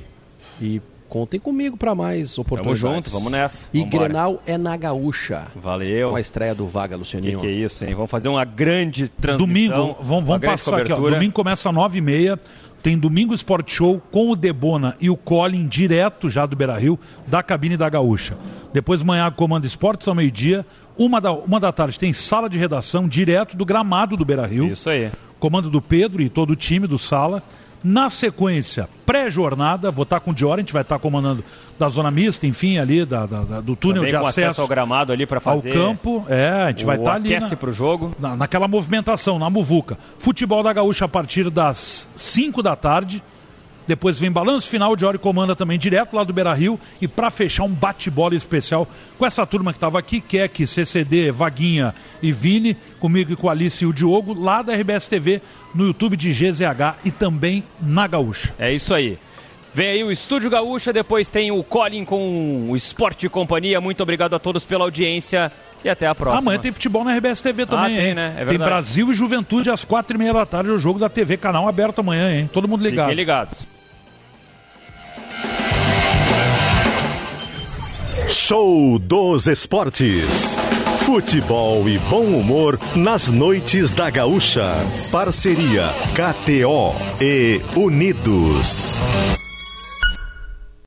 S7: e contem comigo para mais oportunidades.
S3: junto, vamos nessa,
S7: E
S3: vambora.
S7: Grenal é na Gaúcha.
S3: Valeu.
S7: Com a estreia do Vaga, Lucianinho.
S3: Que que é isso, hein? Vamos fazer uma grande transmissão.
S2: Domingo, vamos,
S3: uma
S2: vamos
S3: grande
S2: passar aqui. Ó,
S3: cobertura.
S2: domingo começa às 9h30. Tem Domingo Sport Show com o Debona e o Colin direto já do Beira Rio, da cabine da Gaúcha. Depois, manhã, Comando Esportes ao meio-dia. Uma da, uma da tarde tem sala de redação direto do gramado do Beira Rio.
S3: Isso aí.
S2: Comando do Pedro e todo o time do Sala. Na sequência, pré-jornada, vou estar com o Dior, a gente vai estar comandando da zona mista, enfim, ali da, da- da- do túnel
S3: Também
S2: de
S3: com acesso, ao gramado ali para fazer.
S2: ao campo. É, a gente vai
S3: o
S2: estar ali. né?
S3: aquece
S2: na-
S3: pro jogo.
S2: na- naquela movimentação, na muvuca. Futebol da Gaúcha a partir das 5 da tarde. Depois vem balanço final, de hora e comanda também direto lá do Beira Rio. E para fechar, um bate-bola especial com essa turma que estava aqui, que é que CCD, Vaguinha e Vini, comigo e com a Alice e o Diogo, lá da RBS TV, no YouTube de GZH e também na Gaúcha.
S3: É isso aí. Vem aí o Estúdio Gaúcha, depois tem o Colin com o Esporte e Companhia. Muito obrigado a todos pela audiência e até a próxima.
S2: Amanhã tem futebol na RBS TV também,
S3: Ah, tem,
S2: hein?
S3: né? É
S2: tem
S3: verdade.
S2: Brasil e Juventude às quatro e meia da tarde, o jogo da TV Canal aberto amanhã, hein? Todo mundo ligado.
S3: Fiquem ligados.
S1: Show dos Esportes. Futebol e bom humor nas noites da Gaúcha. Parceria KTO e Unidos.